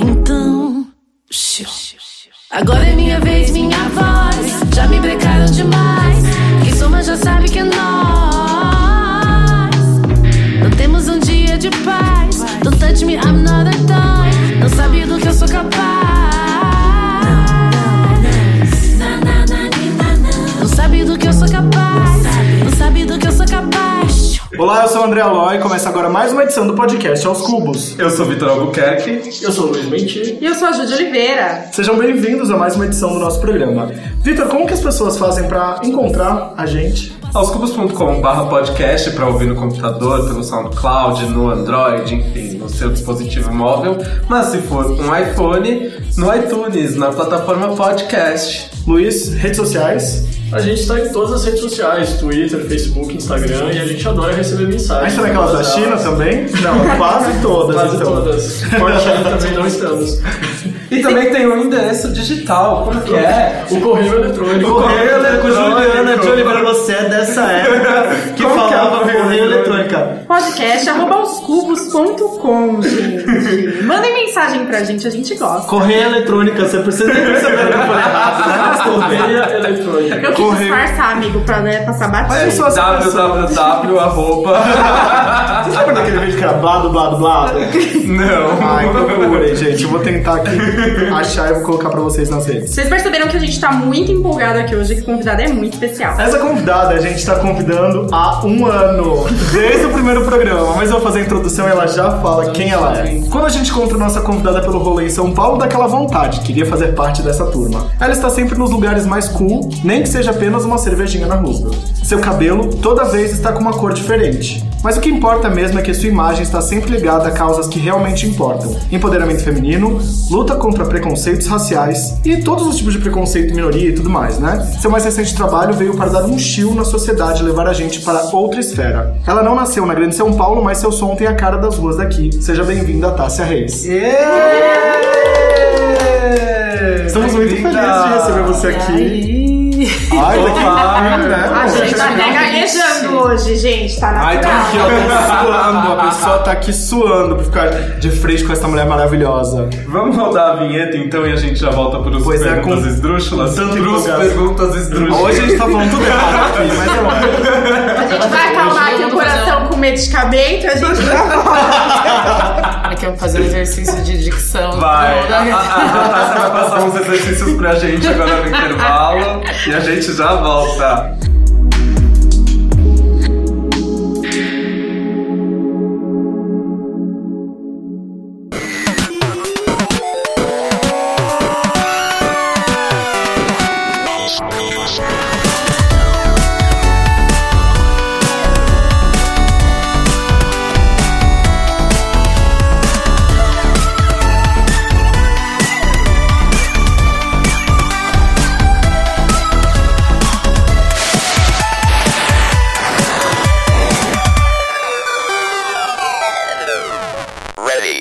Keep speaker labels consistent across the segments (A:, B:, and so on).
A: Então, é é um
B: Olá, eu sou o André Aloy e começa agora mais uma edição do podcast Aos Cubos.
C: Eu sou Vitor Albuquerque.
D: Eu sou o Luiz Mentir.
E: E eu sou a Júlia Oliveira.
B: Sejam bem-vindos a mais uma edição do nosso programa. Vitor, como que as pessoas fazem pra encontrar a gente?
C: Aoscubos.com.br podcast para ouvir no computador, pelo SoundCloud, no Android, enfim, no seu dispositivo móvel. Mas se for um iPhone, no iTunes, na plataforma podcast.
B: Luiz, redes sociais?
D: A gente está em todas as redes sociais, Twitter, Facebook, Instagram, e a gente adora receber
B: A
D: mensagens.
B: gente tá naquelas da
D: Todas
B: China
D: elas.
B: também? Não, quase todas,
D: Quase
B: então.
D: todas. Fora a China também não estamos.
C: E também tem o endereço digital, como que é?
D: O correio eletrônico.
C: O correio eletrônico.
F: Juliana de Oliveira, você é dessa época que
C: Como que é
F: falava
C: o correio
F: correio eletrônica.
E: Podcast arroba oscubos.com, gente. Mandem mensagem pra gente, a gente gosta.
F: Correio eletrônica, você precisa nem perceber que eu falei errado. Correio-
D: Correio eletrônico.
E: Eu quis disfarçar, amigo, pra né, passar
B: Olha
E: batido.
B: É só as pessoas.
C: www.
B: Vocês lembram daquele vídeo que era blado, blado, blado? Ai,
C: Não.
B: procurem, gente. Eu vou tentar aqui achar e vou colocar pra vocês nas redes.
E: Vocês perceberam que a gente tá muito empolgado aqui hoje, que o convidado é muito especial.
B: Essa convidada a gente está convidando há um ano, desde o primeiro programa, mas eu vou fazer a introdução e ela já fala quem ela é. Quando a gente encontra nossa convidada pelo rolê em São Paulo, dá aquela vontade, queria fazer parte dessa turma. Ela está sempre nos lugares mais cool, nem que seja apenas uma cervejinha na rua. Seu cabelo toda vez está com uma cor diferente. Mas o que importa mesmo é que sua imagem está sempre ligada a causas que realmente importam: empoderamento feminino, luta contra preconceitos raciais e todos os tipos de preconceito, minoria e tudo mais, né? Seu mais recente trabalho veio para dar um chill na sociedade e levar a gente para outra esfera. Ela não nasceu na Grande São Paulo, mas seu som tem a cara das ruas daqui. Seja bem-vinda, Tássia Reis. Estamos muito felizes de receber você aqui. Ai,
C: Opa.
E: A
B: daqui
E: gente tá até gaguejando hoje, gente. Tá
C: Ai, tô aqui,
E: natural.
C: ó, tô
B: Suando,
C: suando,
B: a pessoa tá aqui suando pra ficar de frente com essa mulher maravilhosa.
C: Vamos rodar a vinheta então e a gente já volta para os
B: Pois é,
C: perguntas
B: com
C: esdrúxulas.
B: tanto
C: Pros
B: empolgação.
C: perguntas esdrúxulas.
B: Hoje a gente tá falando tudo errado aqui, mas eu acho.
E: A gente vai acalmar aqui o
G: um-
E: coração com medicamento, então a gente já
G: É que eu vou fazer um exercício de dicção.
C: Vai. Ah,
G: Toda-
C: A- a- a Tássia tá, vai passar uns exercícios pra gente agora no intervalo e a gente já volta.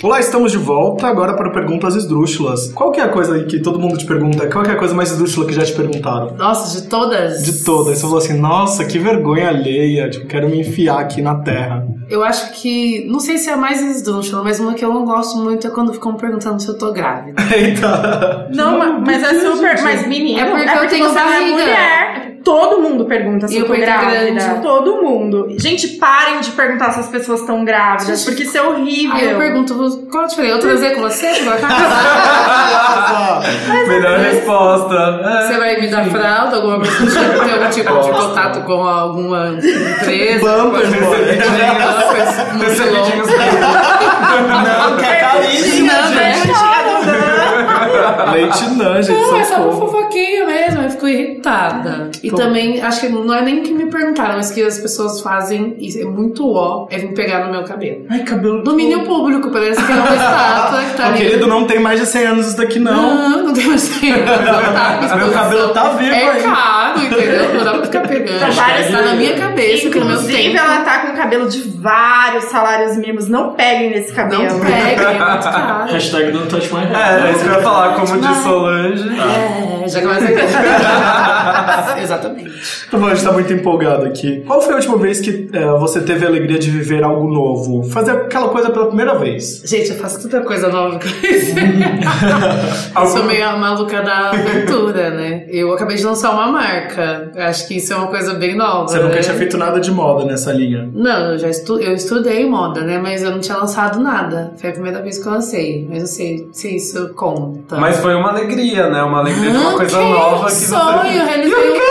B: Olá, estamos de volta agora para o Perguntas Esdrúxulas. Qual que é a coisa aí que todo mundo te pergunta? Qual que é a coisa mais esdrúxula que já te perguntaram?
G: Nossa, de todas?
B: De todas. Você falou assim, nossa, que vergonha alheia. Tipo, quero me enfiar aqui na terra.
G: Eu acho que. Não sei se é a mais esdrúxula, mas uma que eu não gosto muito é quando ficam perguntando se eu tô grávida.
B: Eita.
E: Não, ma- mas é super. Mas, menina,
G: É porque eu tenho
E: você não é
G: barriga.
E: mulher. Todo mundo pergunta se
G: E
E: eu
G: o
E: tô
G: peito é
E: grávida.
G: grande.
E: Todo mundo. Gente, parem de perguntar se as pessoas estão grávidas, porque isso é horrível.
G: Aí eu pergunto, qual a diferença? Eu transei com você? Você vai casar?
C: Melhor resposta. É.
G: Você vai me dar fralda? Alguma coisa do tipo? Tem algum tipo de contato com alguma empresa?
B: Bumper,
G: Alguma
B: boy.
G: coisa? Bumpers, é muito
C: Recebidinhos
G: longo.
F: Não, que é caríssima,
G: Não,
E: é
G: né?
F: gente.
B: Leite não, gente.
G: Não,
B: só
G: é só uma
B: ficou.
G: fofoquinha mesmo, eu fico irritada. E
B: Tô.
G: também, acho que não é nem que me perguntaram, mas que as pessoas fazem, isso é muito ó, é vir pegar no meu cabelo.
B: Ai, cabelo
G: Domínio público, parece que é uma estátua que tá
B: Meu
G: ali.
B: querido, não tem mais de 100 anos isso daqui, não.
G: Não, não tem mais dinheiro.
F: Meu cabelo tá vivo
G: É
F: aí.
G: caro, entendeu? Não dá pra ficar pegando.
E: Tá vários-
G: Tá na minha cabeça, que no meu
E: Inclusive,
G: tempo.
E: ela tá com cabelo de vários salários mínimos. Não peguem nesse cabelo.
G: Não pega, é muito caro.
D: Hashtag don't touch my hair.
C: É, era isso que eu ia falar, como de Solange.
G: É, já começa aqui. Exatamente.
B: Tá bom, a gente tá muito empolgado aqui. Qual foi a última vez que eh, você teve a alegria de viver algo novo? Fazer aquela coisa pela primeira vez.
G: Gente, eu faço tanta coisa nova com isso. Eu
C: Algum-
G: sou meio a maluca da aventura, né? Eu acabei de lançar uma marca. Eu Acho que isso é uma coisa bem nova.
B: Você nunca
G: né?
B: tinha feito nada de moda nessa linha.
G: Não, eu já estu... eu estudei moda, né? Mas eu não tinha lançado nada. Foi a primeira vez que eu lancei. Mas não sei se isso conta.
C: Mas foi uma alegria, né? Uma alegria de uma
G: Ah,
C: coisa
G: que
C: nova que
G: sonho,
C: você.
G: eu realizei. um-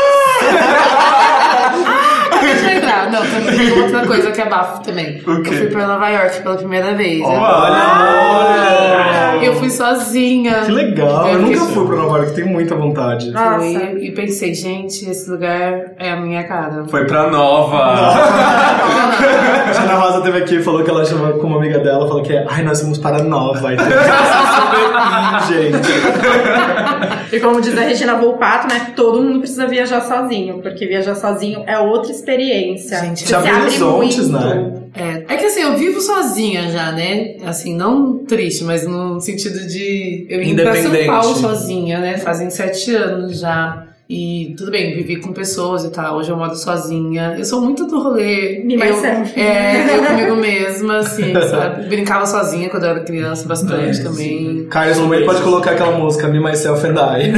G: Ah, acabei de lembrar. Não, Não, também tem outra coisa que é bafo também.
C: O quê?
G: Eu fui pra Nova York pela primeira vez.
C: Olha!
G: Eu fui sozinha.
B: Que legal. Eu
G: Eu
B: nunca
G: fiquei-
B: fui pra Nova York, tenho muita vontade.
E: Nossa.
G: Fui e pensei, gente, esse lugar é a minha cara.
C: Foi pra nova.
B: A Ana Rosa teve aqui e falou que ela chama com uma amiga dela, falou que é, ai, nós vamos para Nova. E tem que ser super pi, gente.
E: E como diz a Regina Volpato, né? Todo mundo precisa viajar sozinho, porque viajar sozinho é outra experiência.
G: Gente,
B: Te abre horizontes, né?
G: É, é que assim, eu vivo sozinha já, né? Assim, não triste, mas no sentido de. Eu vim pra São
F: Independente.
G: Paulo sozinha, né? Fazem sete anos já. E tudo bem, vivi com pessoas e tal. Hoje eu moro sozinha. Eu sou muito do rolê.
E: Me
G: eu,
E: myself.
G: É, eu comigo mesma, assim, sabe? Brincava sozinha quando eu era criança bastante também.
B: Carlos Moeiro pode colocar aquela música Me, Myself and I.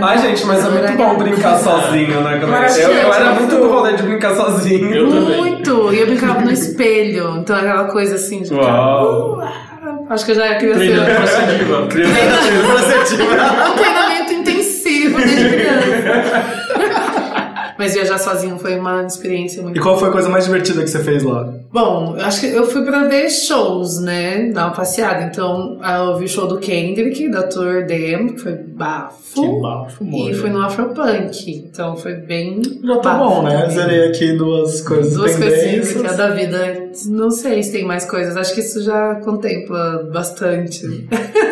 C: Ai, gente, mas é muito bom brincar sozinho, né?
B: é
C: galera? Eu, eu era muito do rolê de brincar sozinho.
D: Eu também.
G: Muito! E eu brincava no espelho. Então aquela coisa assim, de
C: Uau!
G: Acho que eu já era criança.
D: Treinando pra ser diva.
G: um treinamento intensivo desde criança. Mas viajar sozinho foi uma experiência
B: E
G: muito
B: qual foi a coisa mais divertida que você fez lá?
G: Bom, eu acho que eu fui pra ver shows, né? Dar uma passeada. Então, ah, eu vi o show do Kendrick, da Tour DM, que foi bafo.
B: bafo,
G: e fui no Afropunk. Então foi bem.
B: Já tá
G: bafo
B: bom, né?
G: também.
B: Zerei aqui duas coisas
G: Duas
B: pendentes.
G: coisinhas que é da vida. Não sei se tem mais coisas. Acho que isso já contempla bastante.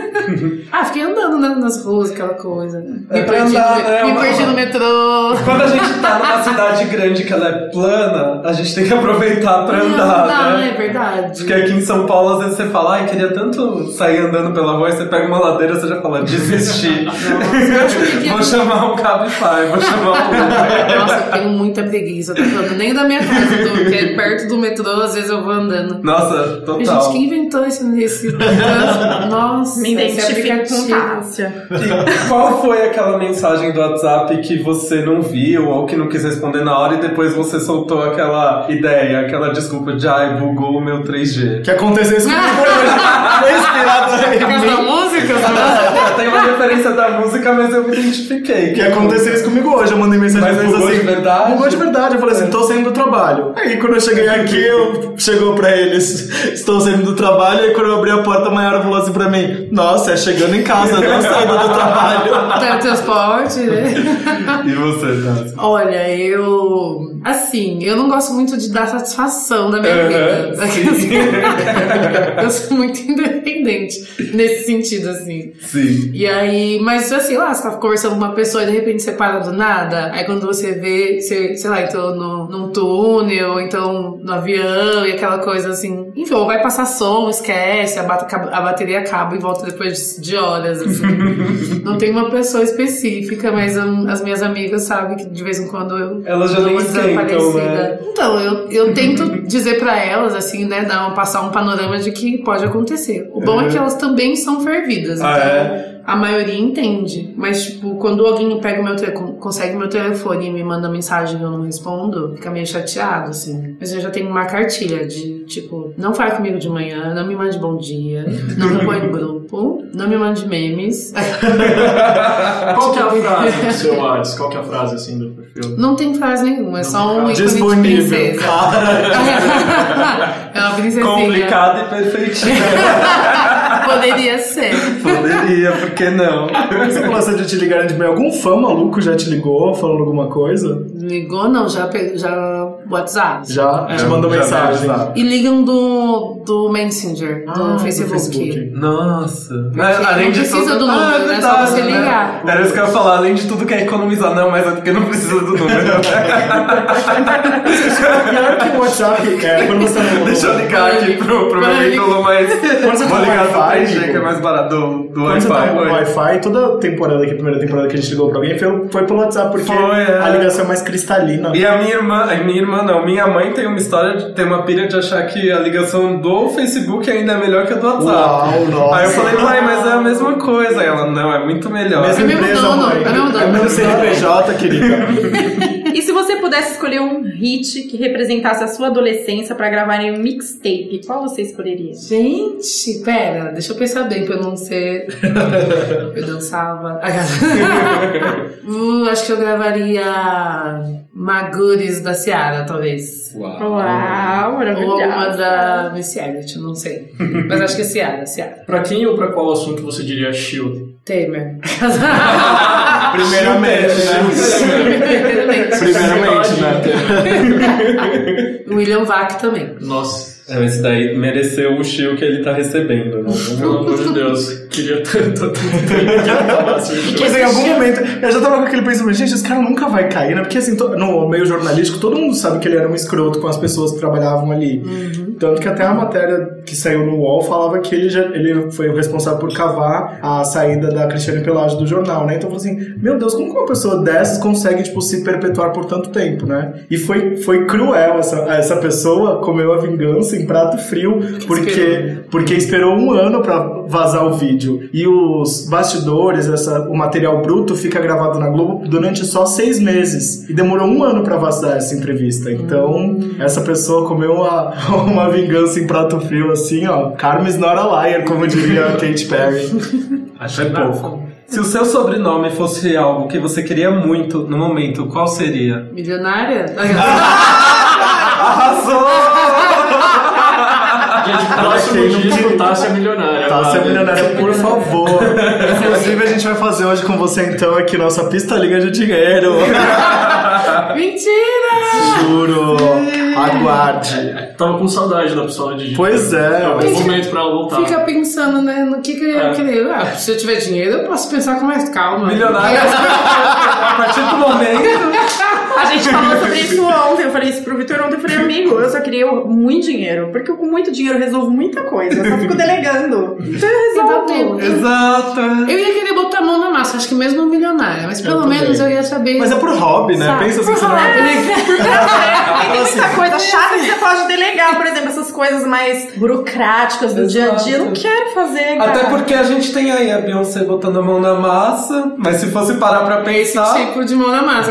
G: ah, fiquei andando né, nas ruas, aquela coisa.
C: É
G: Me
C: pra
G: perdi,
C: andar,
G: no,
C: né?
G: me
C: Uma-
G: perdi no metrô.
C: Quando a gente tá numa cidade grande que ela é plana, a gente tem que aproveitar pra
G: Não,
C: andar,
G: não,
C: né?
G: é verdade.
C: Porque aqui em São Paulo, às vezes você fala, ai, queria tanto sair andando pela rua, e você pega uma ladeira, você já fala, desisti. vou chamar um Cabify, vou chamar um Uber.
G: Nossa, eu tenho muita preguiça. Eu tô falando nem da minha casa, do, que é perto do metrô, às vezes eu vou andando.
C: Nossa,
G: E,
C: total.
G: Gente, quem inventou esse, esse trânsito? Nossa,
E: Me
G: esse
E: identifico com
G: aplicativo.
E: Tássia.
C: E qual foi aquela mensagem do WhatsApp que você não viu ou que não quis responder na hora e depois você soltou aquela ideia, aquela desculpa de ai, bugou o meu 3G?
B: Que aconteceu isso comigo hoje. Foi inspirado em
G: Essa
B: mim.
G: música,
C: Ah, Tem uma referência da música, mas eu me identifiquei.
B: Que aconteceu isso comigo hoje. Eu mandei mensagem
C: Mas
B: pra eles
C: bugou
B: assim.
C: de verdade?
B: Bugou de verdade. Eu falei assim, tô saindo do trabalho. Aí quando eu cheguei aqui, eu chegou pra eles, estou saindo do trabalho. E quando eu abri a porta, a Mayara falou assim pra mim, nossa, é chegando em casa, não saindo do trabalho.
G: tá, transporte, né?
C: E você, Jéssica?
G: Olha, eu. Assim, eu não gosto muito de dar satisfação da minha vida. eu sou muito independente nesse sentido, assim.
C: Sim.
G: E aí, mas assim, lá, você tá conversando com uma pessoa e de repente você para do nada. Aí quando você vê, você, sei lá, então no, num túnel, ou então no avião e aquela coisa assim. Enfim, ou vai passar som, esquece, a, bata- a bateria acaba e volta depois de, de horas, assim. Não tem uma pessoa específica, mas hum, as minhas amigas sabem que de vez em quando eu
C: Elas já
G: dou
C: nem
G: uma
C: esquentam, né?
G: desaparecida. Então, eu, eu tento dizer pra elas, assim, né, dar, um- passar um panorama de que pode acontecer. O bom é, que elas também são fervidas.
C: Ah,
G: então,
C: é?
G: a maioria entende, mas tipo, quando alguém pega o meu te- con- consegue meu telefone e me manda mensagem e eu não respondo, fica meio chateado, assim. Mas eu já tenho uma cartilha de tipo, não fale comigo de manhã, não me mande bom dia, não me põe em grupo, não me mande memes.
D: Qual que é a frase do seu Whats? Qual que é a frase, assim, do perfil?
G: Não tem frase nenhuma, é só um ícone de
B: Disponível.
G: princesa.
B: Cara,
G: é uma princesinha.
C: Complicada e perfeitinha.
G: Poderia ser.
C: Poderia, por que não?
B: você falou assim de te ligarem de mim. Algum fã maluco já te ligou falando alguma coisa?
G: Ligou não, já pe- já WhatsApp.
B: Já?
C: É,
B: te mandou
C: já me
B: mensagem.
C: avisaram.
G: E ligam do, do Messenger, do
B: Ah, do
G: Facebook.
C: Nossa.
G: Porque não precisa do número,
C: Ah,
G: né?
C: verdade,
G: Só você
C: né?
G: ligar.
C: Era isso que eu ia falar, além de tudo quer economizar. Não, mas é porque não precisa do número. né?
B: Pior que o WhatsApp é quando você não
C: Deixa eu ligar aqui pro, pro meu
G: Vai.
C: vínculo, mas
B: você
C: vou
B: tá no
C: ligar pro
B: Wi-Fi,
C: 3G, que é mais barato do, do
B: Quando você tá
C: Wi-Fi.
B: no
C: Oi.
B: Wi-Fi, toda temporada aqui, a primeira temporada que a gente ligou pra alguém foi, um, foi pelo WhatsApp, porque
C: Foi, é.
B: a ligação é mais cristalina.
C: E a minha irmã, a minha irmã não, minha mãe tem uma história, de- tem uma pilha de achar que a ligação do Facebook ainda é melhor que a do WhatsApp.
B: Uau, nossa.
C: Aí eu falei, mãe, mas é a mesma coisa. Aí Ela, não, é muito melhor.
B: Mesma
G: É mesmo
B: empresa,
G: dono,
B: mãe.
G: é mesmo dono.
B: É mesmo CNPJ, querida.
E: E se você pudesse escolher um hit que representasse a sua adolescência pra gravar em um mixtape, qual você escolheria?
G: Gente, pera, deixa eu pensar bem pra eu não ser. eu dançava. Hum, acho que eu gravaria Magures da Seara, talvez.
E: Uau,
G: Ou alguma
E: maravilhosa.
G: da Miss Elliot, não sei. Mas acho que é Seara, Seara.
D: Pra quem ou pra qual assunto você diria Shield?
G: Temer.
C: Primeiramente, né? Primeiramente, né?
G: William Vac também.
D: Nossa,
F: É, Esse daí mereceu o shield que ele tá recebendo, né?
D: pelo amor de Deus. Queria tanto, tanto, tanto que eu falasse o Shield.
B: Mas em algum momento, eu já tava com aquele pensamento, gente, esse cara nunca vai cair, né? Porque assim, to- no meio jornalístico, todo mundo sabe que ele era um escroto com as pessoas que trabalhavam ali. Tanto que até a matéria que saiu no UOL falava que ele, já, ele foi o responsável por cavar a saída da Cristiane Pelagio do jornal, né? Então eu falei assim, meu Deus, como que uma pessoa dessas consegue, tipo, se perpetuar por tanto tempo, né? E foi, foi cruel, essa, essa pessoa comeu a vingança em prato frio, porque...
G: Esperou.
B: Porque esperou um ano pra vazar o vídeo. E os bastidores, essa, o material bruto, fica gravado na Globo durante só seis meses. E demorou um ano pra vazar essa entrevista. Então, essa pessoa comeu uma, uma vingança em prato frio, assim, ó. Carmes not a liar, como diria a Katy Perry.
C: Acho é pouco. Se o seu sobrenome fosse algo que você queria muito no momento, qual seria?
G: Milionária?
D: Gente, o próximo
B: é
D: disco Tássia Milionária.
B: Tá,
D: vale.
B: seu milionário, por favor. Inclusive, a gente vai fazer hoje com você, então, aqui nossa pista liga de dinheiro.
G: Mentira!
B: Juro. Aguarde.
D: Tava com saudade da pistola de
B: Pois
D: É
B: é.
D: um momento pra ela voltar.
G: Fica pensando, né, no que que eu ia
D: É.
G: querer. Ah, se eu tiver dinheiro, eu posso pensar com mais calma. É,
C: Milionário. A partir do momento.
E: A gente falou sobre isso ontem. Eu falei isso pro Vitor ontem. Eu falei, amigo, eu só queria muito dinheiro. Porque eu com muito dinheiro resolvo muita coisa. Eu só fico delegando. Então eu
G: Não dá tempo.
E: resolvo.
C: Exato.
G: Eu ia querer botar a mão na massa, acho que mesmo um milionária, mas pelo menos eu ia saber.
B: Mas é por hobby, né?
G: Sabe?
B: Pensa assim, você não vai
E: E tem muita coisa chata que você pode delegar. Por exemplo, essas coisas mais burocráticas do dia a dia. Eu não quero fazer, cara.
C: Até porque a gente tem aí a Beyoncé botando a mão na massa, mas se fosse parar pra pensar.
G: Tipo de mão na massa.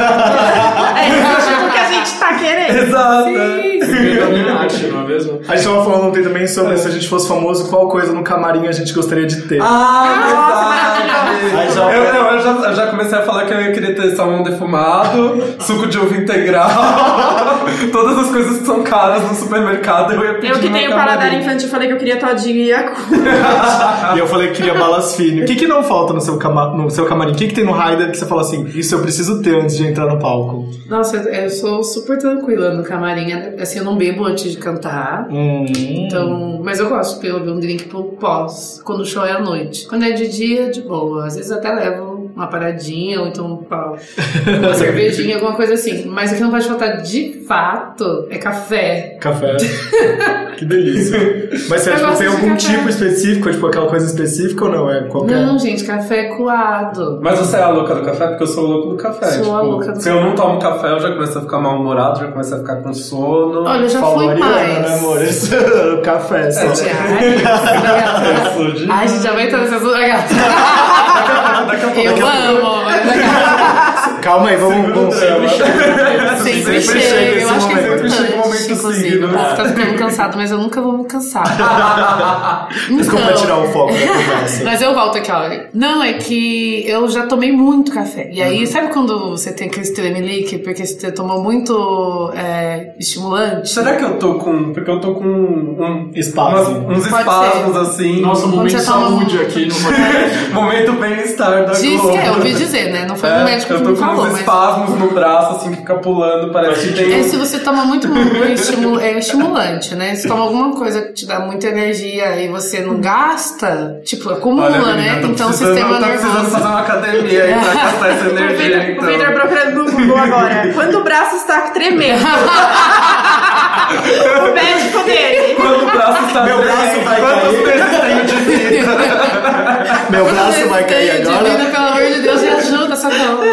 E: É tipo o que a gente tá querendo.
C: Exato.
D: Illuminati, não é mesmo?
B: A gente tava falando ontem também sobre se a gente fosse famoso, qual coisa no camarim a gente gostaria de ter.
C: Ah,
B: Aí
C: verdade.
B: já-
C: Eu, não, eu já, eu já comecei a falar que eu ia querer ter salmão defumado, suco de uva integral, todas as coisas que são caras no supermercado eu ia pedir
E: Eu que
C: no
E: tenho
C: camarim.
E: paladar infantil, falei que eu queria todinho e Yakult.
B: E eu falei que queria balas finas. O que, que não falta no seu, cama- no seu camarim? O que, que tem no Raider que você fala assim, isso eu preciso ter antes de entrar no palco?
G: Nossa, eu eu sou super tranquila no camarim. Assim, eu não bebo antes de cantar.
B: Hum.
G: Então, mas eu gosto de beber um drink pro pós, quando o show é à noite. Quando é de dia, de boa. Às vezes eu até levo uma paradinha, ou então uma- uma cervejinha, alguma coisa assim. Mas o que não pode faltar de fato é café.
B: Café. que delícia. Mas você
G: Eu
B: acha que
G: gosto
B: tem
G: de
B: algum
G: café.
B: tipo específico, tipo aquela coisa específica ou não? É qualquer.
G: Não, gente, café é coado.
C: Mas você é a louca do café? Porque eu sou o louco do café.
G: Sou
C: tipo,
G: a louca do
C: se eu não tomo café, eu já começo a ficar mal-humorado, já começo a ficar com sono.
G: Olha, eu já
B: Falou
G: fui
B: Ariana,
G: mais.
B: né, amor? Esse- Café, só.
G: Ai, Ai, a gente já vai entrar nesse assunto.
B: Daqui a pouco.
G: Eu
B: daqui a
G: amo.
B: pouco. Calma aí, vamos. vamos. Sempre
G: Sempre, chega.
B: chega
G: Assim, Eu
B: esse
G: acho que é
B: momento.
G: importante,
C: Sempre chega o momento né?
G: inclusive.
C: signo.
G: Eu posso estar ficando cansado, mas eu nunca vou me cansar.
B: Desculpa tirar
G: Então,
B: o foco da conversa.
G: mas eu volto aqui, olha. Não, é que eu já tomei muito café. E
C: Uhum.
G: aí, sabe quando você tem aquele tremelique porque você tomou muito é, estimulante?
C: Será que eu tô com. Porque eu tô com um, umas-
B: Espaço.
C: uns
G: Pode
C: espasmos assim.
D: Nossa, um
G: Quando
D: momento
G: você
D: de
G: tava-
D: saúde aqui no podcast.
C: Momento bem-estar da
G: Diz
C: Globo.
G: que é, eu ouvi dizer, né? Não foi o
C: Tá É,
G: médico
C: eu
G: que
C: tô
G: me
C: com
G: falou,
C: uns
G: mas.
C: espasmos no braço, assim, que fica pulando, parece que tem. um-
G: É, se você toma muito estimu- é estimulante, né? Se toma alguma coisa que te dá muita energia e você não gasta, tipo, acumula,
C: Uhum. Olha, menina,
G: né?
C: tô
G: Então o
C: precisando-
G: sistema
C: Tá precisando
G: nervoso.
C: fazer uma academia aí pra gastar essa
E: O
C: energia,
E: Vitor-
C: então.
E: O Vitor procurando no Google agora. Quando o braço está tremendo. o médico dele.
C: Quando o braço está
B: Meu braço vai
C: Quantos
B: cair.
C: meses tenho de vida?
B: Meu braço vai cair
G: Tenho de
B: agora.
G: vida, pelo amor de Deus, me ajuda, socorro.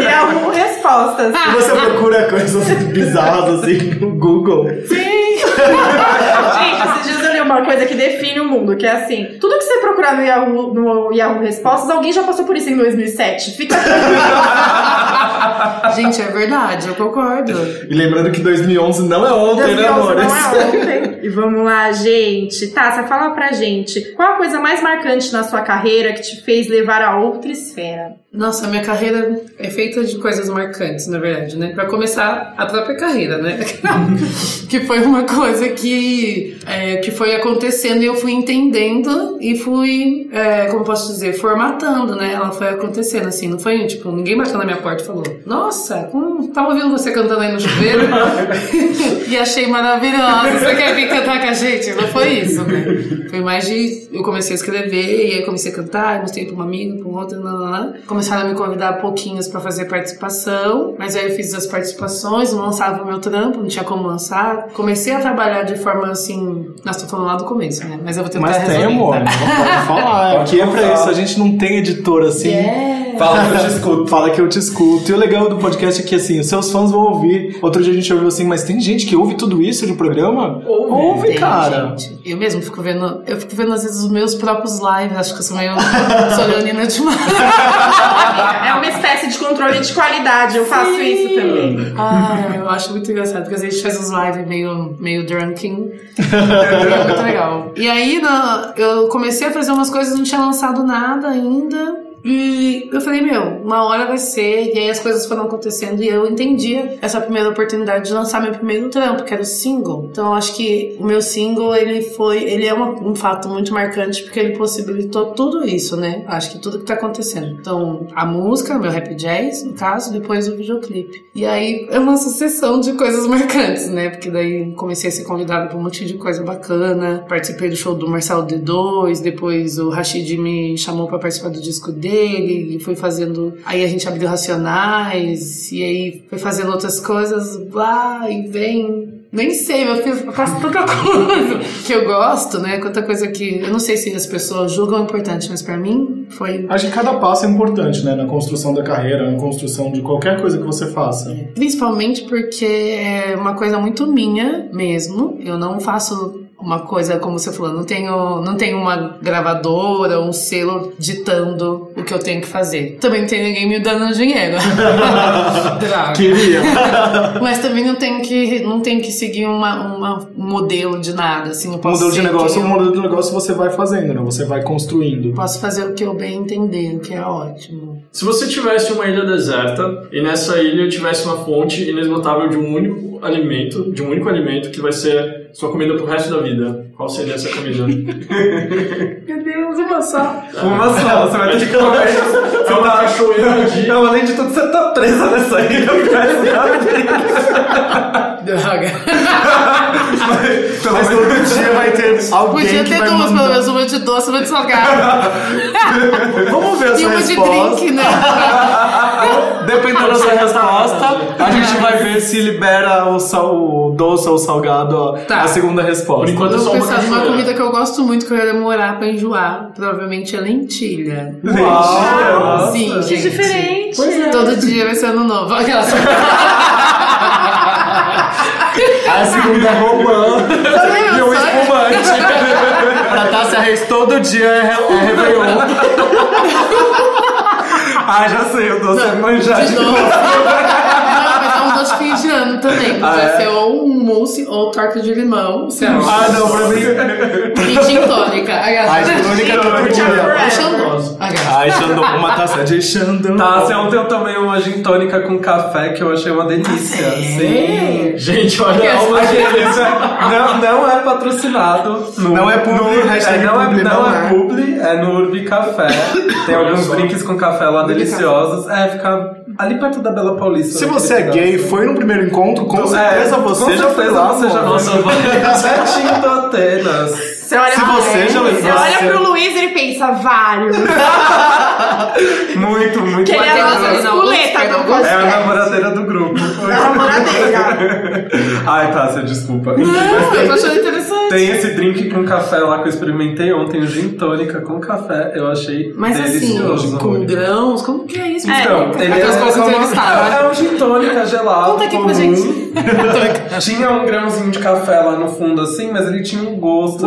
E: E é um respostas.
G: Ah,
B: E Você procura coisas bizarras assim no Google.
E: Gente, esses dias eu li uma coisa que define o mundo, que é assim: tudo que você procurar no Yahoo, no Yahoo Respostas, alguém já passou por isso em 2007. Fica
G: Gente, é verdade, eu concordo.
B: E lembrando que 2011 não é ontem, né,
E: 2011
B: amores?
E: Não é ontem. E vamos lá, gente. Tássia, fala pra gente. Qual a coisa mais marcante na sua carreira que te fez levar a outra esfera?
G: Nossa, minha carreira é feita de coisas marcantes, na verdade, né? Pra começar, a própria carreira, né? que foi uma coisa que, é, que foi acontecendo e eu fui entendendo e fui, é, como posso dizer, formatando, né? Ela foi acontecendo, assim, não foi, tipo, ninguém bateu na minha porta e falou Nossa, hum, tava ouvindo você cantando aí no chuveiro e achei maravilhosa, você quer vir cantar com a gente? Não foi isso, né? Foi mais de... Eu comecei a escrever e aí comecei a cantar, e mostrei pra uma amiga, pra um outro, lá, lá, lá. Começaram a me convidar pouquinhos pra fazer participação, mas aí eu fiz as participações, não lançava o meu trampo, não tinha como lançar. Comecei a trabalhar de forma, assim... Nossa, tô falando lá do começo, né? Mas eu vou tentar
B: Mas
G: resumir.
B: tem, amor.
G: tá?
B: Não pode falar. Aqui é pra isso. A gente não tem editor assim.
G: Yeah.
C: Fala que eu te escuto.
B: Fala que eu te escuto. E o legal do podcast é que, assim, os seus fãs vão ouvir. Outro dia a gente ouviu assim, mas tem gente que ouve tudo isso de programa? Ouve,
G: Tem,
B: cara.
G: gente. Eu mesmo fico vendo, eu fico vendo às vezes os meus próprios lives, acho que eu sou meio solanina demais.
E: É uma espécie de controle de qualidade. Eu faço
G: Sim.
E: isso também.
G: Ah, eu acho muito engraçado, porque às vezes a gente faz uns lives meio, meio drunken. é muito legal. E aí na- eu comecei a fazer umas coisas, não tinha lançado nada ainda. E eu falei, meu, uma hora vai ser. E aí as coisas foram acontecendo e eu entendi essa primeira oportunidade de lançar meu primeiro trampo, que era o single. Então eu acho que o meu single, ele foi, ele é uma- um fato muito marcante porque ele possibilitou tudo isso, né? Acho que tudo que tá acontecendo. Então, a música, meu rap jazz, no caso, depois o videoclipe. E aí é uma sucessão de coisas marcantes, né? Porque daí comecei a ser convidada pra um monte de coisa bacana. Participei do show do Marcelo D2, depois o Rashid me chamou pra participar do disco dele, e fui fazendo. Aí a gente abriu Racionais, e aí foi fazendo outras coisas, blá, e vem. Nem sei, eu, fiz, eu faço tanta coisa que eu gosto, né? Quanta coisa que. Eu não sei se as pessoas julgam importante, mas pra mim foi
B: Acho que cada passo é importante, né? Na construção da carreira, na construção de qualquer coisa que você faça.
G: Principalmente porque é uma coisa muito minha mesmo. Eu não faço uma coisa, como você falou, não tenho, não tenho uma gravadora ou um selo ditando o que eu tenho que fazer. Também não tem ninguém me dando dinheiro. Droga.
B: Queria.
G: Mas também não tenho que, não tenho que seguir uma, uma- um modelo de nada. Assim, eu
B: Um
G: posso
B: modelo de
G: ser
B: negócio,
G: quem
B: um
G: eu-
B: modelo de negócio você vai fazendo, né? Você vai construindo.
G: Posso fazer o que eu bem entender, o que é ótimo.
D: Se você tivesse uma ilha deserta e nessa ilha tivesse uma fonte inesgotável de um único alimento, de um único alimento que vai ser sua comida pro resto da vida, qual seria essa comida?
G: Meu Deus, uma só.
C: Uma só, você vai ter que comer isso.
D: É uma cachoeira de
C: Não, além de tudo, você tá presa nessa ilha.
G: Droga.
C: Então,
B: Mas todo dia vai ter alguém
G: Podia
B: que
G: ter
B: vai
G: duas,
B: mandar.
G: pelo menos, uma de doce, uma de salgado.
B: Vamos ver
G: E
B: essa
G: uma
B: resposta.
G: de drink, né?
C: Dependendo da sua resposta,
B: A
G: Tá.
B: gente vai ver se libera o, sal, o doce ou o salgado ó,
G: Tá.
B: a segunda
D: Por
B: resposta.
D: enquanto é
G: Eu
D: só
G: vou
D: uma
G: pensar numa
D: cachoeira.
G: comida que eu gosto muito, que eu ia demorar pra enjoar. Provavelmente é lentilha.
B: Gente,
C: Uau.
B: nossa.
G: Sim,
E: Que
G: gente. é,
E: diferente.
G: Todo dia vai ser ano novo. Aquelas...
B: A segunda é romã.
G: Sabe,
B: e o
G: eu só-
B: espumante. pra Tássia Reis todo dia é, re- é Réveillon.
C: Ah, já sei, eu dou sem manjar
G: De
C: de
G: novo. Não, mas é um doce de fim de ano também. Vai
C: é?
G: ser ou um mousse ou torta de limão. Sei lá.
B: Ah, não, pra mim.
G: E gin tônica.
B: A Xandônica é todo dia.
G: O Xandão. Aquelas.
B: Ai, Xandão, uma taça de Xandão.
C: Tá, você ontem eu tomei uma gin tônica com café que eu achei uma delícia.
B: Ah,
C: Sim.
D: Gente, olha,
C: Não, uma delícia. Não, não é patrocinado. no-
B: Não é publi,
C: no-
B: hashtag
C: é, não,
B: publi,
C: é, não,
B: não
C: é
B: é.
C: publi, é no Urbi Café. Tem
D: Olha
C: alguns
D: só.
C: drinks com café lá
G: Urbi
C: deliciosos. É, fica ali perto da Bela Paulista. né,
B: Se
C: naquele
B: você é
C: lugar.
B: gay, foi no primeiro encontro, com
C: É,
B: certeza você
C: com
B: já
C: certeza
B: foi lá.
C: você já
B: amor.
C: foi lá. Certinho do Atenas.
E: Você olha,
B: Se
E: pra-
B: você já
E: você
B: levasse-
E: olha pro Luiz e ele pensa, vários.
C: Muito, muito
E: Que ele é
G: Aquelas
E: a nossa
G: ali na Augusta,
E: espoleta
G: na
E: do
G: Augusta.
C: É a
E: podcast.
C: namoradeira do
G: É
C: grupo. é.
E: A namoradeira.
C: Ai, Tássia, desculpa. Então,
G: Não, eu tô achando interessante.
C: Tem esse drink com café lá que eu experimentei ontem, o gin tônica com café, eu achei
G: Mas
C: delicioso.
G: assim, com grãos, como que é isso?
E: É.
C: Então, ele
G: Aquelas
C: é,
G: coisas
C: é,
G: entrevistadas.
C: uma, é um gin tônica gelado.
G: Conta aqui pra
C: comum.
G: gente.
C: Tinha um grãozinho de café lá no fundo, assim, mas ele tinha um gosto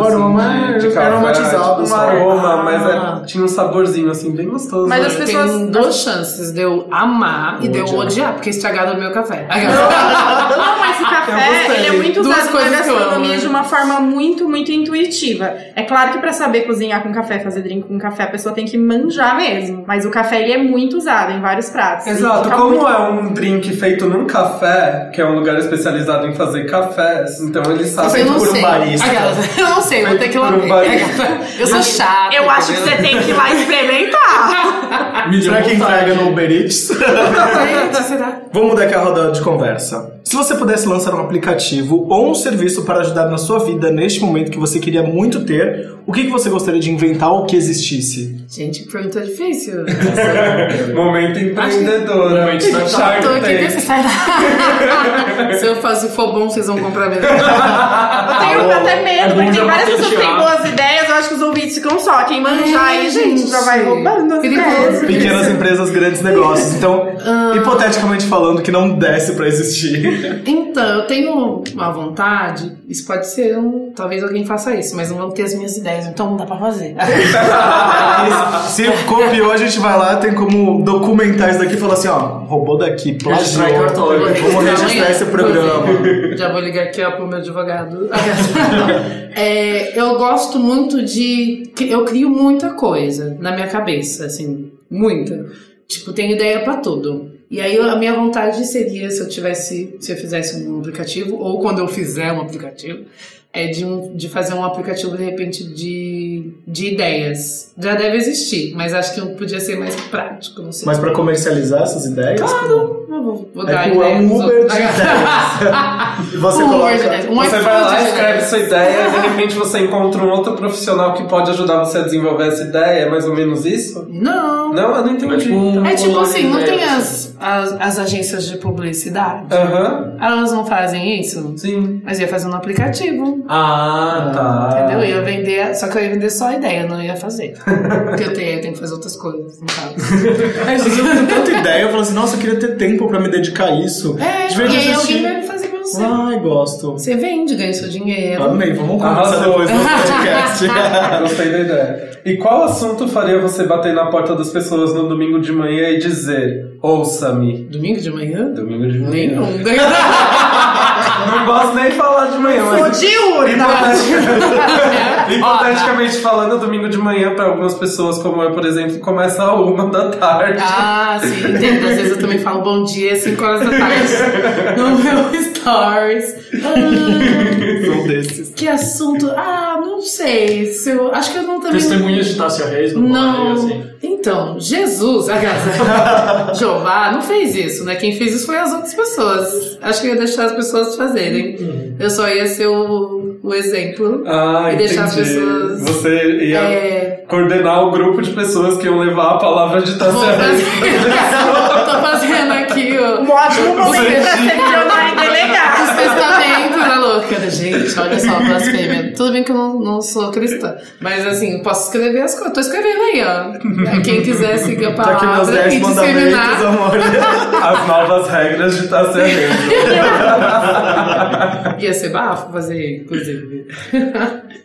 B: O
C: assim,
B: aroma
C: de,
B: é
C: de café.
B: aromatizado,
C: tipo, um
B: sabe?
C: aroma, mas
G: Ah.
C: é- tinha um saborzinho assim, bem gostoso.
E: Mas
C: né?
E: as
G: Tem
E: pessoas-
G: duas chances de eu amar e de eu odiar, porque estragaram o meu café.
E: Não, mas o
G: Eu
E: café
G: gostei.
E: ele é muito
G: Duas
E: usado na
G: coisas que eu amo,
E: gastronomia
G: né?
E: de uma forma muito, muito intuitiva. É claro que pra saber cozinhar com café, fazer drink com café, a pessoa tem que manjar mesmo. Mas o café ele é muito usado em vários pratos. E
C: Exato,
E: fica
C: como
E: muito-
C: é um drink feito num café, que é um lugar especializado em fazer cafés, então eles sabem
G: eu não
C: por um
G: sei.
C: barista.
G: Aquelas, eu não sei, vou ter que ir lá
C: Por um
G: ver.
C: barista.
G: Eu sou chata.
E: Eu acho que você tem que ir lá experimentar.
B: Será que entrega no Uber Eats?
G: Gente, será?
B: Vamos mudar aqui a rodada de conversa. Se você pudesse lançar um aplicativo ou um serviço para ajudar na sua vida neste momento que você queria muito ter, o que, que você gostaria de inventar ou que existisse?
G: Gente, que pergunta é difícil.
C: Momento empreendedora.
D: Momento startup.
C: Shark
G: Tô aqui
C: Tank.
G: pensando, será? Se eu faço for bom, vocês vão comprar mesmo.
E: Eu tenho até
G: É
E: medo,
D: bom
E: porque
D: já
E: tem várias pessoas que têm
D: patentear.
E: boas ideias. Eu acho que os ouvintes ficam só. Quem manjar
G: Ai,
E: aí, gente, já vai
G: É, gente.
E: roubando as
G: Perigoso.
E: ideias.
B: Pequenas empresas, grandes negócios. Então, hipoteticamente falando, que não desse para existir.
G: Então, eu tenho uma vontade, isso pode ser um. Talvez alguém faça isso, mas não vão ter as minhas ideias, então não dá pra fazer.
B: Mas se copiou, a gente vai lá, tem como documentar isso daqui e falar assim: ó, roubou daqui, plagiou.
D: Registrar em cartório.
B: Vamos registrar esse programa.
G: Já vou ligar aqui ó, pro meu advogado. É, eu gosto muito de. Eu crio muita coisa na minha cabeça, assim, muita. Tipo, tenho ideia pra tudo. E aí a minha vontade seria, se eu tivesse, se eu fizesse um aplicativo, ou quando eu fizer um aplicativo, é de, um- de fazer um aplicativo de repente de, de ideias. Já deve existir, mas acho que podia ser mais prático, não sei.
B: Mas para comercializar essas ideias.
G: Claro, eu vou, vou
B: É
G: dar
B: com- é
G: ideia
B: um
G: pros
B: Uber de
G: outros.
B: E você
G: Um
B: coloca.
G: Word, né? Um
C: Você
G: iPhone
C: vai lá,
G: de-
C: escreve sua ideia, de repente você encontra um outro profissional que pode ajudar você a desenvolver essa ideia, é mais ou menos isso?
G: Não.
C: Não, eu não entendi.
D: tipo,
G: É tipo
D: Online
G: assim, não tem
D: Ideias.
G: as, as, as agências de publicidade?
C: Aham,
G: Elas não fazem isso?
C: sim.
G: Mas eu ia fazer um aplicativo,
C: Ah, tá.
G: entendeu? Eu ia vender, só que eu ia vender só a ideia, eu não ia fazer. Porque eu tenho, eu tenho que fazer outras coisas, no caso.
B: Às vezes eu tenho tanta ideia, eu falo assim, nossa, eu queria ter tempo pra me dedicar a isso.
G: É,
B: De vez
G: e aí
B: em
G: alguém
B: quando
G: vai fazer pra você.
B: Ai, gosto.
G: Você vende, ganha seu dinheiro.
B: Amei, vamos conversar
C: Arrasou.
B: depois no podcast.
C: Gostei da ideia. E qual assunto faria você bater na porta das pessoas no domingo de manhã e dizer, ouça-me?
G: Domingo de manhã?
C: Domingo de manhã.
G: Nenhum.
C: Não gosto nem de falar de manhã, mas.
G: tá?
C: Hipoteticamente- Hipoteticamente falando, domingo de manhã, pra algumas pessoas como eu, por exemplo, começa a uma da tarde.
G: Ah, sim, entendo. Às vezes eu também falo bom dia às 5 horas da tarde no meu stories. Ah,
B: Um desses.
G: que assunto? Ah, não sei. Se eu- acho que eu não também.
D: Testemunhas de Tássia Reis não,
G: Não.
D: falaria assim.
G: Então, Jesus, a casa. Jeová não fez isso, né? Quem fez isso foi as outras pessoas. Acho que eu ia deixar as pessoas fazerem. Eu só ia ser o, o exemplo.
C: Ah,
G: E
C: entendi.
G: deixar as pessoas-
C: Você ia
G: É,
C: coordenar o grupo de pessoas que iam levar a palavra de
G: vou
C: Tassia.
G: fazer. Tô fazendo aqui ó.
E: Um ótimo momento pra ser milionário e delegar.
G: Os testamentos, né, louca? Gente, olha só, blasfêmia. Tudo bem que eu não, não sou cristã, mas assim, eu posso escrever as coisas. Tô escrevendo aí, ó. Quem quiser seguir a
B: Tá aqui meus
G: palavra e
B: 10 mandamentos,
G: disseminar.
B: amor.
C: As novas regras de tá Tassia. Reis.
G: Ia ser bafo fazer, inclusive.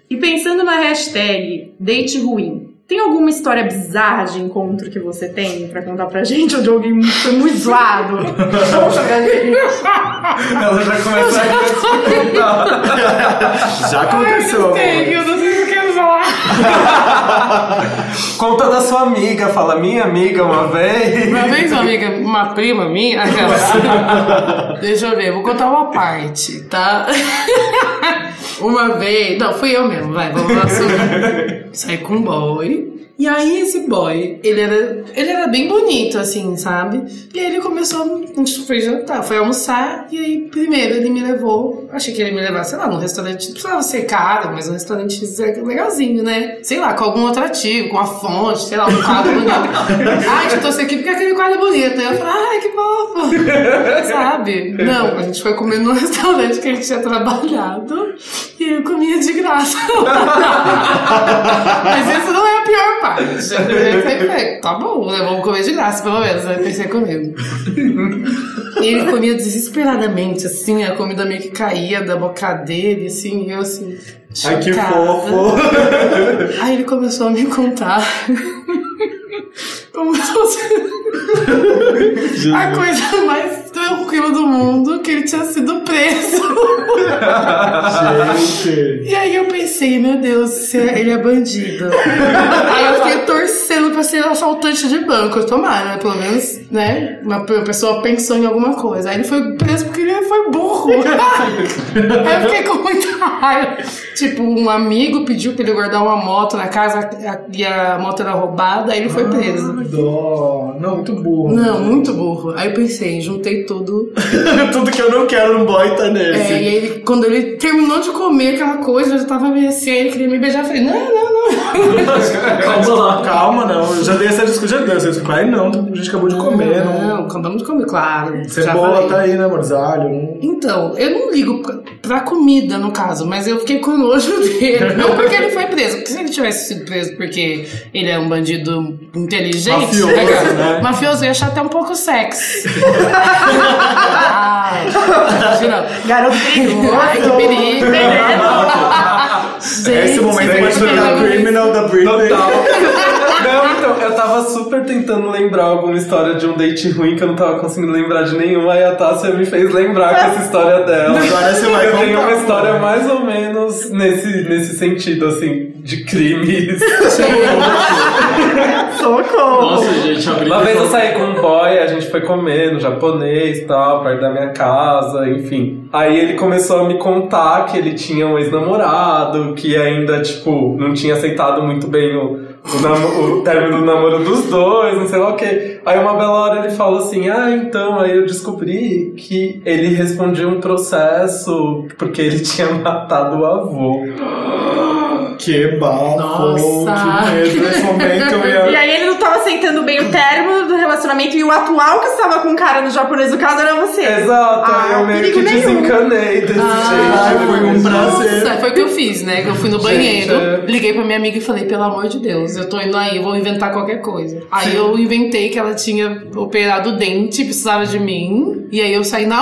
E: E pensando na hashtag date ruim, tem alguma história bizarra de encontro que você tem pra contar pra gente? Ou de alguém muito- foi muito zoado? Poxa, gente.
C: Ela já começa a
B: Já aconteceu, amor.
G: eu não sei o que eu falar.
C: Conta da sua amiga, fala minha amiga uma vez.
G: Uma vez uma amiga, uma prima minha, aquela- deixa eu ver, vou contar uma parte, tá? Uma vez, não, fui eu mesmo, vai, vamos lá. sobre- Saí com um boy. E aí esse boy, ele era, ele era bem bonito, assim, sabe? E aí ele começou, a gente foi jantar, foi almoçar, e aí primeiro ele me levou, achei que ele me levasse, sei lá, num restaurante, não precisava ser caro, mas um restaurante legalzinho, né? Sei lá, com algum atrativo, com a fonte, sei lá, um quadro legal. ah, eu trouxe aqui porque aquele quadro é bonito. Aí eu falei, ai, que fofo, sabe? Não, a gente foi comer num restaurante que a gente tinha trabalhado, e eu comia de graça. Mas isso não é a pior parte. Eu sempre falei, tá bom, né? Vamos comer de graça, pelo menos. Aí pensei comigo. E ele comia desesperadamente, assim, a comida meio que caía da boca dele, assim, e eu assim.
B: Ai, que
G: chocada.
B: fofo.
G: Aí ele começou a me contar. Como se fosse a coisa mais tranquila do mundo que ele tinha sido preso.
B: Gente.
G: E aí eu pensei, meu Deus, se ele é bandido. aí eu fiquei torcendo pra ser assaltante de banco, tomara, né? Pelo menos, né? Uma p- pessoa pensou em alguma coisa. Aí ele foi preso porque ele foi burro. aí eu fiquei com muita raiva. Tipo, um amigo pediu pra ele guardar uma moto na casa a- e a moto era roubada, aí ele foi preso.
B: Ah, Dó. Não, muito burro.
G: Não, muito burro. Aí eu pensei, juntei tudo,
B: Tudo que eu não quero no boy tá nesse.
G: É, e aí ele- quando ele terminou de comer aquela coisa, eu já tava meio assim, aí ele queria me beijar, eu falei, não, não, É,
B: Calma lá, calma, não. Eu já dei essa discussão, já dei essa discussão. Ai, não, a gente acabou de
G: não.
B: comer. Não.
G: não, acabamos de comer, claro. já
B: Cebola
G: falei.
B: tá aí, né, Morzelho? Não-
G: Então, eu não ligo pra, pra comida, no caso, mas eu fiquei com nojo dele. Não porque ele foi preso, porque se ele tivesse sido preso porque ele é um bandido inteligente, tá
B: Mafioso, né?
G: mafioso, eu ia achar até um pouco sexy. Ai, imagina.
E: Garoto
G: Ai, que perigo. Gente,
B: Esse momento
G: que
B: vai tocar
G: perigo.
B: Criminal da Britney.
C: Total. não, então, eu tava super tentando lembrar alguma história de um date ruim que eu não tava conseguindo lembrar de nenhuma, e a Tássia me fez lembrar com essa história dela.
B: Agora você vai
C: eu
B: contar.
C: tenho uma história mais ou menos nesse, nesse sentido, assim, de crimes.
G: Oh.
B: Socorro!
D: Nossa, gente, abri.
C: Uma vez eu saí com um boy, a gente foi comer no japonês e tal, perto da minha casa, enfim. Aí ele começou a me contar que ele tinha um ex-namorado, que ainda, tipo, não tinha aceitado muito bem o, o, namo- o término do namoro dos dois, não sei lá o que. Aí uma bela hora ele falou assim, ah, então, aí eu descobri que ele respondia um processo porque ele tinha matado o avô.
B: Que bafo!
G: Nossa.
B: Que medo nesse momento eu
E: E
G: É.
B: ia.
E: aí ele não tava aceitando bem o término do relacionamento e o atual que estava com o cara no japonês do caso era você.
G: É.
C: Exato, aí
E: Ah,
C: eu meio
E: perigo
C: que
E: nenhum.
C: desencanei desse
G: Ah,
B: Ai,
C: jeito.
B: foi um prazer.
G: Nossa, foi o que eu fiz, né? Que eu fui no banheiro, liguei pra minha amiga e falei, pelo amor de Deus, eu tô indo aí, eu vou inventar qualquer coisa. Aí eu inventei que ela tinha operado o dente, precisava de mim, e aí eu saí na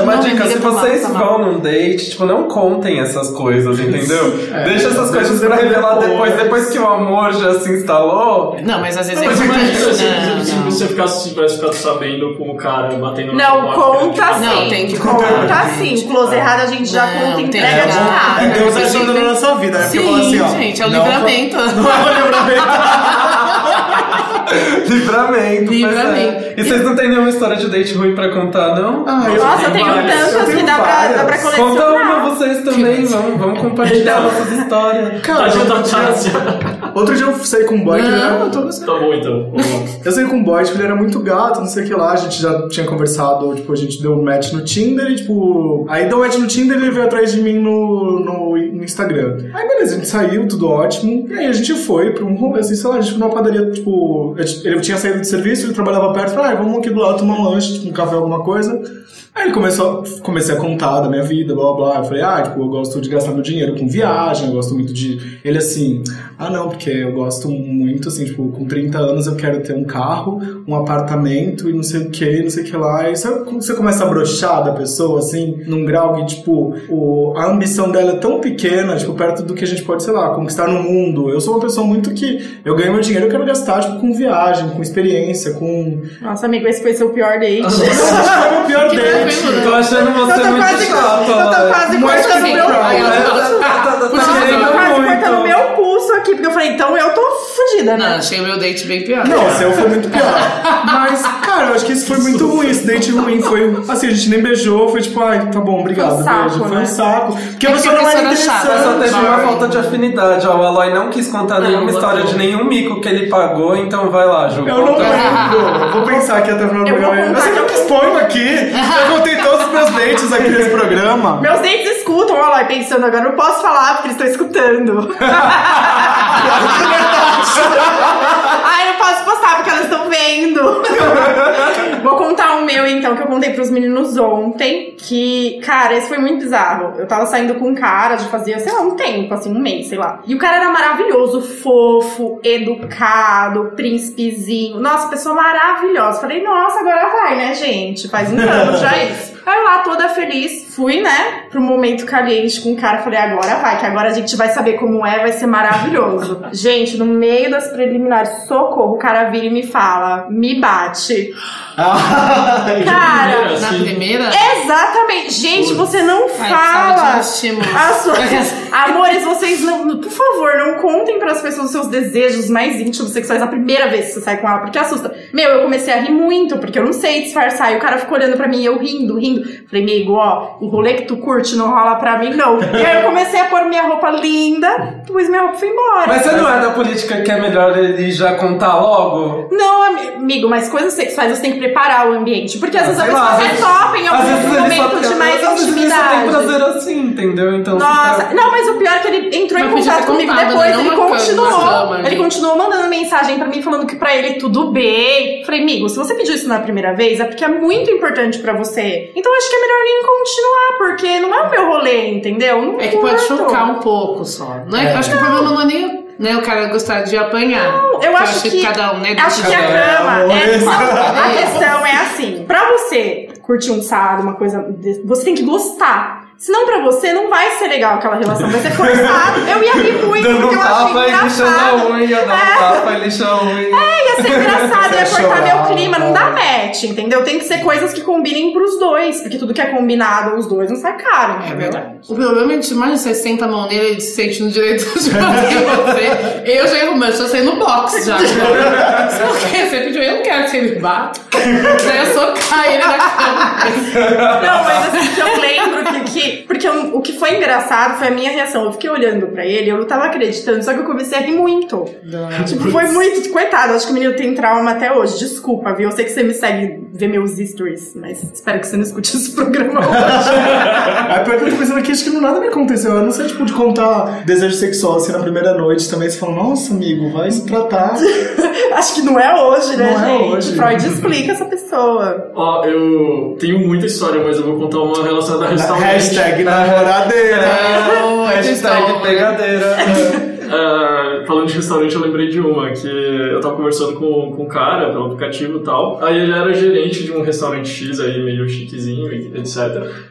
C: Uma
G: Não,
C: dica,
G: amiga,
C: se
G: tá mal,
C: vocês
G: tá mal.
C: vão num date, tipo, não contem essas coisas, entendeu?
E: É,
C: Deixa essas
B: deixa
C: coisas pra revelar
B: depois.
C: depois, depois que o amor já se instalou.
G: Não, mas às vezes
D: Mas
G: é
D: imagina se,
G: importante.
D: se
G: Não, não.
D: você ficasse, tivesse ficado sabendo com o cara batendo na
E: Não,
D: sua porta.
E: conta sim.
G: Não, tem que
E: Conta
G: contar,
E: sim. Close errado a gente já
G: Não,
E: conta,
G: tem
E: entrega
G: que
E: de
G: contar.
E: nada.
B: É Deus
G: Mas
B: achando
G: tem-
B: na nossa vida, né? Porque falou
G: Sim,
B: assim, ó.
G: gente, é o
B: não,
G: livramento.
C: Livramento. pois é.
G: Livramento.
C: E vocês não têm nenhuma história de date ruim pra contar, não?
B: Ah,
E: Nossa, eu tenho
C: várias,
E: tantas
C: eu tenho
E: que dá pra-
C: várias.
E: dá é, pra colecionar.
C: Conta uma vocês também, vamos, vamos compartilhar nossas histórias.
B: Cara,
D: Ajuda a
B: outro
D: Tássia.
B: dia- outro dia eu saí com um boy que ele
G: Não,
B: era
G: eu tô gostando.
D: Tá bom, então. Vamos lá.
B: Eu saí com um boy, tipo, ele era muito gato, não sei o que lá, a gente já tinha conversado, tipo, a gente deu um match no Tinder e, tipo, aí deu match no Tinder ele veio atrás de mim no, no, no Instagram. Aí beleza, a gente saiu, tudo ótimo, e aí a gente foi pra um rolê, assim, sei lá, a gente foi numa padaria, tipo, a gente- ele tinha saído do serviço, ele trabalhava perto, falei, ah, vamos aqui do lado tomar um lanche, tipo, um café, alguma coisa. Aí ele começou, comecei a contar da minha vida, blá blá blá. Eu falei, ah, tipo, eu gosto de gastar meu dinheiro com viagem, eu gosto muito de. Ele assim, ah não, porque eu gosto muito, assim, tipo, com 30 anos eu quero ter um carro, um apartamento e não sei o que, não sei o que lá. E sabe quando você começa a brochar da pessoa, assim, num grau que, tipo, o, a ambição dela é tão pequena, tipo, perto do que a gente pode, sei lá, conquistar no mundo. Eu sou uma pessoa muito que eu ganho meu dinheiro, eu quero gastar, tipo, com viagem, com experiência, com.
E: Nossa, amigo, esse foi seu pior date.
B: Esse foi o pior
G: Que
B: date.
G: tranquilo, né?
C: Tô achando
E: Eu
C: você
E: tô
C: muito
E: quase,
C: chata.
E: eu tô
C: Lara.
E: quase
B: Mas
E: cortando
B: que
E: meu
B: bom.
C: Ai,
E: pulso.
C: ela tá- tá- tá
E: Eu tô quase
C: querendo
E: cortando
C: muito.
E: meu pulso aqui, porque eu falei, então eu tô fodida,
G: Não,
E: né?
G: achei o meu date bem pior.
B: Não, o seu foi muito pior. Mas, cara, eu acho que isso foi muito ruim. Esse date ruim foi. Assim, a gente nem beijou, foi tipo, ai, tá bom, obrigado.
E: Foi um saco,
B: beijo. Foi
E: né?
B: um saco. Porque
G: É
B: a
G: que
B: pessoa
G: a
B: não era
G: pessoa era
B: interessante.
G: chata,
C: Só teve uma
B: sabe?
C: falta de afinidade. ó. O Aloy não quis contar
G: Não,
C: nenhuma
G: não
C: história de
G: contou.
C: nenhum mico que ele pagou, então vai lá, Ju.
B: Eu não
C: conta.
B: lembro. Eu Vou pensar aqui até o final do
E: Eu vou
B: programa. Eu
E: contar
B: sei que eu me
E: que-
B: exponho aqui. Eu contei todos os meus dates aqui nesse programa.
E: Meus dentes escutam, olha lá, pensando agora, não posso falar porque eles estão escutando. Ai, não posso postar porque elas estão vendo. Vou contar o meu, então, que eu contei pros meninos ontem. Que, cara, esse foi muito bizarro. Eu tava saindo com um cara, já fazia, sei lá, um tempo, assim, um mês, sei lá. E o cara era maravilhoso, fofo, educado, príncipezinho. Nossa, pessoa maravilhosa. Falei, nossa, agora vai, né, gente? Faz um ano já é isso. Aí eu lá toda feliz, fui, né, pro momento caliente com o cara. Falei, agora vai, que agora a gente vai saber como é, vai ser maravilhoso. gente, no meio das preliminares, socorro, o cara vira e me fala, me bate.
C: Ah, Né?
E: Cara,
G: Na
D: assim,
G: primeira?
E: exatamente. Gente, você não
G: Ai, fala de
E: É,
G: assim.
E: fala. Ah,
G: estímulo.
E: As suas- Amores, vocês não. Por favor, não contem pras pessoas os seus desejos mais íntimos sexuais na primeira vez que você sai com ela, porque assusta. Meu, eu comecei a rir muito, porque eu não sei disfarçar. E o cara ficou olhando pra mim, e eu rindo, rindo. Falei, amigo, ó, o rolê que tu curte não rola pra mim, não. E aí eu comecei a pôr minha roupa linda, depois minha roupa foi embora.
C: Mas você não é da política que é melhor ele já contar logo?
E: Não, ami- amigo, mas coisas sexuais você tem que preparar o ambiente. Porque às vezes a
C: Ah, Sei
E: pessoa
C: lá, às
E: até
C: vezes-
E: topa em
C: Às vezes
E: algum
C: ele só
E: momento
C: tem-
E: de mais
C: às vezes ele só tem
E: intimidade.
C: prazer assim, entendeu? Então você
E: Nossa,
C: tá-
E: não, mas o pior é que ele entrou
G: Mas
E: em
G: podia
E: contato
G: ter
E: comigo
G: contado,
E: depois,
G: né?
E: ele
G: Não marcando na
E: continuou.
G: cama,
E: Ele
G: amigo.
E: continuou mandando mensagem pra mim falando que pra ele tudo bem. Falei, amigo, se você pediu isso na primeira vez, é porque é muito importante pra você. Então acho que é melhor nem continuar, porque não é o meu rolê, entendeu? Não
G: É que pode
E: curto.
G: chocar um pouco só. Não é, Acho que o problema não é nem né, o cara gostar de apanhar.
E: Não, eu
G: Porque
E: acho
G: que,
E: que-
G: cada um, né?
E: Acho que a
C: Cada
E: cama é.
B: um.
E: Não, a questão é assim: pra você curtir um sábado, uma coisa. desse, Você tem que gostar. Senão, pra você, não vai ser legal aquela relação. Vai ser forçado. Eu ia rir é muito,
C: Dando
E: porque
C: um
E: eu achei
C: tapa e lixando a
E: engraçado. É.
C: unha, dando um tapa e lixando a unha.
E: Ia ser engraçado, ia cortar
B: Chorar.
E: meu clima. Não dá match, entendeu? Tem que ser coisas que combinem pros dois. Porque tudo que é combinado os dois não sai caro,
G: É
E: entendeu?
G: verdade. O problema é que mais você senta a mão nele, ele se sente no direito de bater em você. Eu já erro, mas eu saí no box já. Porque você pediu, eu não quero que ele bata. Daí eu né? socar ele na cama.
E: Não, mas assim, que eu lembro que. que- porque eu- o que foi engraçado foi a minha reação. Eu fiquei olhando pra ele, eu não tava acreditando, só que eu comecei a rir muito. Tipo, foi muito. Coitado, acho que o menino tem trauma até hoje. Desculpa, viu? Eu sei que você me segue ver meus stories, mas espero que você não escute esse programa hoje.
B: Aí pior que eu tô pensando aqui, acho que nada me aconteceu. Eu não sei, tipo, de contar desejo sexual assim na primeira noite também. Você fala, nossa, amigo, vai se tratar.
E: acho que não é hoje, né,
B: Não é
E: gente?
B: hoje.
E: Freud explica essa pessoa.
D: ó, eu tenho muita história, mas eu vou contar uma relacionada a restaurante.
B: Hashtag namoradeira.
G: Não, é
C: Então, Hashtag
G: questão, né?
C: pegadeira.
D: Ah, falando de restaurante, eu lembrei de uma que eu tava conversando com, com um cara pelo aplicativo e tal. Aí ele era gerente de um restaurante X aí, meio chiquezinho, e etc.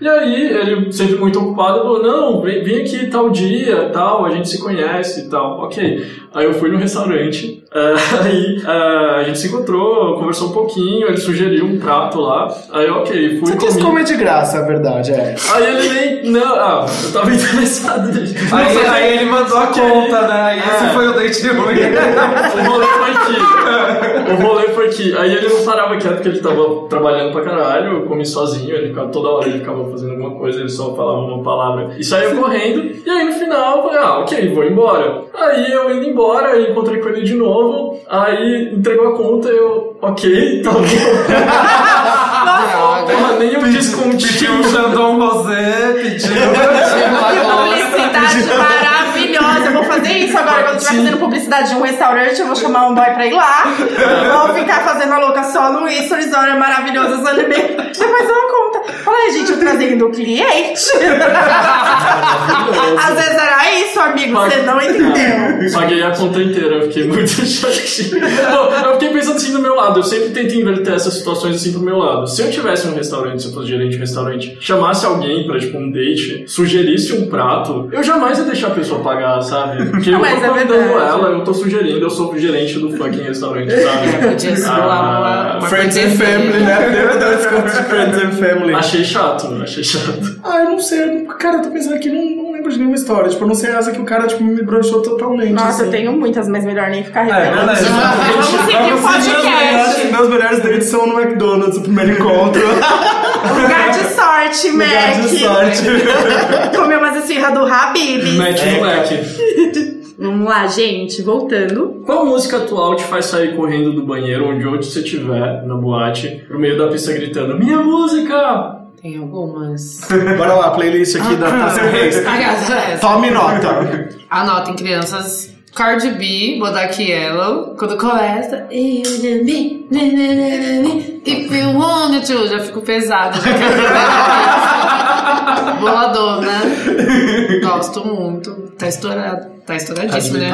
D: E aí ele, sempre muito ocupado, falou: Não, vem, vem aqui tal dia, tal, a gente se conhece e tal. Ok. Aí eu fui no restaurante, ah, aí ah, a gente se encontrou, conversou um pouquinho, ele sugeriu um prato lá. Aí, ok, fui
B: Você quis
D: comi.
B: comer de graça, a verdade, é.
D: Aí ele nem. Não, ah, eu tava interessado nele.
C: Aí,
D: Só que-
C: aí ele mandou a conta, né? Aí esse
D: É.
C: foi o date ruim.
D: O rolê foi aqui. O rolê foi aqui. Aí ele não parava quieto porque ele tava trabalhando pra caralho, eu comi sozinho, ele ficava toda hora, ele ficava fazendo alguma coisa, ele só falava uma palavra. E saía correndo. E aí no final eu falei, ah, ok, vou embora. Aí eu indo embora, eu encontrei com ele de novo, aí entregou a conta, eu, ok, tá bom. Porra, nem
C: Pediu
D: eu
C: um
D: descontinho.
C: Xandão Rosé, pediu.
E: Que publicidade maravilhosa. Eu vou fazer isso agora. Quando eu estiver fazendo publicidade de um restaurante, eu vou chamar um boy pra ir lá. Vou ficar fazendo a louca só no stories. Olha, maravilhosos alimentos. Depois eu não conta. Falei, gente, eu trazendo o cliente. Às vezes era isso, amigo. Você não entendeu.
D: Paguei a conta inteira, eu fiquei muito chateado. Não, eu fiquei pensando assim do meu lado, eu sempre tento inverter essas situações assim pro meu lado. Se eu tivesse um restaurante, se eu fosse gerente de um restaurante, chamasse alguém pra tipo um date, sugerisse um prato, eu jamais ia deixar a pessoa pagar, sabe? Porque eu
E: Mas é
D: tô convidando
E: verdade.
D: ela, eu tô sugerindo, eu sou o gerente do fucking restaurante, sabe?
G: Podia ser lá uma- uma
B: Friends and
G: cortesia.
B: Family, né? Teve dois contos de Friends and Family.
D: Ah, Achei chato, achei chato.
B: Ah, eu não sei. eu não- Cara, eu tô pensando aqui, não, não lembro de nenhuma história. Tipo, eu não sei essa que o cara tipo, me broxou totalmente.
E: Nossa, eu
B: assim.
E: tenho muitas, mas melhor nem ficar
C: É,
E: revelando.
C: verdade.
E: Vamos seguir o podcast.
B: Meus melhores dates são no McDonald's, o primeiro encontro.
E: Lugar de sorte, Mac.
B: Lugar de sorte.
E: Comeu umas esfirra do Habib.
D: Mac no Mac.
E: Vamos lá, gente, voltando.
D: Qual música atual te faz sair correndo do banheiro, onde onde você estiver, na boate, pro meio da pista gritando, minha música!
G: Tem algumas.
B: Bora lá, playlist aqui da
C: Ah,
B: Tassi Reis.
G: Aliás, é.
B: Tome nota.
G: Anotem, crianças. Cardi B, Bodak Yellow. Quando começa. "You and me, na, na, na, na, na, If you want to. Já fico pesada. Já quero Boladona. Gosto muito. Tá estourado. Tá estouradíssimo, né?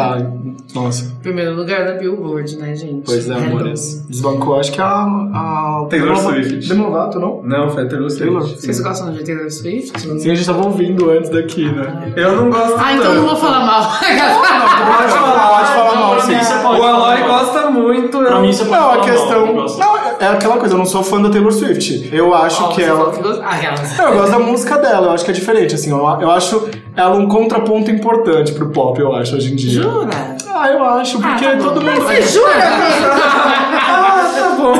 B: Nossa,
G: Primeiro lugar da Billboard, né, gente?
B: pois é,
G: Hello.
B: amores. Desbancou, acho que a. a
C: Taylor
B: Demi-
C: Swift.
B: Demi Lovato, não?
C: Não, é foi a Taylor
B: Taylor.
C: Swift.
G: Vocês gostam de Taylor Swift?
B: Sim, a gente tava ouvindo antes daqui, né?
C: Eu não gosto
G: Ah, então não vou falar mal.
B: Pode falar, pode falar mal,
D: pra
B: sim.
D: mim você pode
C: O Aloy
D: falar mal.
C: gosta muito.
D: Pra
C: eu-
D: mim você pode
B: Não,
D: falar
B: a
D: mal,
B: questão.
D: eu gosto.
B: Não, é aquela coisa, eu não sou fã da Taylor Swift. Eu acho
G: Ó,
B: que
G: você
B: ela.
G: falou gosta- Ah, aquelas.
B: Não, eu gosto da música dela, eu acho que é diferente, assim. Eu, eu acho ela um contraponto importante pro pop, eu acho, hoje em dia.
G: Jura?
B: Ah, eu acho, porque
G: tá bom.
B: todo mundo.
E: Você jura?
B: Ah, tá bom.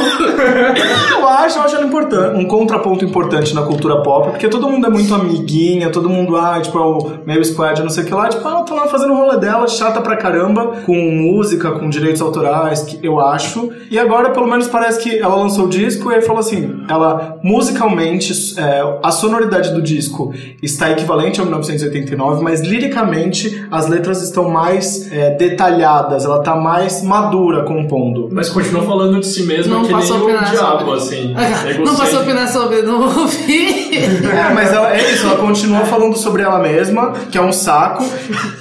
B: eu acho, eu acho ela importante, um contraponto importante na cultura pop, porque todo mundo é muito amiguinha, todo mundo, ah, tipo, é o meio squad, não sei o que lá, tipo, ela tá lá fazendo o rolê dela, chata pra caramba, com música, com direitos autorais, que eu acho. E agora, pelo menos, parece que ela lançou o disco e aí falou assim, ela musicalmente, é, a sonoridade do disco está equivalente a 1989, mas liricamente as letras estão mais é, detalhadas, ela tá mais madura compondo.
D: Mas continua falando de si mesmo
G: Não
D: que nem
G: passou
D: o
G: pena
D: diabo,
G: sobre.
D: assim.
G: Não passou
D: pena.
G: opinar sobre, não ouvi.
B: É, mas ela, é isso, ela continua falando sobre ela mesma, que é um saco.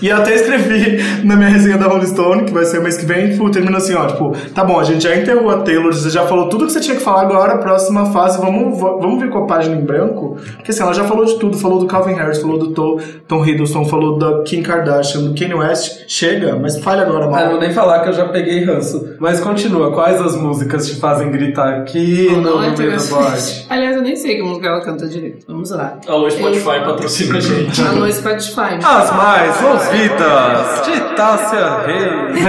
B: E eu até escrevi na minha resenha da Rolling Stone, que vai ser mês que vem, pô, termina assim, ó, tipo, tá bom, a gente já enterrou a Taylor, você já falou tudo que você tinha que falar agora, próxima fase, vamos, va- vamos vir com a página em branco? Porque assim, ela já falou de tudo, falou do Calvin Harris, falou do Tom, Tom Hiddleston, falou da Kim Kardashian, do Kanye West, chega, mas fale agora,
C: Ah, não
B: mal.
C: vou nem falar que eu já peguei ranço. Mas continua, quais as músicas te fazem gritar aqui
G: Não,
C: no
G: não é
C: meio
G: Taylor
C: da boate?
G: Swift. Aliás, eu nem sei que música ela canta direito. Vamos lá.
D: Alô, Spotify patrocina a gente.
G: Alô, Spotify.
B: Ah,
C: As mais ouvidas de Tássia Reis.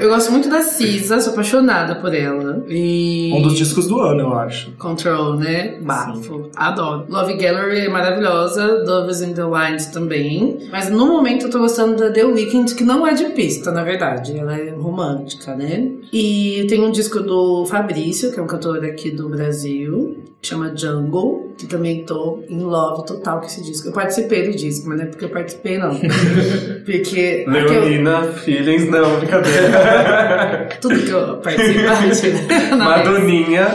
G: Eu gosto muito da Cisa, sou apaixonada por ela. E.
B: Um dos discos do ano, eu acho.
G: Control, né? Bafo. Adoro. Love Gallery é maravilhosa. Doves in the Lines também. Mas no momento eu tô gostando da The Weeknd, que não é de pista, na verdade. Ela é romântica, né? E tem um disco do Fabrício, que é um cantor aqui do Brasil. que Chama Jungle, que também tô em love total com esse disco. Eu participei do disco, mas não é porque eu participei, não. porque. aqui
C: Leonina Feelings, não, brincadeira.
G: eu- tudo que eu participei. Não,
C: Madoninha.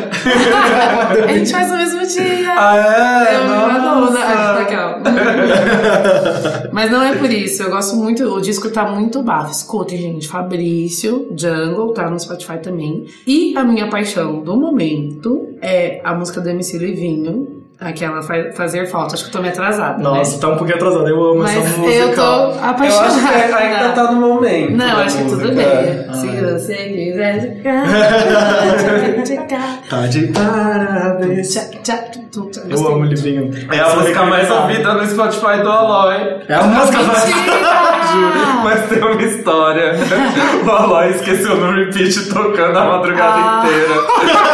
G: A gente faz no mesmo dia.
C: Ah, é?
G: Eu não adoro, né? Ah,
C: nossa.
G: Raquel. Mas não é por isso. Eu gosto muito. O disco tá muito bafo. Escutem, gente. Fabrício, Jungle, tá no Spotify também. E a minha paixão do momento é a música do MC Livinho. Aquela fa- fazer falta. Acho que eu tô meio atrasada.
B: Nossa, tá um pouquinho atrasada, eu amo
G: né?
B: essa
G: Mas
B: música.
G: eu tô
C: Eu acho que
G: apaixonada.
C: ainda tá no momento.
G: Não,
C: da
G: acho que tudo
C: música.
G: bem. Se você quiser ficar, ficar.
B: Tá de parabéns.
G: Tchá, tchá, tum, tchá.
B: Eu amo o livrinho.
C: É a música mais ouvida no Spotify do Aloy.
B: É a música mais.
G: Mentira!
C: Mas tem uma história. O Aloy esqueceu no repeat tocando a madrugada
G: Ah.
C: inteira.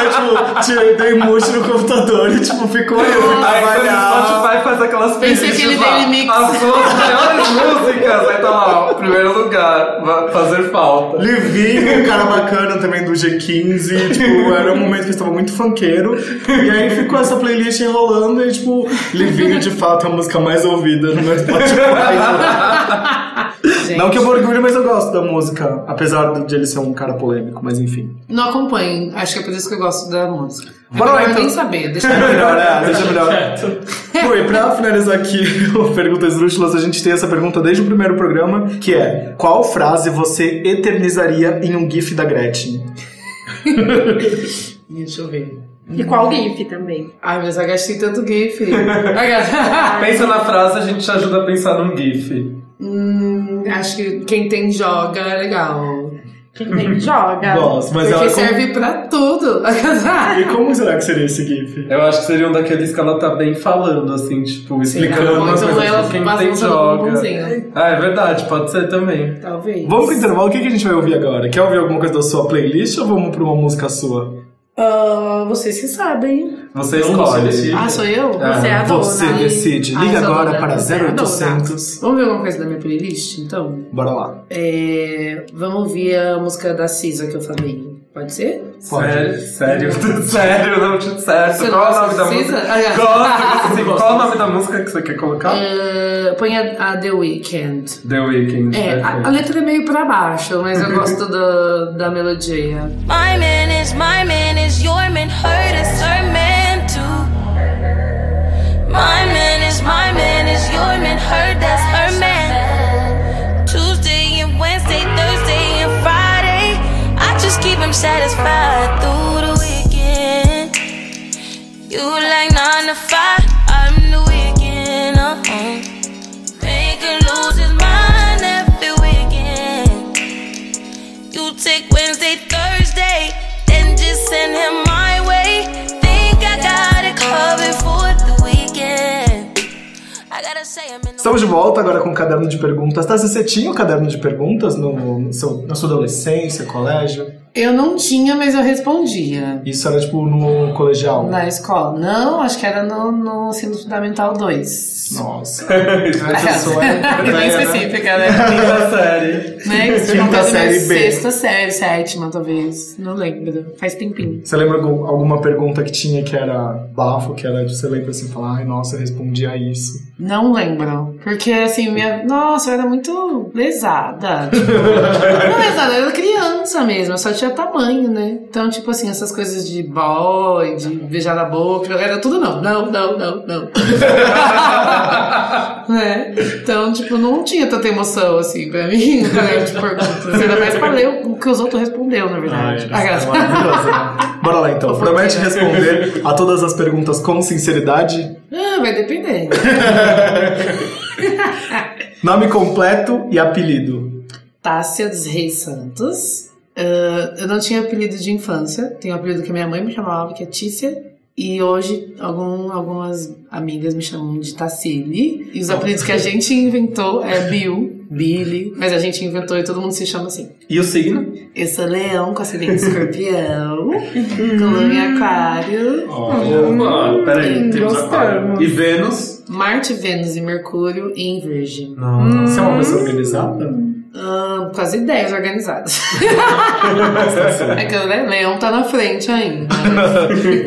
B: Eu, tipo, tirei, dei mute no computador e, tipo, ficou eu ah. fui
C: Aí quando o
B: trabalhar.
C: Tá, então, Spotify faz aquelas
G: Pensei que ele
C: playlists lá,
G: dele mix.
C: As suas maiores músicas. Aí tá lá, ó, primeiro lugar, vai fazer falta.
B: Livinho, um cara bacana também do G15. Tipo, era um momento que eu estava muito funkeiro. E aí ficou essa playlist enrolando e, tipo, Livinho de fato é a música mais ouvida no meu Spotify. Não que eu me orgulho, mas eu gosto da música. Apesar de ele ser um cara polêmico, mas enfim.
G: Não acompanho, acho que é por isso que eu gosto da música.
B: Bora lá,
G: eu
B: então.
G: nem saber, deixa eu
B: Melhor, né? Deixa
D: É,
B: melhor. Bom, e pra finalizar aqui o Perguntas Rústilas, a gente tem essa pergunta desde o primeiro programa, que é qual frase você eternizaria em um gif da Gretchen?
G: Deixa eu ver.
E: E qual GIF também?
G: Ai, mas eu gastei tanto GIF.
C: Pensa na frase, a gente te ajuda a pensar num GIF.
G: hum, acho que quem tem joga é legal.
E: Quem vem joga.
B: Nossa, mas ela.
G: Porque
B: como-
G: serve pra tudo.
B: E como será que seria esse GIF?
C: Eu acho que seria um daqueles que ela tá bem falando, assim, tipo, explicando
G: Ou
C: algumas
G: então
C: coisas
G: ela
C: pra quem não
G: passa
C: tem
G: lançando um
C: joga.
G: bombonzinho.
C: Ah, é verdade, pode ser também.
G: Talvez.
B: Vamos pro intervalo, o que, que a gente vai ouvir agora? Quer ouvir alguma coisa da sua playlist ou vamos pra uma música sua?
G: Ah, vocês que sabem.
C: Você
D: Não, você
C: escolhe.
D: decide.
G: Ah, sou eu?
C: É.
G: Você é a dona.
B: Você
G: Ai.
B: decide.
G: Ai,
B: Liga
G: sou a
B: agora
G: dona.
B: para
G: Você é a dona.
B: 0800.
G: Vamos ver alguma coisa da minha playlist, então?
B: Bora lá.
G: É, vamos ouvir a música da Cisa que eu falei. Pode ser?
B: Pode.
C: Sério, sério, tudo sério, não te certo. Qual é o nome da música? Qual,
G: música?
C: assim, qual é o nome da música que você quer colocar?
G: É. Põe a, a The Weeknd.
C: The Weeknd.
G: É, a, a
C: perfeito.
G: letra é meio pra baixo, mas eu gosto da, da melodia.
A: My man is my man is your man, hurt is her man too. My man is my man is your man, her that's her man. Tuesday and Wednesday, Thursday and Friday, I just keep him satisfied through the weekend. You like nine to five, I'm the weekend. Uh-uh. Make him lose his mind every weekend. You take Wednesday, Thursday, then just send him my way. Think I got it covered for the weekend. I gotta say I'm in the
B: Estamos de volta agora com o caderno de perguntas. Tá, você tinha o caderno de perguntas no, no seu- na sua adolescência, colégio?
G: Eu não tinha, mas eu respondia.
B: Isso era tipo no colegial?
G: Na escola? Não, acho que era no, no ensino fundamental 2.
B: Nossa.
G: Aquelas-
B: sou a-
G: É, Bem específica, né?
C: Quinta série.
G: né?
B: Quinta série B.
G: Sexta série, sétima, talvez. Não lembro. Faz tempinho.
B: Você lembra algum- alguma pergunta que tinha que era bafo, que era, você lembra assim, falar, ai, nossa, eu respondi a isso.
G: Não lembro. Porque, assim, minha. Nossa, eu era muito lesada. Tipo, não lesada, eu era criança mesmo. Eu só tinha tamanho, né? Então, tipo assim, essas coisas de boy, de beijar na boca, era tudo não. Não, não, não, não. né? Então, tipo, não tinha tanta emoção, assim, pra mim, Tipo, quando eu te pergunto. Era assim, mais pra ler o que os outros respondeu, na verdade.
B: Ai,
G: Ah,
C: assim.
B: isso é
G: graças.
B: maravilhoso, né? Bora lá então. Promete responder a todas as perguntas com sinceridade.
G: Ah, vai depender.
B: Nome completo e apelido.
G: Tássia dos Reis Santos. Ah, eu não tinha apelido de infância, tenho um apelido que a minha mãe me chamava, que é Tícia. E hoje algum- algumas amigas me chamam de Tassili. E os apelidos que a gente inventou é Bill, Billy, mas a gente inventou e todo mundo se chama assim.
C: E o signo?
G: Eu sou leão, com acidente escorpião, coluna em aquário.
B: Hum,
D: Uma,
C: Peraí.
D: temos aquário.
C: E Vênus?
G: Marte, Vênus e Mercúrio em Virgem.
C: Não.
B: Você é uma pessoa organizada?
G: Ah, quase 10 organizados.
B: tá
G: é que né, leão tá na frente ainda. né?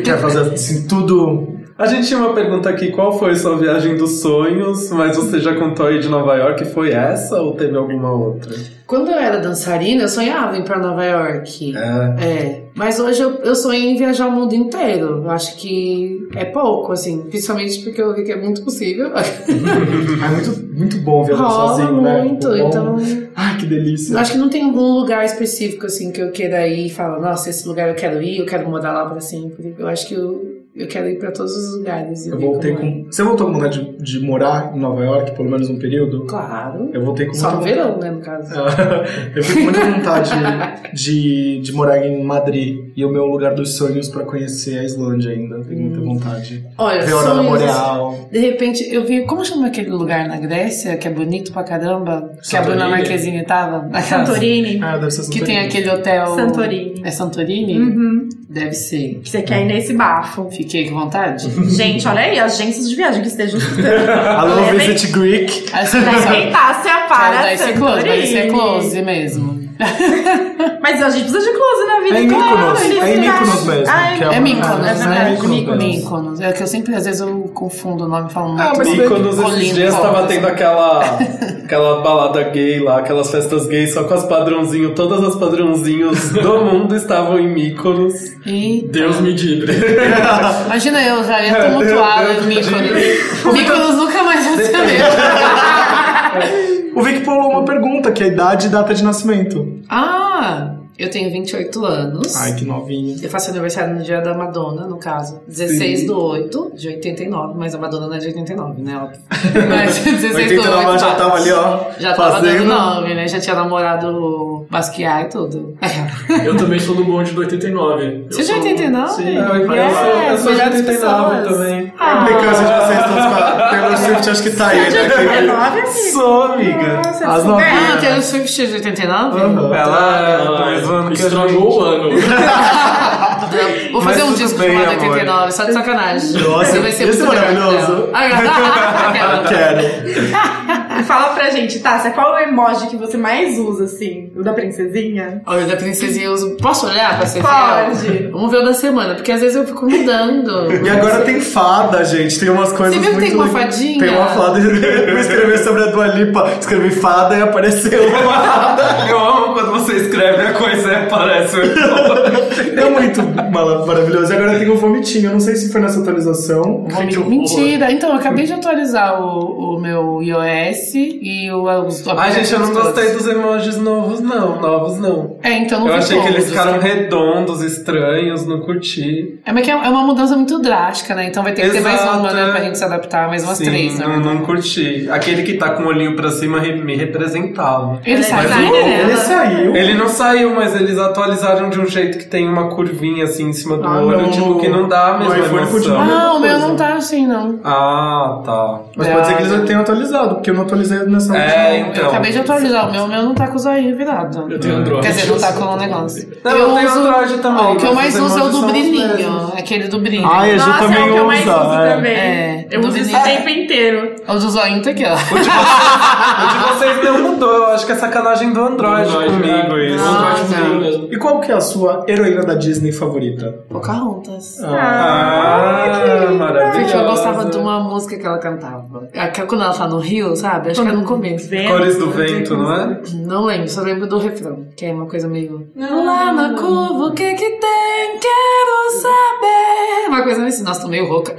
B: Quer fazer assim tudo.
C: A gente tinha uma pergunta aqui, qual foi sua viagem dos sonhos? Mas você já contou aí de Nova York, foi essa ou teve alguma outra?
G: Quando eu era dançarina, eu sonhava em ir pra Nova York.
C: É.
G: É. Mas hoje eu, eu sonho em viajar o mundo inteiro. Eu acho que é pouco, assim. Principalmente porque eu vi que é muito possível.
B: É muito, muito bom viajar
G: Rola
B: sozinho, né?
G: muito.
B: Bom.
G: Então,
B: Ai, que delícia.
G: eu acho que não tem algum lugar específico, assim, que eu queira ir e falar, nossa, esse lugar eu quero ir, eu quero morar lá pra sempre. Eu acho que eu, eu quero ir pra todos os lugares. e
B: Eu
G: ver
B: voltei
G: como é.
B: com. Você voltou com vontade de, de morar em Nova York, pelo menos um período?
G: Claro.
B: Eu voltei com
G: Só no
B: muita
G: verão, né, no caso.
B: É. Eu fico com muita vontade de, de morar em Madrid e o meu lugar dos sonhos pra conhecer é a Islândia ainda. Tenho muita vontade.
G: Olha,
B: Ver a Aurora
G: Hum. É, sonhos-
B: Boreal.
G: De repente, eu vi. Como chama aquele lugar na Grécia que é bonito pra caramba? Que a Bruna
D: Santorini.
G: Marquezine tava? Aquelas-
E: né? Santorini.
B: Ah, deve ser
G: Que tem
B: Santorini.
G: aquele hotel.
E: Santorini.
G: É Santorini?
E: Uhum.
G: Deve ser.
E: Você quer ir nesse bafo.
G: Fiquei com vontade.
E: Gente, olha aí, agências de viagem que estejam escutando.
B: Uhum. Alô,
E: Levem-
B: Visit Greek.
G: Assim,
E: Mas
G: só-
E: quem tá se
G: quero
E: apara
G: dar esse close, vai ser
E: Santorini.
G: close mesmo.
E: Mas a gente precisa de close na vida.
B: É em
E: então,
B: Mykonos,
E: a gente
B: é em
E: tá-
B: Mykonos mesmo,
E: Ah,
B: que é
G: É Mykonos,
E: é
G: né?
E: verdade,
B: Mykonos.
G: Mykonos. É que eu sempre, às vezes, eu confundo o nome e falo muito.
B: mas
C: E quando esses
G: Colina,
C: dias
G: Colina.
C: tava tendo aquela, aquela balada gay lá, aquelas festas gays só com as padrãozinhos, todas as padrãozinhos do mundo estavam em Mykonos.
G: E
D: Deus me livre.
G: Imagina eu já ia tumultuada em Mykonos. Mykonos nunca mais vai ser meu.
B: O Vic pulou uma pergunta, que é idade e data de nascimento.
G: Ah, Eu tenho 28 anos.
B: Ai, que novinha.
G: Eu faço aniversário no dia da Madonna, no caso. 16 do 8 de 89, mas a Madonna não é de 89, né? Óbvio. Mas 16 do 8.
B: 89 já tava ali, ó.
G: Já tava dando
B: fazendo.
G: nome, né? Já tinha namorado o Basquiat e tudo.
D: Eu também sou do bonde do 89.
G: Você
D: Eu
G: já
D: sou-
G: é
D: um
G: 89?
D: Sim.
C: Ah, Eu, eu, eu, eu sou de 89
G: Melhores É, pessoas. Ah.
C: também. É
B: A implicância de vocês todos com a Taylor Swift acho que tá aí, né?
C: Sou, amiga.
E: Nossa, é
C: As
E: super
C: novinhas.
G: Ah, tem o Ah, Swift de 89?
C: Ela é
D: Ah,
C: dois anos que a
D: Estragou o ano.
G: Vou fazer
C: Mas
G: um
C: tudo
G: disco
C: bem,
G: chamado
C: amor.
G: 89, só de sacanagem.
B: Nossa,
G: Você vai ser
B: esse
G: muito Ah,
B: é maravilhoso.
G: grande.
B: Quero.
E: Fala pra gente, Tássia, qual o emoji que você mais usa, assim? O da princesinha?
G: Olha, o da princesinha eu uso. Posso olhar pra ser fiel?
E: Pode.
G: Vamos ver é o da semana, porque às vezes eu fico mudando.
B: E agora tem fada, gente. Tem umas coisas
G: Você viu que
B: muito...
G: tem uma
B: legais.
G: fadinha?
B: Tem uma fada. Eu escrevi sobre a Dua Lipa. Escrevi fada e apareceu uma fada.
C: Eu amo quando você escreve a coisa e aparece o
B: É muito mala- maravilhoso. E agora tem o vomitinho. Eu não sei se foi nessa atualização.
D: Que horror.
G: Mentira, então eu acabei de atualizar o, o meu iOS e o, os
C: Ai, gente, eu não
G: todos.
C: gostei dos emojis novos, não. Novos, não.
G: É, então não
C: Eu
G: vi
C: achei que eles
G: todos.
C: ficaram redondos, estranhos, não curti.
G: É, mas que é é uma mudança muito drástica, né? Então vai ter que ter mais
C: Exato,
G: uma, né?
C: é.
G: Pra gente se adaptar, mais umas
C: Sim,
G: três, né?
C: não, não curti. Aquele que tá com o olhinho pra cima re- me representava.
G: Ele
E: Ela é
G: sai
C: designer,
G: né?
C: ela-
B: Ele saiu.
C: Ele não saiu, mas eles atualizaram de um jeito que tem uma curvinha assim em cima do
B: Ah,
C: olho,
B: não,
C: tipo,
B: no-
C: que não dá
B: no
C: a mesma
B: iPhone
C: emoção.
B: continua.
G: Ah,
B: mesma
G: o meu
B: coisa.
G: não tá assim, não.
C: Ah, tá.
B: Mas pode ser que eles já tenham atualizado, porque eu não atualizei nessa
C: É,
B: última.
C: então.
G: Eu acabei de atualizar, o meu, o meu não tá com o zoinho virado.
D: Eu tenho Android.
G: Quer dizer, não tá com o negócio.
C: Não, eu tenho Android também,
G: Ó, o que eu
C: mas
G: mais
C: os
G: uso é o do
C: emojis são os
G: brilhinho.
C: mesmos.
G: Aquele do brilho.
B: Ai, a Ju
E: Nossa, é
B: também
E: o que eu mais
B: usa.
E: uso
B: é.
E: também.
G: É,
E: eu
G: do
E: uso isso o
G: menino.
E: tempo inteiro.
G: O do zoinho tá aqui, ó.
C: O de vocês não mudou, eu acho que é sacanagem do Android, comigo
D: é.
C: isso.
D: Android
G: Nossa.
D: comigo
C: então.
D: mesmo.
B: E qual que é a sua heroína da Disney favorita?
G: Pocahontas.
C: É,
E: Ah,
C: Ah, maravilhoso.
G: Porque eu gostava de uma música que ela cantava. Aquela quando ela tá no Rio, sabe? Acho que é no começo.
C: Cores do Vento, não é?
G: Não lembro, só lembro do refrão, que é uma coisa meio. Lá na curva, o que que tem? Quero saber. Uma coisa assim, nossa, tô meio rouca.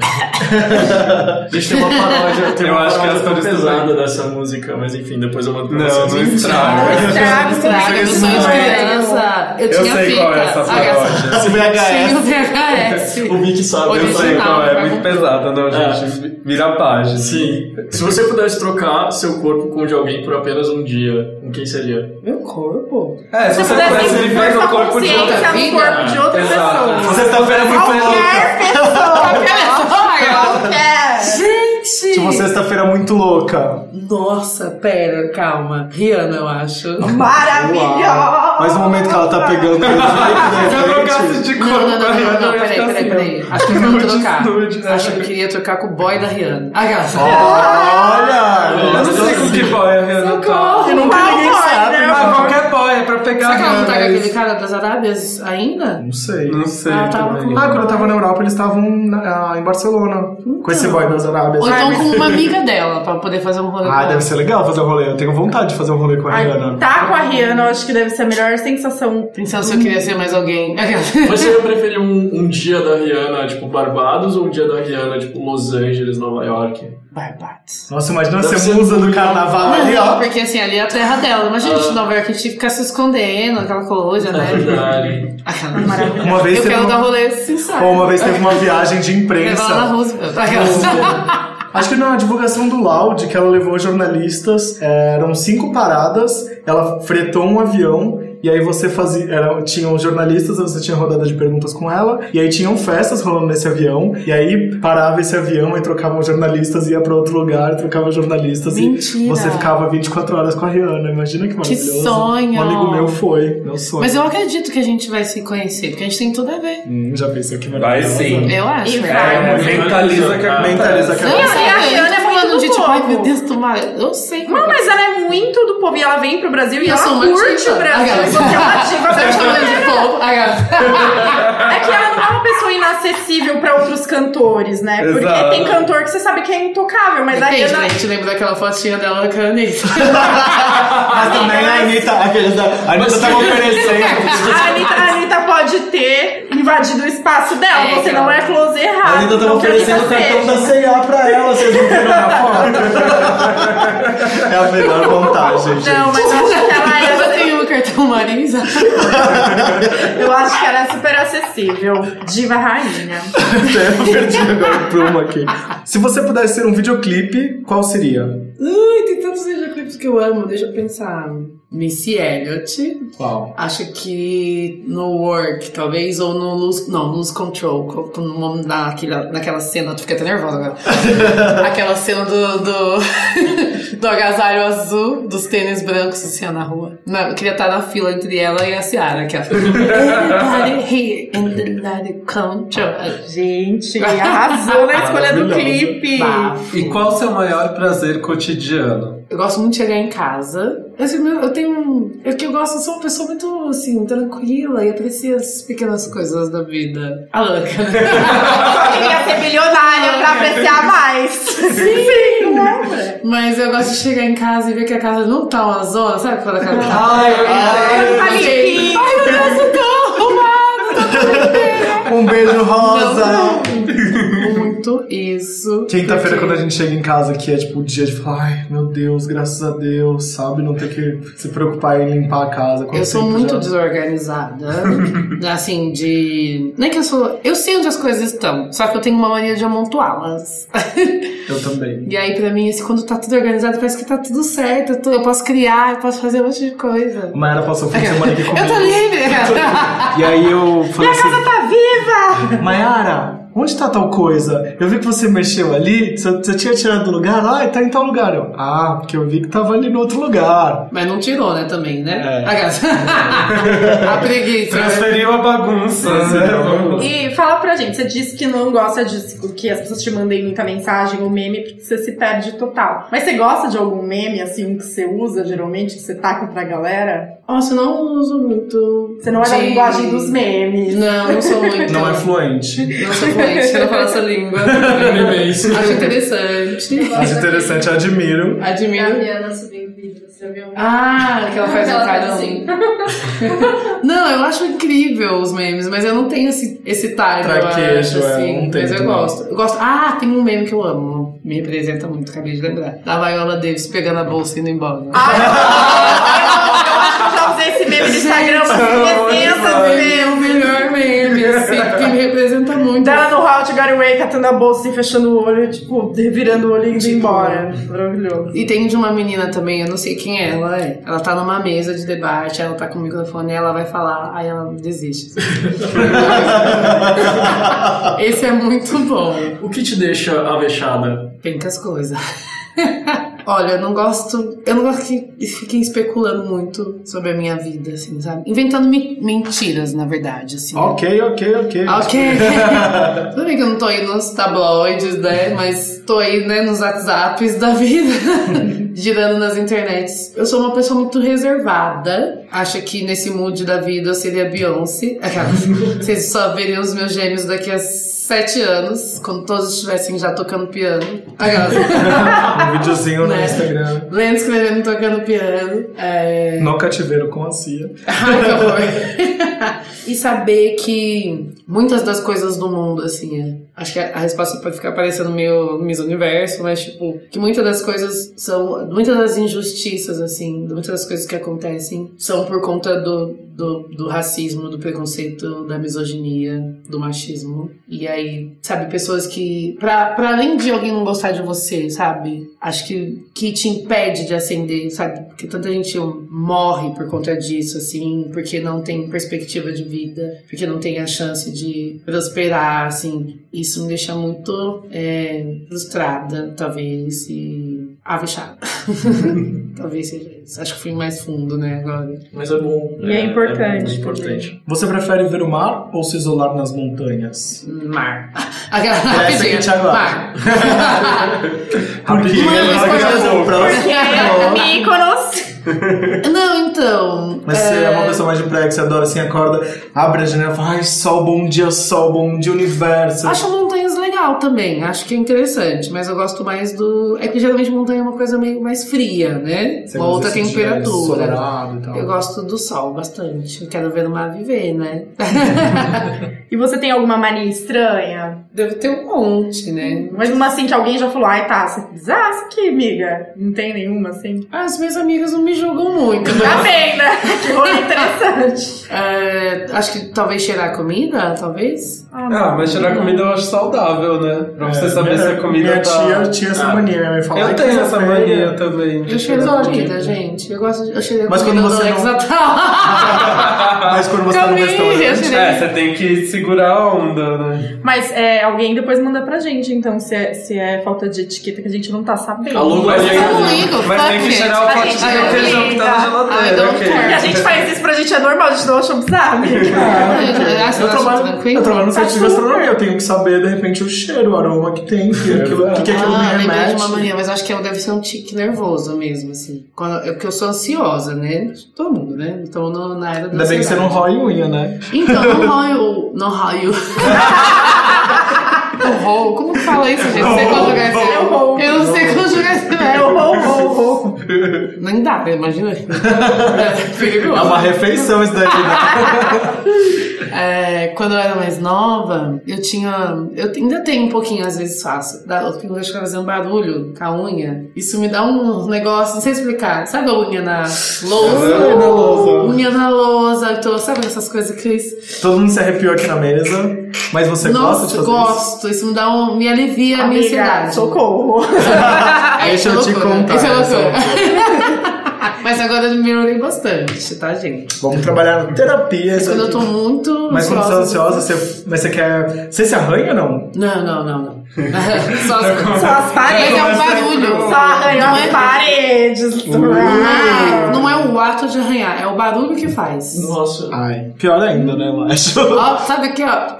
B: Gente, tem uma paródia.
C: Eu acho que
D: Ela
C: as
D: tá
C: cores do vento.
D: pesada dessa música, mas enfim, depois eu mando pra
C: Não, não
D: vocês.
C: estraga.
G: Ah,
E: Estrago,
G: Estraga do sonho de criança. Eu
C: Eu
G: tinha
C: sei
G: fita.
C: qual é essa
G: Olha só.
C: paródia.
B: Esse
G: Tinha o
B: VHS.
G: VHS.
D: O Mick sabe.
C: Eu
D: eu
C: sei
D: sei.
G: Original,
C: qual é,
G: tá
C: muito
G: bom.
C: pesada, não,
B: É.
C: gente. Vira a página.
D: Sim. Se você pudesse trocar seu corpo com o de alguém por apenas um dia, com quem seria?
G: Meu corpo?
C: É, se
E: Se
C: você
E: você pudesse
C: pudesse viver no
E: sua
C: corpo de outra.
E: consciência no
G: vida.
E: corpo de outra
C: Exato.
E: pessoa.
B: Você tá vendo muito louca.
E: Qualquer pessoa. Qualquer.
G: Gente!
B: Tipo, sexta-feira muito louca.
G: Nossa, pera, calma. Rihanna, eu acho.
E: Maravilhosa.
B: Mas no momento que ela tá pegando pelo
C: Se eu
B: jeito,
C: trocasse
B: né, gente?
C: de
G: Não,
C: corpo
G: não,
C: com
G: não,
C: a
G: não,
C: Rihanna,
G: não,
C: eu ia
G: peraí,
C: ficar
G: peraí,
C: assim,
G: peraí.
C: ó.
G: Acho que eu não
C: Nude,
G: vou trocar.
C: nude, né?
G: Acho que eu queria trocar com o boy da Rihanna. Ah,
B: Olha! assim,
C: Eu não sei com que boy a Rihanna tá.
G: Socorro!
B: Nunca ninguém
E: Qual boy,
B: sabe.
E: né?
C: Ah, qualquer boy, é pra pegar
G: Será que ela não tá com
C: a Rihanna.
G: aquele cara das Arábias ainda?
B: Não sei.
C: Não sei
G: Ela tava
C: também.
G: com-
B: Ah, quando eu tava na Europa, eles estavam na- ah, em Barcelona. Com esse boy das Arábias.
G: Ou então com uma amiga dela, pra poder fazer um rolê com
B: Ah,
G: ela.
B: deve ser legal fazer um rolê. Eu tenho vontade de fazer um rolê com a
E: Ai,
B: Rihanna.
E: Tá com a Rihanna, eu acho que deve ser a melhor sensação.
G: Pensando se eu queria ser mais alguém.
D: Você ia preferir um, um dia da Rihanna, tipo, Barbados, ou um dia da Rihanna, tipo, Los Angeles, Nova York?
G: Barbados.
B: Nossa, imagina
D: Deve
B: ser
D: ser
B: musa do carnaval ali, ó.
G: Não, porque assim, ali é a terra dela. Imagina de Nova York, a gente ficar se escondendo, aquela coisa,
D: É
G: né?
D: verdade.
G: Aquela-
B: Uma vez
G: Eu
B: teve
G: quero
B: uma-
G: dar rolê sincero.
B: Ou uma vez teve uma viagem de
G: Levar ela na
B: imprensa.
G: Roosevelt. Aquela-
B: Acho que na divulgação do Loud, que ela levou jornalistas, eh, eram cinco paradas, ela fretou um avião, e aí você fazia. Era, tinham os jornalistas, você tinha rodada de perguntas com ela, e aí tinham festas rolando nesse avião, e aí parava esse avião e trocavam os jornalistas, ia pra outro lugar, trocavam os jornalistas, e
G: Mentira.
B: você ficava 24 horas com a Rihanna. Imagina que maravilhoso.
G: sonho.
B: Um amigo meu foi, meu sonho.
G: Mas eu acredito que a gente vai se conhecer, porque a gente tem tudo a ver.
B: Hum, já pensei que
C: Vai sim.
G: Eu acho.
E: E
G: né?
E: vai.
C: É, mentaliza que acontece.
B: Mentaliza que
G: Não,
B: acontece.
G: eu sei,
E: E a
G: a
E: Rihanna
G: gente
E: é
G: tá
E: muito
G: falando de
E: do
G: tipo, ai meu
E: povo.
G: Deus, tomara. Eu sei.
E: Não, mas ela é muito do povo e ela vem pro Brasil e
G: Eu
E: ela
G: sou uma
E: curte
G: ativa.
E: o Brasil.
G: Ah,
E: porque ela é ativa,
G: Tá
E: ela
G: me
E: é
G: chamando de povo. Ai,
E: É que ela não é uma pessoa inacessível pra outros cantores, né? Porque
C: Exato.
E: tem cantor que você sabe que é intocável, mas a
G: Depende, né?
E: Rihanna.
G: A gente lembra daquela fotinha dela com a Anitta.
B: Mas também a Anitta, aqueles da, a Anitta tava oferecendo.
E: A Anitta, a Anitta pode ter invadido o espaço dela,
G: É,
E: você
G: cara.
E: não é close
B: A
E: errado.
B: Anitta tava
E: não que a Anitta
B: oferecendo o cartão
E: seja.
B: da CA pra ela, vocês não viram na foto? É a melhor montagem, gente.
E: Não, mas eu acho que ela é-
G: Eu
E: é.
G: tenho um cartão Marisa.
E: Eu acho que era super acessível. Diva rainha.
B: Até eu perdi agora o prumo aqui. Se você pudesse ser um videoclipe, qual seria?
G: Ai, tem tantos videoclipes que eu amo, deixa eu pensar. Missy Elliott,
B: Qual?
G: acho que no Work, talvez, ou no Lose, não, Lose Control, co- com o nome daquela, naquela cena, tu fica até nervosa agora. Aquela cena do, do, do agasalho azul, dos tênis brancos, assim, ó, na rua. Não, eu queria estar na fila entre ela e a Ciara, que é a Everybody here in the light control.
E: Gente, arrasou na escolha do
B: Maravilhosa.
E: clipe.
G: Bafo.
C: E qual o seu maior prazer cotidiano?
G: Eu gosto muito de chegar em casa. Assim, meu- eu tenho um. Eu que eu gosto, eu sou uma pessoa muito assim, tranquila e aprecio as pequenas coisas da vida. A louca, né?
E: Só queria ser milionária pra apreciar mais. Sim, né?
G: Mas eu gosto de chegar em casa e ver que a casa não tá uma zona, sabe quando a casa tá.
C: Ai, eu
E: Tá limpinho.
G: Ai, meu Deus, eu tô arrumado!
B: Um beijo rosa!
G: Não, não. Muito isso.
B: Quinta-feira,
G: porque-
B: quando a gente chega em casa, que é tipo o dia de falar, ai meu Deus, graças a Deus, sabe? Não ter que se preocupar em limpar a casa. tipo quando
G: Eu sou
B: sempre
G: muito
B: já- é.
G: desorganizada. assim, de. Nem que eu sou. Eu sei onde as coisas estão, só que eu tenho uma mania de amontoá-las.
B: Eu também.
G: E aí, pra mim, assim, quando tá tudo organizado, parece que tá tudo certo. Eu, tô- eu posso criar, eu posso fazer um monte de coisa.
B: Mayara passou o fim de semana aqui comigo.
G: Eu tô livre!
B: E aí eu falei assim,
E: Tá viva!
B: Mayara, onde tá tal coisa? Eu vi que você mexeu ali, você você tinha tirado do lugar? Ah, tá em tal lugar. Eu, ah, porque eu vi que tava ali no outro lugar.
G: Mas não tirou, né, também, né?
B: É.
G: A gata. A preguiça. né?
C: Transferiu a bagunça.
B: é.
C: né? Vamos.
E: E fala pra gente, você disse que não gosta disso, que as pessoas te mandem muita mensagem ou meme, porque você se perde total. Mas você gosta de algum meme, assim, que você usa geralmente, que você taca pra galera?
G: Nossa, eu não uso muito.
E: Você não olha a
G: de-
E: linguagem dos memes.
G: Não, não sou muito.
B: Não é fluente.
G: Não sou fluente, eu não falo essa língua.
D: é
G: Acho interessante.
B: Mas interessante, eu admiro.
G: Admiro.
H: Gabiana subindo vídeo, você já viu?
G: Ah, que ela faz um
H: Ela faz
G: carão.
H: assim.
G: Não, eu acho incrível os memes, mas eu não tenho esse, esse time, eu acho,
B: Traquejo, é,
G: assim.
B: não tem
G: mas eu
B: também.
G: gosto. eu gosto. Ah, tem um meme que eu amo. Me representa muito, acabei de lembrar. Da Viola Davis pegando a bolsa e indo embora.
H: Ah,
E: Ai, eu acho que já usei esse meme no Instagram, porque é essa
G: é
H: né?
G: o melhor meme, assim, que me representa muito.
E: Dela no hall de Garway, catando a bolsa e fechando o olho, tipo, revirando o olho e indo embora.
C: né?
E: Maravilhoso.
G: E tem de uma menina também, eu não sei quem ela é. Ela tá numa mesa de debate, ela tá com o microfone, ela vai falar, aí ela desiste. Esse é muito bom.
D: O que te deixa avexada?
G: Tem que as coisas. Olha, eu não gosto. Eu não gosto que fiquem especulando muito sobre a minha vida, assim, sabe? Inventando me- mentiras, na verdade, assim.
B: Ok, ok, ok.
G: Ok. Tudo bem que eu não tô aí nos tabloides, né? Mas tô aí, né, nos WhatsApps da vida, girando nas internets. Eu sou uma pessoa muito reservada. Acho que nesse mood da vida eu seria Beyoncé. Aquelas. Vocês só veriam os meus gêmeos daqui a sete anos, quando todos estivessem já tocando piano. Aquelas.
B: Um videozinho no
G: Né?
B: Instagram.
G: Lendo, escrevendo, tocando piano. É...
B: No cativeiro com a Cia.
G: Ai, que horror. e saber que muitas das coisas do mundo, assim, é- acho que a a resposta pode ficar parecendo meio Miss Universo, mas, tipo, que muitas das coisas são. Muitas das injustiças, assim, muitas das coisas que acontecem são por conta do, do, do racismo, do preconceito, da misoginia, do machismo. E aí, sabe, pessoas que. Pra, pra além de alguém não gostar de você, sabe? Acho que, que te impede de ascender, sabe? Porque tanta gente morre por conta disso, assim, porque não tem perspectiva de vida, porque não tem a chance de prosperar, assim. Isso me deixa muito é, frustrada, talvez, e avexada. talvez seja isso. Acho que fui mais fundo, né, agora.
D: Mas é bom.
E: E é importante
D: É, é importante.
B: Você prefere ver o mar ou se isolar nas montanhas?
G: Mar. Aquela
B: Essa que te aguarda.
G: Mar.
B: Porque
G: Uma
B: ela
G: vez por
B: gravou pra
E: Porque é
B: você.
E: Mykonos.
G: Não, então.
B: Mas você é uma pessoa mais de praia, que você adora assim, acorda, abre a janela e fala, ai, sol, bom dia, sol, bom dia, universo.
G: Acho montanhas legal também, acho que é interessante, mas eu gosto mais do. É que geralmente montanha é uma coisa meio mais fria, né?
B: Você
G: uma
B: gosta
G: outra
B: desse dia
G: temperatura.
B: ensolarado e tal.
G: Eu gosto do sol bastante. Eu quero ver o mar viver, né?
E: E você tem alguma mania estranha?
G: Deve ter um monte, né?
E: Mas uma assim que alguém já falou, ai tá, você desastre aqui, amiga. Não tem nenhuma assim?
G: As minhas amigas não me julgam muito.
E: Tá bem, né? Que rolê interessante.
G: É, acho que talvez cheirar comida, talvez.
C: Ah, mas tirar comida eu acho saudável, né? Pra você
B: É,
C: saber
B: minha-
C: se a comida
B: Minha
C: tá...
B: tia tinha essa
C: Ah.
B: mania, minha mãe falava.
C: Eu
B: "Ai,
C: tenho
B: que tá
C: essa
B: feia".
C: mania também.
G: Eu cheiro comida, gente. Eu gosto de. Eu cheiro
B: Mas
G: comida
B: quando
G: do
B: você
G: Alex
B: não-
G: Natal.
B: Mas quando você tá no
G: Também, eu
B: restaurante.
G: cheirei.
C: É, você tem que segurar a onda, né?
E: Mas é, alguém depois manda pra gente, então, se é, se é falta de etiqueta que a gente não tá sabendo.
C: Alô,
G: Mas
C: Goiânia.
G: eu não ligo,
C: Mas
G: fuck
C: tem que
G: it.
C: cheirar o
G: A
C: pote
G: gente
C: de
G: não
C: requeijão que tá na
G: liga. I
C: geladeira,
G: don't
C: ok.
G: care.
E: E a gente faz isso pra gente é normal, a gente não acha bizarro, amiga.
G: Eu acho
B: Eu trabalho,
G: tranquilo.
B: eu trabalho no
E: Tá
B: centro de
E: super.
B: gastronomia, eu tenho que saber de repente o cheiro, o aroma que tem, o que aquilo, o que que aquilo me
G: Ah, lembrei de
B: remete.
G: uma mania, mas acho que eu deve ser um tique nervoso mesmo, assim. Quando, eu, porque eu sou ansiosa, né? Todo mundo, né? Então no- na era da
B: Ainda bem que você não
G: ansiedade.
B: rói unha, né?
G: Então, não raio. Não raio. Não rol. Como que fala isso, gente? Não sei conjugar esse
E: Não rol.
G: é assim. Eu não sei conjugar esse verbo.
E: Ou, ou, ou.
G: Nem dá, né? imagina. É
B: É
G: perigoso.
B: uma refeição isso daí, né?
G: É, quando eu era mais nova, eu tinha. Eu ainda tenho um pouquinho, às vezes faço. Da, eu fico ficar fazendo barulho com a unha. Isso me dá um negócio, não sei explicar. Sabe a unha na lousa?
B: Unha é na lousa.
G: Unha na lousa. Então, sabe essas coisas, Cris?
B: Todo mundo se arrepiou aqui na mesa, mas você gosta de
G: Nossa,
B: fazer isso?
G: gosto. Isso me dá um. Me alivia a minha
E: Amiga,
G: ansiedade.
E: socorro.
G: É,
B: Deixa
G: isso é
B: eu te
G: loucura.
B: contar,
G: Isso é
B: isso é
G: loucura. Mas agora eu melhorei bastante, tá, gente?
B: Vamos trabalhar na terapia.
G: Mas
B: isso
G: quando É
B: aqui.
G: eu tô muito.
B: Mas quando você tá
G: ansiosa-
B: ansiosa, você, mas você quer. Você se arranha ou não?
G: Não, não, não, não. Só as-
E: Só as
G: Mas
E: paredes.
G: é um barulho.
E: Só arranhou as paredes.
G: Ah, não é o ato de arranhar, é o barulho que faz.
D: Nossa.
B: Ai, pior ainda, né, eu acho.
G: Ó, sabe aqui, ó.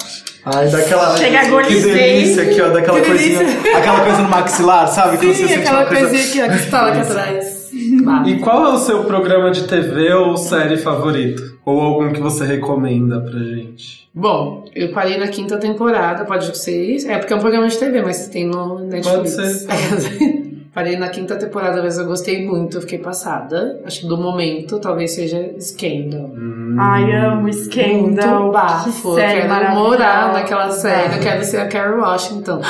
B: Ai, daquela.
E: Chega a
B: que
E: golisei.
B: delícia aqui, ó, daquela
G: Que
B: coisinha. Aquela coisa no maxilar, sabe? Quando você
G: Sim,
B: sente
G: aquela
B: uma coisa-
G: coisinha aqui, ó, que está lá aqui atrás. Bah.
C: E qual é o seu programa de TV ou série favorito? Ou algum que você recomenda pra gente?
G: Bom, eu parei na quinta temporada, pode ser isso? É porque é um programa de TV, mas tem no Netflix.
C: Pode
G: parei na quinta temporada, mas eu gostei muito, eu fiquei passada. Acho que do momento talvez seja Scandal.
E: Ai, amo Scandal.
G: Uhum. Muito bafo.
E: Que série
G: eu quero
E: maravilhosa. É.
G: morar naquela série. Eu quero ser a Carrie Washington.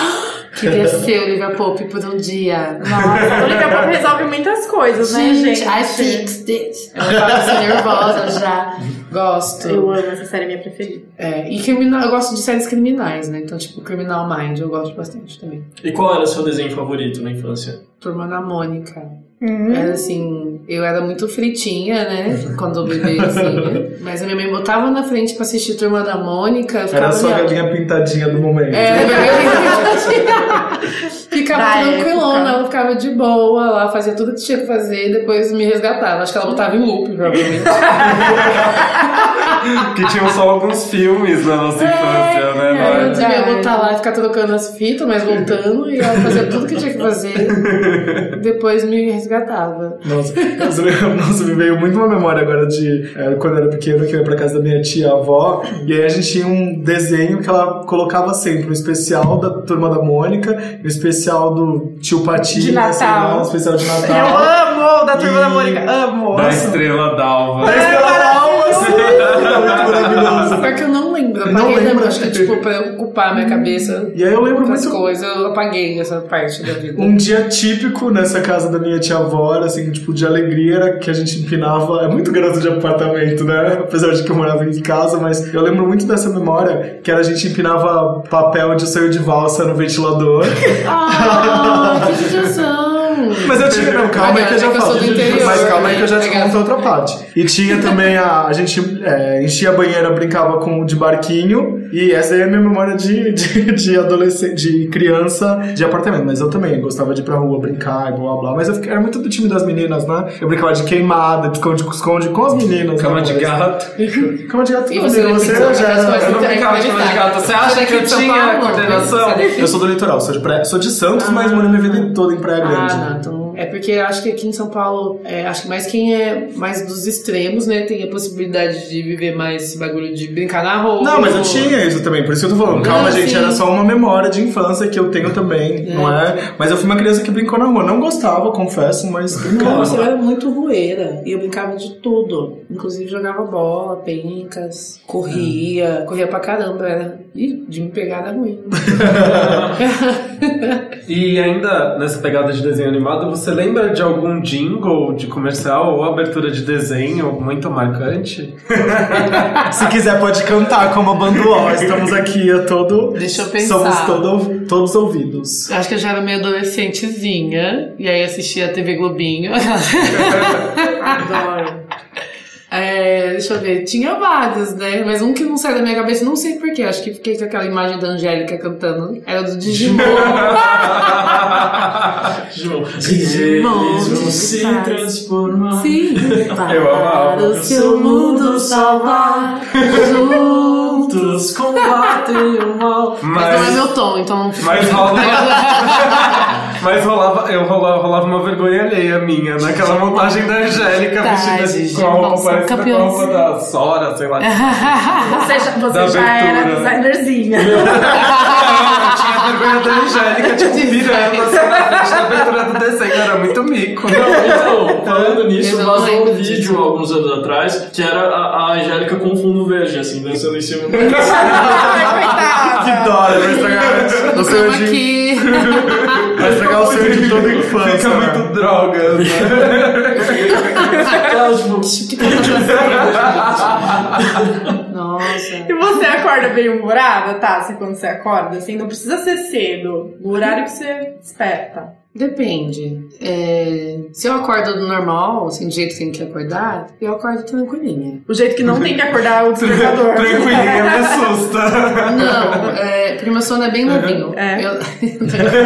G: Queria ser o Liverpool por um dia.
E: Nossa, então o Liverpool resolve muitas coisas, né, gente?
G: I fixed it. Ela tava assim, nervosa já. Gosto.
E: Eu amo, essa série é minha preferida.
G: É, e criminal, eu gosto de séries criminais, né? Então, tipo, Criminal Mind eu gosto bastante também.
D: E qual era seu desenho favorito na infância?
G: Turma da Mônica.
E: Hum?
G: Era assim, eu era muito fritinha, né? Quando bebezinha. assim. Mas a minha mãe botava na frente pra assistir Turma da Mônica. Eu
B: Era
G: ficava
B: a sua
G: olhando.
B: galinha pintadinha do momento.
G: É, ficava
E: Da
G: tranquilona,
E: época.
G: ela ficava de boa lá, fazia tudo que tinha que fazer e depois me resgatava. Acho que ela botava em loop, provavelmente.
C: Que tinham só alguns filmes na
G: É,
C: nossa infância, né?
G: Aí eu
C: Laura?
G: devia
E: Verdade.
G: botar tá lá e ficar trocando as fitas, mas voltando, e ela fazia tudo que tinha que fazer. Depois me resgatava.
B: Nossa, nossa, me- nossa, me veio muito uma memória agora de é, quando eu era pequeno, que eu ia pra casa da minha tia avó, e aí a gente tinha um desenho que ela colocava sempre, um especial da Turma da Mônica, um especial do Tio Patinho,
E: De Natal.
B: sei lá, um especial de Natal.
E: Eu amo da Turma da
B: E-
E: Mônica, amo.
C: Da Estrela Dalva.
B: Mas
E: É maravilhoso.
B: era assim, é muito maravilhoso.
G: Pior que eu não lembro, eu
B: Não
G: apaguei
B: lembra?
G: da acho que tipo, pra eu ocupar minha cabeça
B: E aí eu lembro
G: com as
B: muito
G: coisas, eu apaguei essa parte da vida.
B: um dia típico nessa casa da minha tia avó, era assim, tipo, de alegria, era que a gente empinava. É muito garoto de apartamento, né? Apesar de que eu morava em casa, mas eu lembro muito dessa memória, que era a gente empinava papel de sonho de valsa no ventilador.
G: Ah, que judiação!
B: Mas eu tinha. Não, calma aí que eu já
G: É que eu sou
B: falo.
G: do interior,
B: Mas calma aí
G: né?
B: que eu já te
G: Legal.
B: conto outra parte. E tinha também a. A gente é, enchia a banheira, brincava com de barquinho. E essa aí é a minha memória de, de, de adolescente, de criança, de apartamento. Mas eu também gostava de ir pra rua brincar e blá blá blá. Mas eu fiquei- era muito do time das meninas, né? Eu brincava de queimada, de esconde-esconde com as meninas.
C: Cama
B: né,
C: de
B: mas-
C: gato.
B: Cama de gato.
G: E
B: não,
G: você
B: né?
G: brincava
B: já
G: das
B: era.
G: coisas
C: Eu não
G: Você
C: brincava de cama de gato. Você acha
G: daqui
C: que eu
G: de São
C: tinha
G: Paulo?
C: coordenação?
G: Você é daqui?
B: Eu sou do litoral, sou de praia. Sou de Santos, mas morei minha vida toda em Praia Grande. né?
G: Ah, não, então Não, é porque eu acho que aqui em São Paulo, é, acho que mais quem é mais dos extremos, né, tem a possibilidade de viver mais esse bagulho de brincar na rua.
B: Não, mas eu tinha isso também, por isso que eu tô falando. Calma,
G: Ah,
B: gente,
G: Oh. sim.
B: era só uma memória de infância que eu tenho também,
G: É.
B: não é? Mas eu fui uma criança que brincou na rua. Não gostava, confesso, mas brincava.
G: Nossa, eu era muito rueira e eu brincava de tudo. Inclusive jogava bola, pencas, corria,
B: Uhum.
G: corria pra caramba. Era... Ih, de me pegar era ruim.
C: E ainda nessa pegada de desenho animado, você lembra de algum jingle de comercial ou abertura de desenho muito marcante?
B: Se quiser, pode cantar como a banda UOL. Estamos aqui a todo.
G: Deixa eu pensar.
B: Somos todo- todos ouvidos.
G: Acho que eu já era meio adolescentezinha, e aí assistia a TV Globinho.
E: Adoro.
G: É, deixa eu ver, tinha vários, né? Mas um que não sai da minha cabeça, não sei porquê. Acho que fiquei com aquela imagem da Angélica cantando. Era do Digimon.
D: Digimon.
G: Digimon,
D: Eles vão
G: Digimon.
D: se transformar.
G: Sim,
C: Eu amava.
G: para o seu mundo salvar. Junto.
D: Juntos combatem o mal.
G: Mas não é
C: Mas,
G: meu tom, então não fica.
C: mas rolava. mas rolava, eu rolava, rolava uma vergonha alheia minha naquela montagem da Angélica vestida
G: Verdade,
C: com a
G: Digimon,
C: roupa
G: são
C: parecida com a
G: campeões.
C: roupa da Sora, sei lá.
E: Você já,
C: Da
E: você já era
C: abertura.
E: designerzinha.
C: Eu tinha vergonha da Angélica, tipo, virando assim na frente da abertura do desenho. Era muito mico.
D: Não, então, falando
G: Eu
D: nisso,
G: não
D: vazou um
G: lembro
D: vídeo
G: disso.
D: alguns anos atrás que era a, a Angélica com fundo verde, assim, dançando em cima do.
B: Que dó, né? vai estragar
C: é
B: o seu
G: Estamos
B: de-
G: aqui.
B: Vai estragar o seu de toda a infância.
C: Fica muito droga. Né?
D: Cláudio,
G: Nossa.
E: E você acorda bem humorada, tá? Assim, quando você acorda, assim, não precisa ser cedo. O horário que você desperta.
G: Depende. É, se eu acordo do normal, assim, do jeito que tem que acordar, eu acordo tranquilinha.
E: O jeito que não tem que acordar é o despertador.
C: Tranquilinha, me assusta.
G: Não, é, porque meu sono é bem novinho.
E: É.
G: Eu,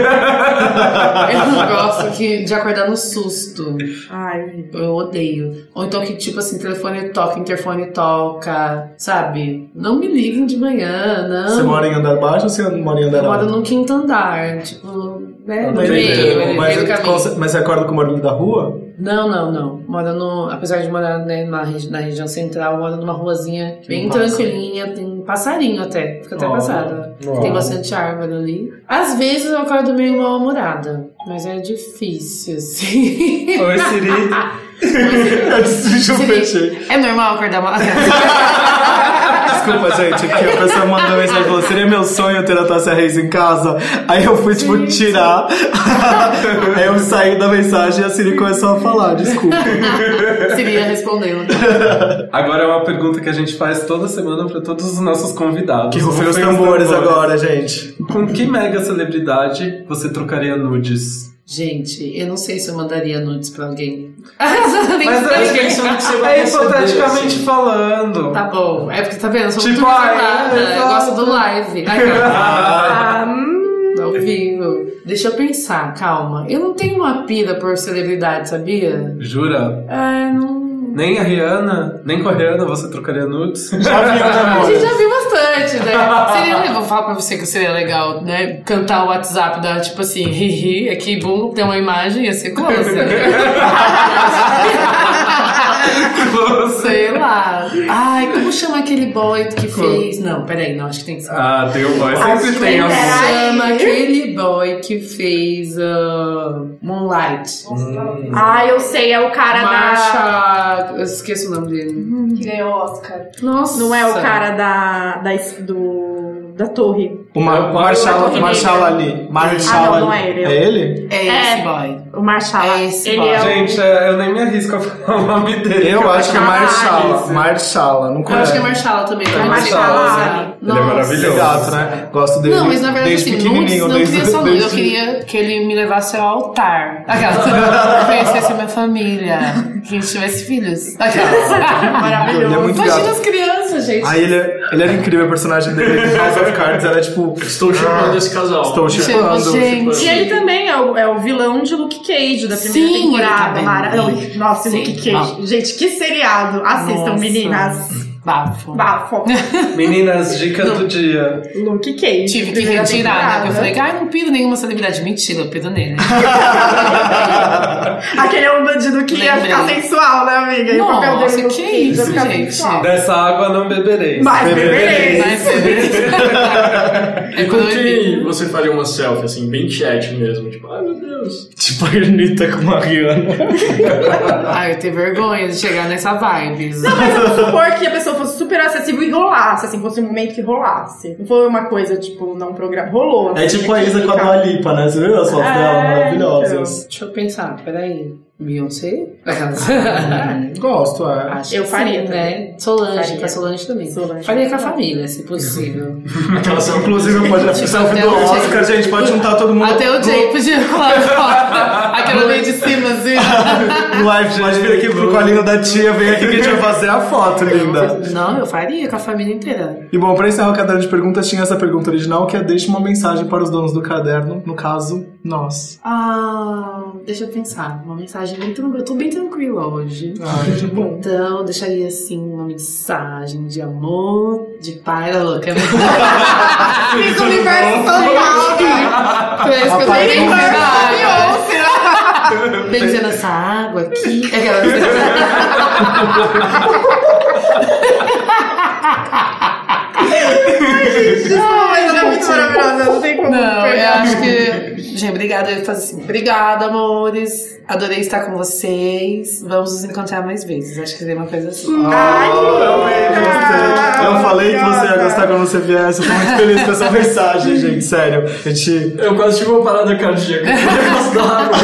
G: eu não gosto que, de acordar no susto.
E: Ai, horrível.
G: Eu odeio. Ou então que, tipo assim, telefone toca, interfone toca, sabe? Não me liguem de manhã, não.
B: Você mora em andar baixo ou você mora em andar
G: Eu
B: alto?
G: moro no quinto andar, tipo, né?
B: Não
G: No
B: tem
G: meio,
B: tempo.
G: ele
B: mas,
G: meio do caminho.
B: conse- mas você acorda com o barulho da rua?
G: Não, não, não. Moro no. Apesar de morar né, na, regi- na região central, moro numa ruazinha bem
B: passa.
G: tranquilinha, tem passarinho até. Fica até
B: Ó,
G: passada.
B: ó.
G: Tem bastante árvore ali. Às vezes eu acordo meio mal-humorada, mas é difícil, assim.
C: Oi, Siri.
B: Eu desisti, eu
G: Sim.
B: fechei.
G: É normal acordar mal.
B: Desculpa, gente, é que a pessoa mandou mensagem e falou: seria meu sonho ter a Tássia Reis em casa? Aí eu fui, tipo, tirar. Aí eu saí da mensagem e a Siri começou a falar, desculpa.
G: Seria respondendo.
C: Agora é uma pergunta que a gente faz toda semana pra todos os nossos convidados.
B: Que
C: Como
B: rufem os
C: foi
B: tambores agora, gente.
C: Com que mega celebridade você trocaria nudes?
G: Gente, eu não sei se eu mandaria nudes pra alguém.
C: Mas é
D: que eles são que você vai
C: É hipoteticamente
D: receber, assim.
C: falando.
G: Tá bom. É porque tá vendo? Eu sou
C: Tipo,
G: muito
C: ah, é,
G: reservada. Eu
C: exato.
G: gosto do live. Ai, calma.
E: Ah, hum,
G: Ao vivo. Deixa eu pensar, calma. Eu não tenho uma pira por celebridade, sabia?
C: Jura?
G: É, não.
C: Nem a Rihanna, nem com a Rihanna você trocaria nudes?
B: Já viu, né,
G: A
B: amor?
G: gente já viu bastante, né? Seria legal, vou falar pra você que seria legal, né? Cantar o WhatsApp da, tipo assim, hihi, aqui, bum, tem uma imagem, ia ser close. Sei lá. Ai, como chama aquele boy que fez? Não, peraí, não, acho que tem que ser.
C: ah, tem o boy. Sempre
E: que
G: é
C: tem
E: não
C: algum.
E: era.
G: Chama aquele boy que fez ah, Moonlight.
E: ah, eu sei, é o cara da.
G: Marcha. Eu esqueço o nome dele.
E: Que ganhou Oscar.
G: Nossa.
E: Não é o cara da. da, es- do, da torre.
B: O Mar- Marshall,
E: Marshall
B: Marshall ali. Marshall
E: Ah, não, não é
B: Ali.
E: ele.
B: É ele?
G: É esse boy.
E: O Marshall.
G: É esse
E: ele
G: bom.
E: é o.
C: Gente, é, eu nem me arrisco a falar o nome dele.
B: Eu acho que é Marshall.
E: Marshall.
B: Marshall, não
G: Eu acho
B: conheço.
G: que é Marchala também.
E: É Marchala.
C: Ele é maravilhoso.
B: Gato, né? Gosto dele.
G: Não, mas na verdade,
B: desde
G: assim, nudes,
B: pequenininho,
G: não
B: desde,
G: queria só nudes, eu
B: desde-
G: queria que ele me levasse ao altar. Aquelas. Eu conhecesse a minha família. Que a gente tivesse filhos. Aquelas.
B: Maravilhoso. Ele é muito
G: Imagina
B: gato.
G: as crianças, gente.
B: Aí ele, ele era incrível, o personagem dele. House of Cards era tipo,
D: Estou chamando esse casal.
B: estou
G: Chegou,
B: chipando.
G: Ah, gente.
E: E ele também é o, é o vilão de Luke Cage, da primeira
G: Sim, ele tá
E: temporada.
G: bem.
E: Mara- Não, Nossa,
G: Sim.
E: Luke Cage. Gente, que seriado. Assistam,
G: Nossa.
E: meninas.
G: Bafo.
E: Bafo.
C: Meninas, dicas do dia.
E: Luke Cage.
G: Tive que
E: primeira
G: retirar, né?
E: temporada.
G: Porque eu falei, ah, eu não pido nenhuma celebridade. Mentira, eu pido nele.
E: Aquele é um bandido que ia
G: Lembrei.
E: ficar sensual, né, amiga? E o papel
G: Nossa,
E: dele no
G: que
E: Kid ia
G: isso,
E: ficar
G: gente.
E: sensual.
C: Dessa água não beberei.
E: Mas
B: Beberei.
E: beberei.
G: Vai ser. É
D: E com
G: proibido.
D: quem você faria uma selfie, assim, bem chat mesmo? Tipo, ai meu Deus.
F: Tipo a Anitta com a Rihanna.
G: Ai, eu tenho vergonha de chegar nessa vibe.
E: Mas vamos supor que a pessoa fosse super acessível e rolasse, assim, fosse um momento que rolasse. Não foi uma coisa, tipo, não programa. Rolou.
F: É
E: assim,
F: tipo a
E: aqui,
F: Isa com a
E: tá.
F: Dua Lipa, né? Você viu as fotos
E: É,
F: dela?
G: então.
F: Maravilhosas.
G: Deixa eu pensar, peraí. Beyoncé? Aquelas.
F: Gosto, é.
G: Acho
E: Eu
G: que
E: faria
G: sim, né? Solange,
E: Faria.
G: com a Solange também.
E: Solange.
G: Faria com a família, se possível.
D: Aquela selfie.
B: Inclusive, pode
G: Tipo,
B: selfie
G: até
B: do
G: o Jay-
B: Oscar, gente, pode juntar todo mundo.
G: Até o Jay podia colar a foto. Aquela meio de cima, assim.
B: No live, pode vir aqui pro colinho da tia, vem aqui que a gente vai fazer a foto, linda.
G: Não, eu faria com a família inteira.
B: E bom, pra encerrar o caderno de perguntas, tinha essa pergunta original que é deixe uma mensagem para os donos do caderno, no caso, nós.
G: Ah, deixa eu pensar. Uma mensagem bem tranquila. Eu tô bem tranquila hoje.
E: Tá
B: Ai, que bom.
G: Então, eu deixaria assim uma mensagem de amor, de paz. Ela é louca. um
E: Fica o universo total, né?
G: Parece que eu
B: Rapaz,
G: tenho
B: não
E: Universo da
G: nada.
E: Beyoncé.
G: Benzendo essa água aqui. É aquela-
E: Desculpa, mas ela é muito maravilhosa. Não tem como
G: Não, eu
E: perder.
G: acho que. Gente, obrigada. Eu faço assim. Obrigada, amores. Adorei estar com vocês. Vamos nos encontrar mais vezes. Acho que seria uma coisa assim.
E: Ai,
B: Eu amei
E: linda.
B: você. Eu falei que você ia
E: Maravilhosa.
B: gostar quando você viesse. Eu tô muito feliz com essa mensagem, gente. Sério. A gente.
D: Eu quase tive uma parada cardíaca. Eu gosto da água.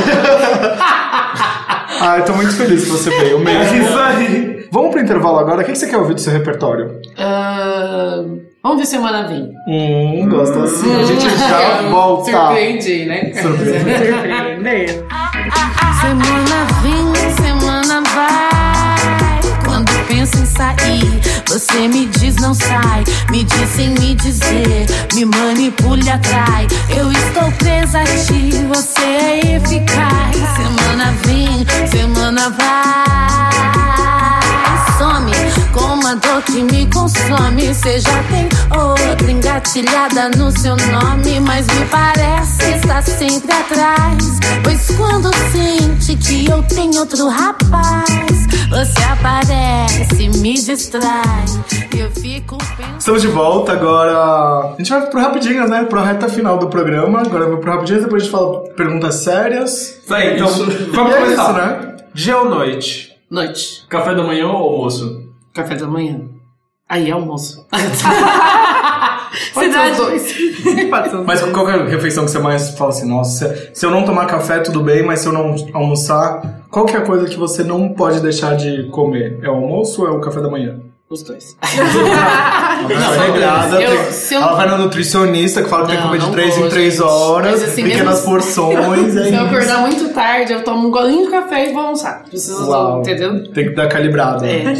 B: Ah, eu tô muito feliz que você veio mesmo. Isso aí. Vamos pro intervalo agora. O que que você quer ouvir do seu repertório?
G: Ah, vamos ver semana vem.
B: Hum, gosto assim. A gente já
G: Eu
B: volta.
G: Surpreendi, né?
A: Semana vem, semana vai. Quando penso em sair, você me diz não sai. Me diz sem me dizer, me manipule atrai. Eu estou presa a ti, você é eficaz. Semana vem, semana vai. Some com uma dor que me consome. Você já tem outra engatilhada no seu nome, mas me parece estar sempre atrás. Pois quando sente que eu tenho outro rapaz, você aparece, me distrai. e Eu fico pensando.
B: Estamos de volta agora. A gente vai pro Rapidinhas, né? Pra reta final do programa. Agora eu vou pro Rapidinhas, depois a gente fala perguntas sérias.
C: Tá, então,
D: Isso.
C: vamos
B: E é
C: começar.
B: isso, né?
C: Dia ou noite?
G: Noite.
D: Café da manhã ou almoço?
G: Café da manhã. Aí, almoço.
E: Cidade-
G: Pode ser os
B: Mas
G: dois.
B: qual que é a refeição que você mais fala assim, nossa, se- se eu não tomar café, tudo bem, mas se eu não almoçar, qual que é a coisa que você não pode deixar de comer? É o almoço ou é o café da manhã?
G: Os dois.
B: Ela é regrada,
G: eu-
B: tem-
G: se eu-
B: Ela vai na nutricionista que fala que tem que
G: Não,
B: comer de
G: não
B: 3 em
G: vou,
B: 3
G: gente.
B: horas,
G: Mas, assim,
B: pequenas
G: mesmo-
B: porções, é
G: Se eu
B: isso.
G: acordar muito tarde, eu tomo um golinho de café e vou almoçar. Preciso,
B: Uau.
G: entendeu?
B: Tem que dar né? calibrada.
G: É.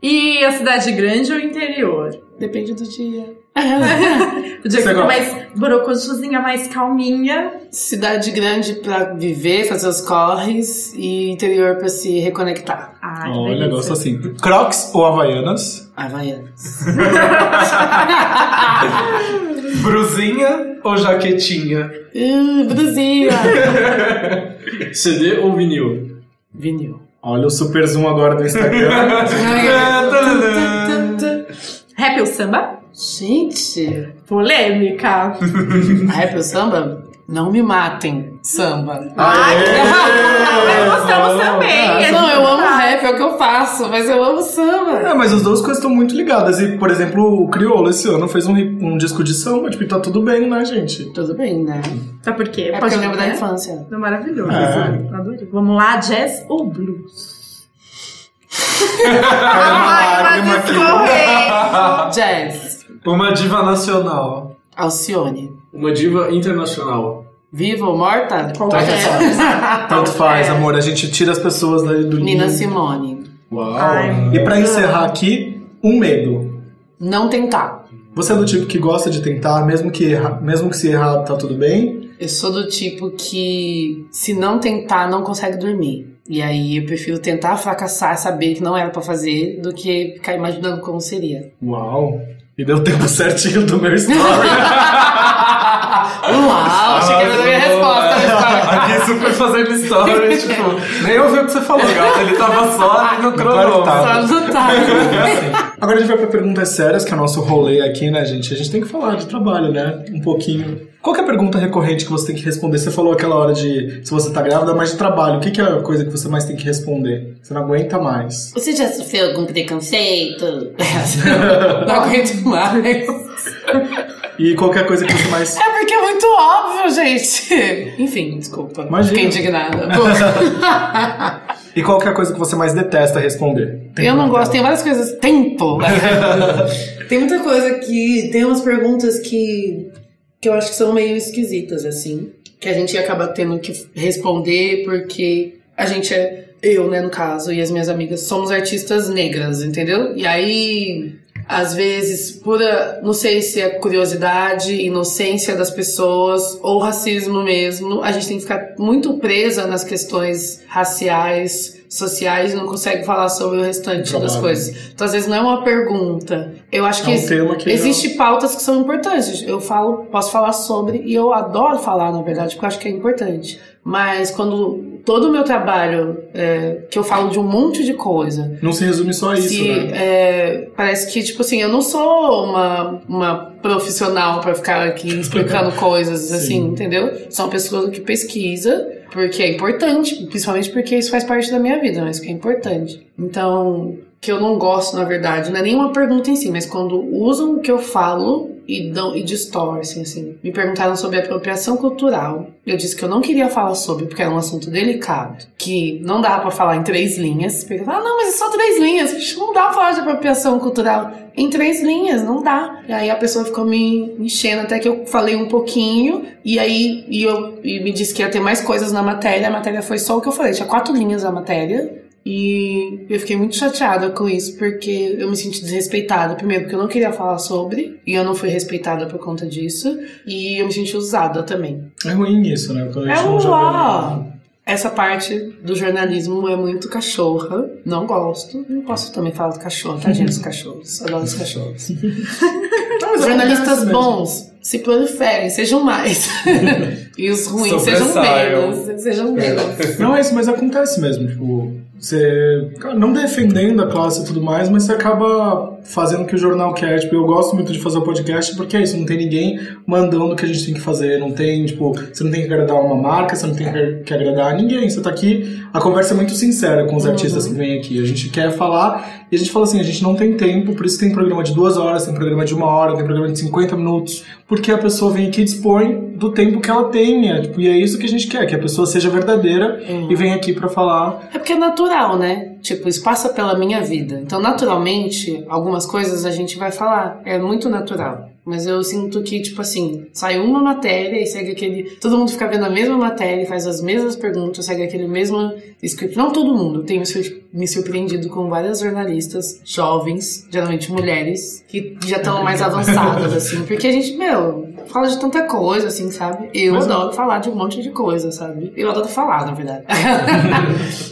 E: E a cidade grande ou interior?
G: Depende do dia.
E: O dia que
B: Você
E: fica
B: gosta?
E: mais borocochuzinha, mais calminha.
G: Cidade grande pra viver, fazer os corres e interior pra se reconectar.
E: Ai, que
B: Olha,
E: delícia.
B: gosto assim. Crocs ou Havaianas?
G: Havaianas. Ah,
C: Brusinha ou jaquetinha?
G: Uh, Brasil!
D: CD ou vinil?
G: Vinil.
B: Olha o super zoom agora do Instagram.
E: Rap ou samba?
G: Gente,
E: Polêmica.
G: rap ou samba? Não me matem, samba.
E: Mas gostamos também. a gente
G: Não, eu amo
E: tá.
G: rap, é o que eu faço, mas eu amo samba.
B: É, mas as duas coisas estão muito ligadas. E, por exemplo, o Criolo esse ano fez um, ri- um disco de samba, tipo, e tá tudo bem, né, gente?
G: Tudo bem, né?
E: Tá por quê?
G: É
E: Pode
G: porque eu lembro da
E: falar?
G: infância.
E: Não, Maravilhoso.
B: É.
E: Adorei. Vamos lá, jazz ou blues?
B: Ai, uma
E: escorrer.
G: Jazz.
C: Uma diva nacional.
G: Alcione.
D: Uma diva internacional.
G: Viva ou morta?
B: é?
G: É.
B: Tanto faz, amor. A gente tira as pessoas daí do
G: Nina
B: ninho.
G: Simone.
B: Uau.
E: Ai.
B: E pra encerrar aqui, um medo.
G: Não tentar.
B: Você é do tipo que gosta de tentar, mesmo que, erra- mesmo que se errar, tá tudo bem?
G: Eu sou do tipo que, se não tentar, não consegue dormir. E aí eu prefiro tentar fracassar, saber que não era pra fazer, do que ficar imaginando como seria.
B: Uau. E deu tempo certinho do meu story. é.
G: Uau, achei que era a minha resposta. né,
C: Aqui Ele super fazendo stories, tipo, nem ouviu o que você falou, gato. Ele tava só ali no cronômetro.
G: Só no
B: Agora a gente vai pra perguntas sérias, que é o nosso rolê aqui, né, gente? A gente tem que falar de trabalho, né? Um pouquinho. Qual que é a pergunta recorrente que você tem que responder? Você falou aquela hora de se você tá grávida, mas de trabalho. O que, que é a coisa que você mais tem que responder? Você não aguenta mais.
H: Você já sofreu algum preconceito?
G: Não aguento mais.
B: E qualquer coisa que você mais.
G: É porque é muito óbvio, gente. Enfim, desculpa.
B: Imagina.
G: Fiquei indignada.
B: E qual que é a coisa que você mais detesta responder? Tem
G: eu não
B: uma
G: gosto, tem várias coisas. Tempo! tem muita coisa que. Tem umas perguntas que. que eu acho que são meio esquisitas, assim. Que a gente acaba tendo que responder porque a gente é. Eu, né, no caso, e as minhas amigas somos artistas negras, entendeu? E aí. Às vezes, pura, não sei se é curiosidade, inocência das pessoas ou racismo mesmo, a gente tem que ficar muito presa nas questões raciais, sociais e não consegue falar sobre o restante das
B: Provável.
G: coisas. Então, às vezes, não é uma pergunta. Eu acho que
B: É um tema que
G: Existem pautas que são importantes. Eu falo, posso falar sobre, e eu adoro falar, na verdade, porque eu acho que é importante. Mas quando todo o meu trabalho, é, que eu falo de um monte de coisa,
B: Não se resume só a isso,
G: se,
B: né?
G: é, parece que, tipo assim, eu não sou uma, uma profissional pra ficar aqui explicando coisas, assim, entendeu? Sou uma pessoa que pesquisa, porque é importante, principalmente porque isso faz parte da minha vida, mas que é importante. Então, que eu não gosto, na verdade, não é nenhuma pergunta em si, mas quando usam o que eu falo e, dão, e distorcem, assim. Me perguntaram sobre apropriação cultural. Eu disse que eu não queria falar sobre, porque era um assunto delicado, que não dava pra falar em três linhas. Porque, ah, não, mas é só três linhas, bicho, não dá pra falar de apropriação cultural em três linhas, não dá. E aí a pessoa ficou me enchendo até que eu falei um pouquinho, e aí e eu, e me disse que ia ter mais coisas na matéria, a matéria foi só o que eu falei, tinha quatro linhas a matéria, e eu fiquei muito chateada com isso, porque eu me senti desrespeitada. Primeiro, porque eu não queria falar sobre, e eu não fui respeitada por conta disso. E eu me senti usada também.
B: É ruim isso, né? Quando a
G: É
B: gente não
G: um
B: joga-
G: ó! Essa parte do jornalismo é muito cachorra. Não gosto. Não posso também falar do cachorro, tadinho dos cachorros. Adoro os cachorros.
B: é
G: Jornalistas bons, se proliferem, sejam mais. e os ruins, sejam
C: Sobressaiam.
G: menos. Sejam menos.
B: Não é isso, mas acontece mesmo. Tipo, você. cara, Não defendendo a classe e tudo mais, mas você acaba fazendo o que o jornal quer. Tipo, eu gosto muito de fazer o podcast porque é isso, não tem ninguém mandando o que a gente tem que fazer. Não tem, tipo, você não tem que agradar uma marca, você não tem que- que agradar ninguém. Você tá aqui. A conversa é muito sincera com os artistas que vêm aqui. A gente quer falar e a gente fala assim, a gente não tem tempo, por isso tem programa de duas horas, tem programa de uma hora, tem programa de 50 minutos. Porque a pessoa vem aqui e dispõe do tempo que ela tenha. Tipo, e é isso que a gente quer, que a pessoa seja verdadeira e vem aqui pra falar.
G: É porque é natural, né? Tipo, isso passa pela minha vida. Então, naturalmente, algumas coisas a gente vai falar. É muito natural. Mas eu sinto que, tipo assim, sai uma matéria e segue aquele. Todo mundo fica vendo a mesma matéria, e faz as mesmas perguntas, segue aquele mesmo script. Não todo mundo. Eu Tenho me sur- me surpreendido com várias jornalistas jovens, geralmente mulheres, que já estão mais avançadas, assim. Porque a gente, meu, fala de tanta coisa, assim, sabe? Eu adoro falar de um monte de coisa, sabe? Eu adoro falar, na verdade.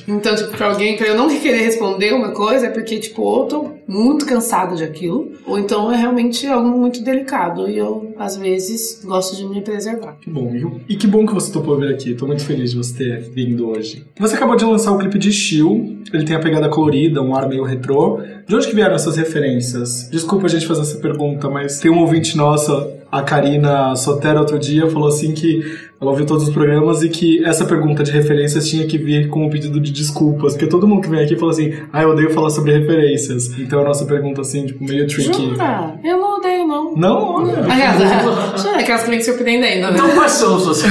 G: Então, tipo, pra alguém, pra eu não querer responder uma coisa, é porque, tipo, ou eu tô muito cansado de aquilo, ou então é realmente algo muito delicado. E eu, às vezes, gosto de me preservar.
B: Que bom, viu? E que bom que você topou vir aqui. Tô muito feliz de você ter vindo hoje. Você acabou de lançar o clipe de Shill. Ele tem a pegada colorida, um ar meio retrô. De onde que vieram essas referências? Desculpa a gente fazer essa pergunta, mas tem um ouvinte nossa, a Karina Sotero, outro dia, falou assim que ela ouviu todos os programas e que essa pergunta de referências tinha que vir com um pedido de desculpas. Porque todo mundo que vem aqui fala assim, ah, eu odeio falar sobre referências. Então a nossa pergunta, assim, tipo, meio tricky.
G: Jura? Eu não odeio, não.
B: Não, olha.
G: Aliás, jura, aquelas que vem surpreendendo, né?
F: Então quais são suas...
D: É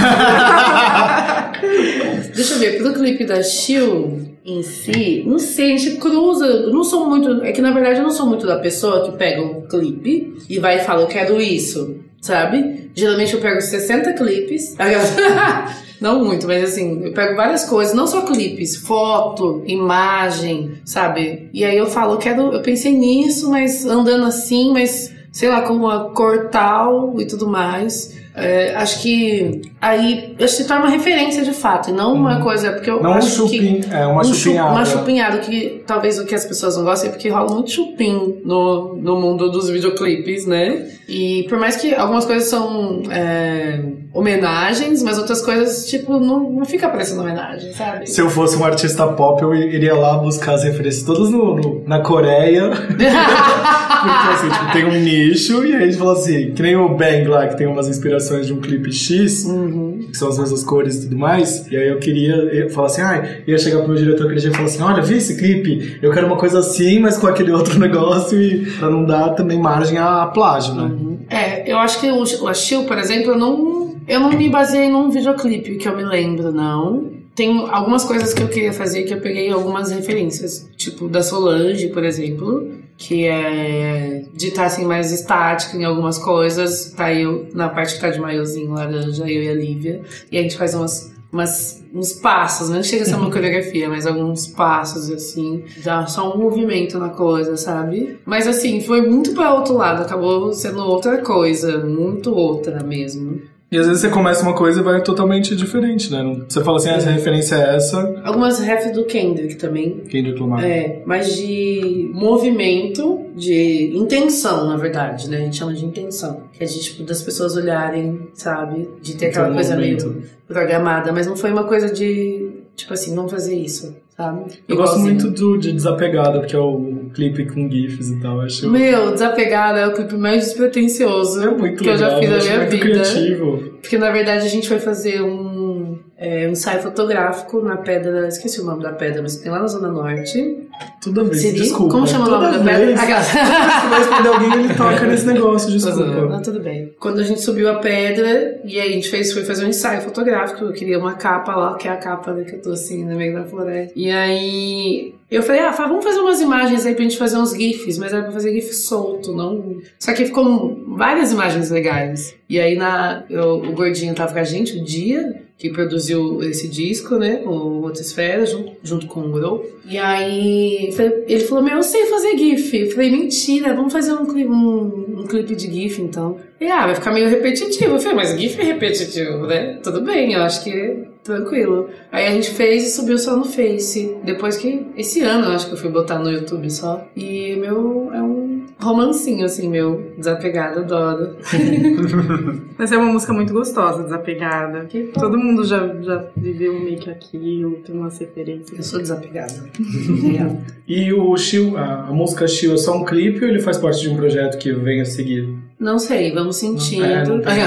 G: Deixa eu ver, pro clipe da Shill em si, não sei, a gente cruza. eu Não sou muito. É que na verdade eu não sou muito da pessoa que pega um clipe e vai e fala, eu quero isso, sabe? Geralmente eu pego 60 clipes. Aliás, Não muito, mas assim, eu pego várias coisas, não só clipes, foto, imagem, sabe? E aí eu falo, eu quero, eu pensei nisso, mas andando assim, mas sei lá, com uma cor tal e tudo mais. É, acho que aí acho que se torna uma referência de fato, e não uma coisa. Porque eu
I: Não um
G: acho que
I: chupim, é uma
G: um chu-
I: chupinhada.
G: Uma chupinhada, que talvez o que as pessoas não gostem é porque rola muito chupim no, no mundo dos videoclipes, né? E por mais que algumas coisas são é, homenagens, mas outras coisas, tipo, não, não fica parecendo homenagem, sabe?
B: Se eu fosse um artista pop, eu iria lá buscar as referências todas no- no- na Coreia. Porque assim, tipo, tem um nicho, e aí a gente fala assim, que nem o Bang lá, que tem umas inspirações de um clipe X,
G: Uhum.
B: que são as mesmas cores e tudo mais. E aí eu queria eu falar assim, ai, ia chegar pro meu diretor aquele dia e falar assim, olha, vi esse clipe, eu quero uma coisa assim, mas com aquele outro negócio, e pra não dar também margem a plágio, né?
I: Uhum.
G: É, eu acho que o, o Achille, por exemplo, eu não, eu não me baseei num videoclipe que eu me lembro, não. Tem algumas coisas que eu queria fazer que eu peguei algumas referências, tipo da Solange, por exemplo, que é de estar assim mais estática em algumas coisas. Tá eu na parte que tá de maiozinho laranja, eu e a Lívia, e a gente faz umas. umas- uns passos, né? não chega a ser uma coreografia, mas alguns passos assim, dá só um movimento na coisa, sabe? Mas assim, foi muito pra outro lado, acabou sendo outra coisa, muito outra mesmo.
I: E às vezes você começa uma coisa e vai totalmente diferente, né? Não- Você fala assim, ah, essa referência é essa,
G: Algumas refs do Kendrick também,
I: quem reclamar.
G: É, mas de movimento, de intenção, na verdade, né? A gente chama de intenção. Que é de, tipo, das pessoas olharem, sabe? De ter aquela
I: Tem um
G: coisa meio
I: movimento.
G: programada. Mas não foi uma coisa de, tipo assim, vamos fazer isso, sabe?
I: Eu gosto
G: Igualzinho.
I: muito do, de Desapegada, porque é o clipe com GIFs e tal, eu acho.
G: Meu, Desapegada é o clipe mais despretensioso
I: É muito
G: que eu já
I: legal,
G: fiz na
I: acho
G: minha
I: muito
G: vida.
I: criativo.
G: Porque na verdade a gente foi fazer um, é, um ensaio fotográfico na pedra. Esqueci o nome da pedra, mas tem lá na Zona Norte.
I: Toda vez,
G: Siri?
I: desculpa.
G: Como chama o nome
I: Toda
G: da pedra?
I: vez
G: Aquela-
I: que vai responder alguém, ele toca nesse negócio, desculpa.
G: Não, tudo bem. Quando a gente subiu a pedra, e aí a gente fez, foi fazer um ensaio fotográfico, eu queria uma capa lá, que é a capa né, que eu tô assim, no meio da floresta. E aí eu falei, ah, Fá, vamos fazer umas imagens aí pra gente fazer uns GIFs, mas era pra fazer GIF solto, não. Só que ficou várias imagens legais. E aí na, eu- o gordinho tava com a gente o dia. Que produziu esse disco, né? Com o Rotosfera, junto, junto com o Grow. E aí falei- ele falou: Meu, eu sei fazer GIF. Eu falei: Mentira, vamos fazer um, cli- um, um clipe de GIF então. E ah, vai ficar meio repetitivo. Eu falei: Mas GIF é repetitivo, né? Tudo bem, eu acho que tranquilo. Aí a gente fez e subiu só no Face. Depois que. Esse ano eu acho que eu fui botar no YouTube só. E meu, é um romancinho assim, meu. Desapegado, adoro.
J: Mas é uma música muito gostosa, desapegada.
G: Que bom.
J: Todo mundo já, já viveu um meio que aquilo, tem umas referências.
G: Eu sou desapegada.
I: E o Chiu, a, a música Chiu é só um clipe ou ele faz parte de um projeto que vem a seguir?
G: Não sei, vamos
I: É,
G: sentindo.
I: não tem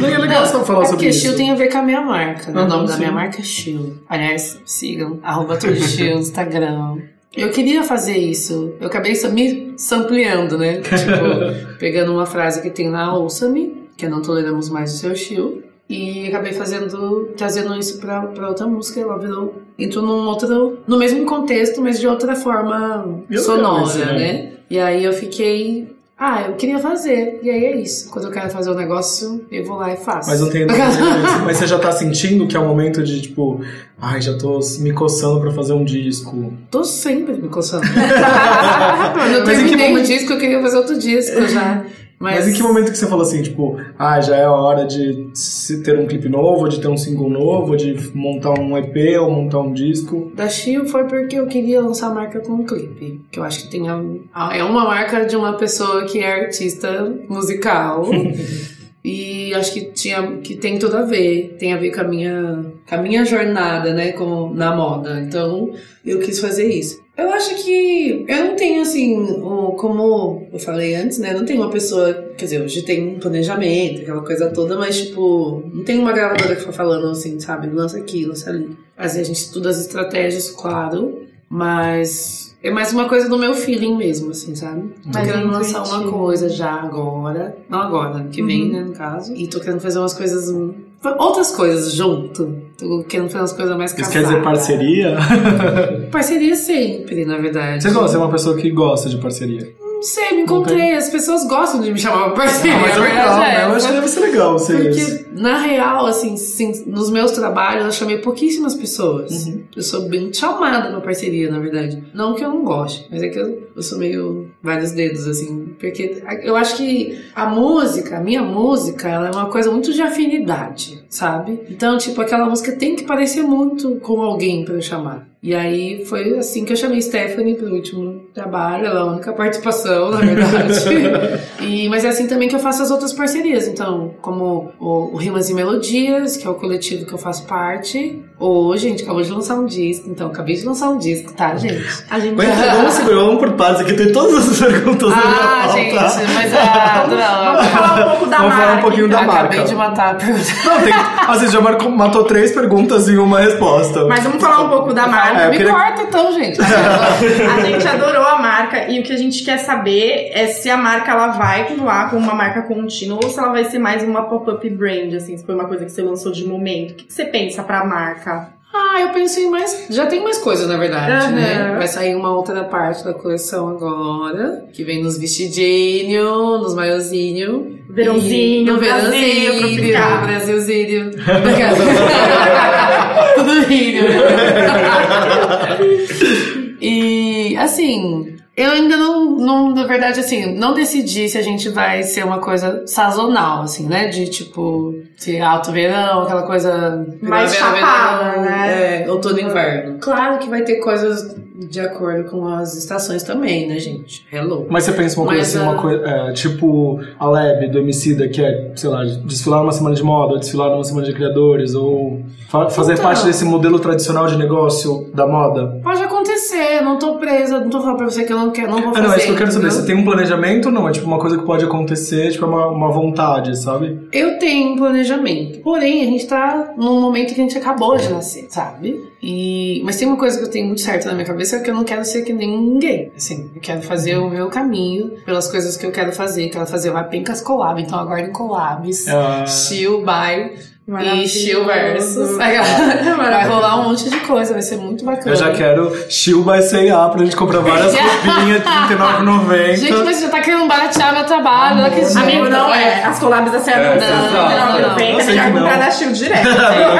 I: Não, é legal só falar
G: é
I: sobre
G: porque
I: isso.
G: Shield tem a ver com a minha marca. né?
I: Aham,
G: o nome da
I: sim.
G: minha marca é Shield. Aliás, sigam. Arroba tudo Shield no Instagram. Eu queria fazer isso. Eu acabei só me sampleando, né? Tipo, pegando uma frase que tem na Ouça-me, que é não toleramos mais o seu Shield. E acabei fazendo, trazendo isso pra, pra outra música. Ela virou, entrou num outro, no mesmo contexto, mas de outra forma
I: Eu
G: sonora,
I: quero é isso, né?
G: né? E aí eu fiquei ah, eu queria fazer. E aí é isso. Quando eu quero fazer um negócio, eu vou lá e faço.
I: Mas não tem Mas você já tá sentindo que é o momento de tipo, ai, já tô me coçando pra fazer um disco.
G: Tô sempre me coçando. Quando eu
I: Mas em que
G: terminei o
I: momento-
G: disco, eu queria fazer outro disco já. Mas,
I: Mas... em que momento que você fala assim, tipo, ah, já é a hora de se ter um clipe novo, de ter um single novo, de montar um EP ou montar um disco?
G: Da Shio foi porque eu queria lançar a marca com um clipe. Que eu acho que tem a, a- é uma marca de uma pessoa que é artista musical. e acho que, tinha, que tem tudo a ver. Tem a ver com a minha, com a minha jornada, né? Com, na moda. Então, eu quis fazer isso. Eu acho que eu não tenho, assim, o- como eu falei antes, né? Não tenho uma pessoa. Quer dizer, hoje tem um planejamento, aquela coisa toda, mas, tipo, não tem uma gravadora que tá falando assim, sabe? Lança aqui, lança ali. Às vezes a gente estuda as estratégias, claro, mas é mais uma coisa do meu feeling mesmo, assim, sabe? Tô
J: Mais
G: querendo lançar uma
J: intuitivo. Uhum.
G: coisa já agora. Não agora, ano que vem, né, no caso. E tô querendo fazer umas coisas. Outras coisas junto. Tô querendo fazer umas coisas mais
I: Isso
G: casadas.
I: quer dizer parceria?
G: Parceria sempre, na verdade.
I: Você gosta, você é uma pessoa que gosta de parceria.
G: Não sei, me encontrei. As pessoas gostam de me chamar pra parceria.
I: Ah,
B: mas é
G: a verdade
B: legal,
G: é
B: né? Eu acho
G: essa.
B: que deve ser legal ser isso.
G: Porque, na real, assim, sim, nos meus trabalhos eu chamei pouquíssimas pessoas. Eu sou bem chamada pra parceria, na verdade. Não que eu não goste, mas é que eu, eu sou meio vários dedos, assim. Porque a- eu acho que a música, a minha música, ela é uma coisa muito de afinidade, sabe? Então, tipo, aquela música tem que parecer muito com alguém pra eu chamar. E aí foi assim que eu chamei Stephanie pro último trabalho, ela é a única participação, na verdade. E, mas é assim também que eu faço as outras parcerias. Então, como o, o Rimas e Melodias, que é o coletivo que eu faço parte. Ô, gente, acabou de lançar um disco. Então, acabei de lançar um disco, tá, gente? A gente...
B: Mas
I: então,
B: então, vamos segurar,
I: um
B: vamos por partes aqui, tem todas as perguntas na minha
G: Ah,
B: pauta.
G: gente, mas ah, não,
B: Vamos falar um pouco da Vamos falar um marca, pouquinho então. da
G: Acabei
B: marca.
G: de matar a pergunta.
B: Não, tem, assim, já marcou, matou três perguntas em uma resposta.
E: Mas vamos falar um pouco da marca.
B: É, eu
E: Me
B: queria-
E: corta então, gente. a gente adorou a marca e o que a gente quer saber é se a marca ela vai continuar como uma marca contínua ou se ela vai ser mais uma pop-up brand, assim, se foi uma coisa que você lançou de momento. O que que você pensa pra marca?
G: Ah, eu penso em mais. Já tem mais coisas, na verdade,
E: Aham.
G: né? Vai sair uma outra parte da coleção agora, que vem nos vestidinhos, nos maiozinhos.
E: Verãozinho,
G: no
E: Brasil,
G: verãozinho,
E: tropical.
G: Brasilzinho. Tudo rindo. e, assim, eu ainda não, não, na verdade, assim, não decidi se a gente vai ser uma coisa sazonal, assim, né? De, tipo, ser alto verão, aquela coisa...
E: Mais
G: primavera,
E: chapada,
G: verão,
E: né?
G: É, outono e inverno. Claro que vai ter coisas de acordo com as estações também, né, gente? Hello.
B: Mas você pensa uma coisa
G: Mas,
B: assim, uma
G: ah,
B: coisa, é, tipo a Lab do Emicida, que é, sei lá, desfilar numa semana de moda, ou desfilar numa semana de criadores, ou fa- fazer
G: Então.
B: parte desse modelo tradicional de negócio da moda?
G: Pode acontecer, não tô presa, não tô falando pra você que eu não quero, não vou
B: Ah,
G: fazer.
B: não, é isso que eu quero saber.
G: entendeu?
B: Você tem um planejamento ou não? É tipo uma coisa que pode acontecer, tipo é uma, uma vontade, sabe?
G: Eu tenho um planejamento. Porém, a gente tá num momento que a gente acabou de nascer, sabe? E... Mas tem uma coisa que eu tenho muito certa na minha cabeça, é que eu não quero ser que nem ninguém. Assim, eu quero fazer o meu caminho pelas coisas que eu quero fazer. Quero fazer uma pencas collab, então aguardem collabs.
B: Ah.
G: Chill, bye. E
E: Maravilhoso.
G: chill versus.
E: Maravilhoso.
G: Vai rolar um monte de coisa, vai ser muito bacana.
B: Eu já quero Shill by C&A pra gente comprar várias roupinhas de R$39,90.
G: Gente, mas você já tá querendo baratear meu trabalho, não acredito.
E: Amigo, não é. As collabs da Serra
B: É,
E: não, não,
B: exato.
E: não, não, não.
B: Eu sei
E: Vem, já
B: que não.
E: comprar da Shield direto.
G: Nem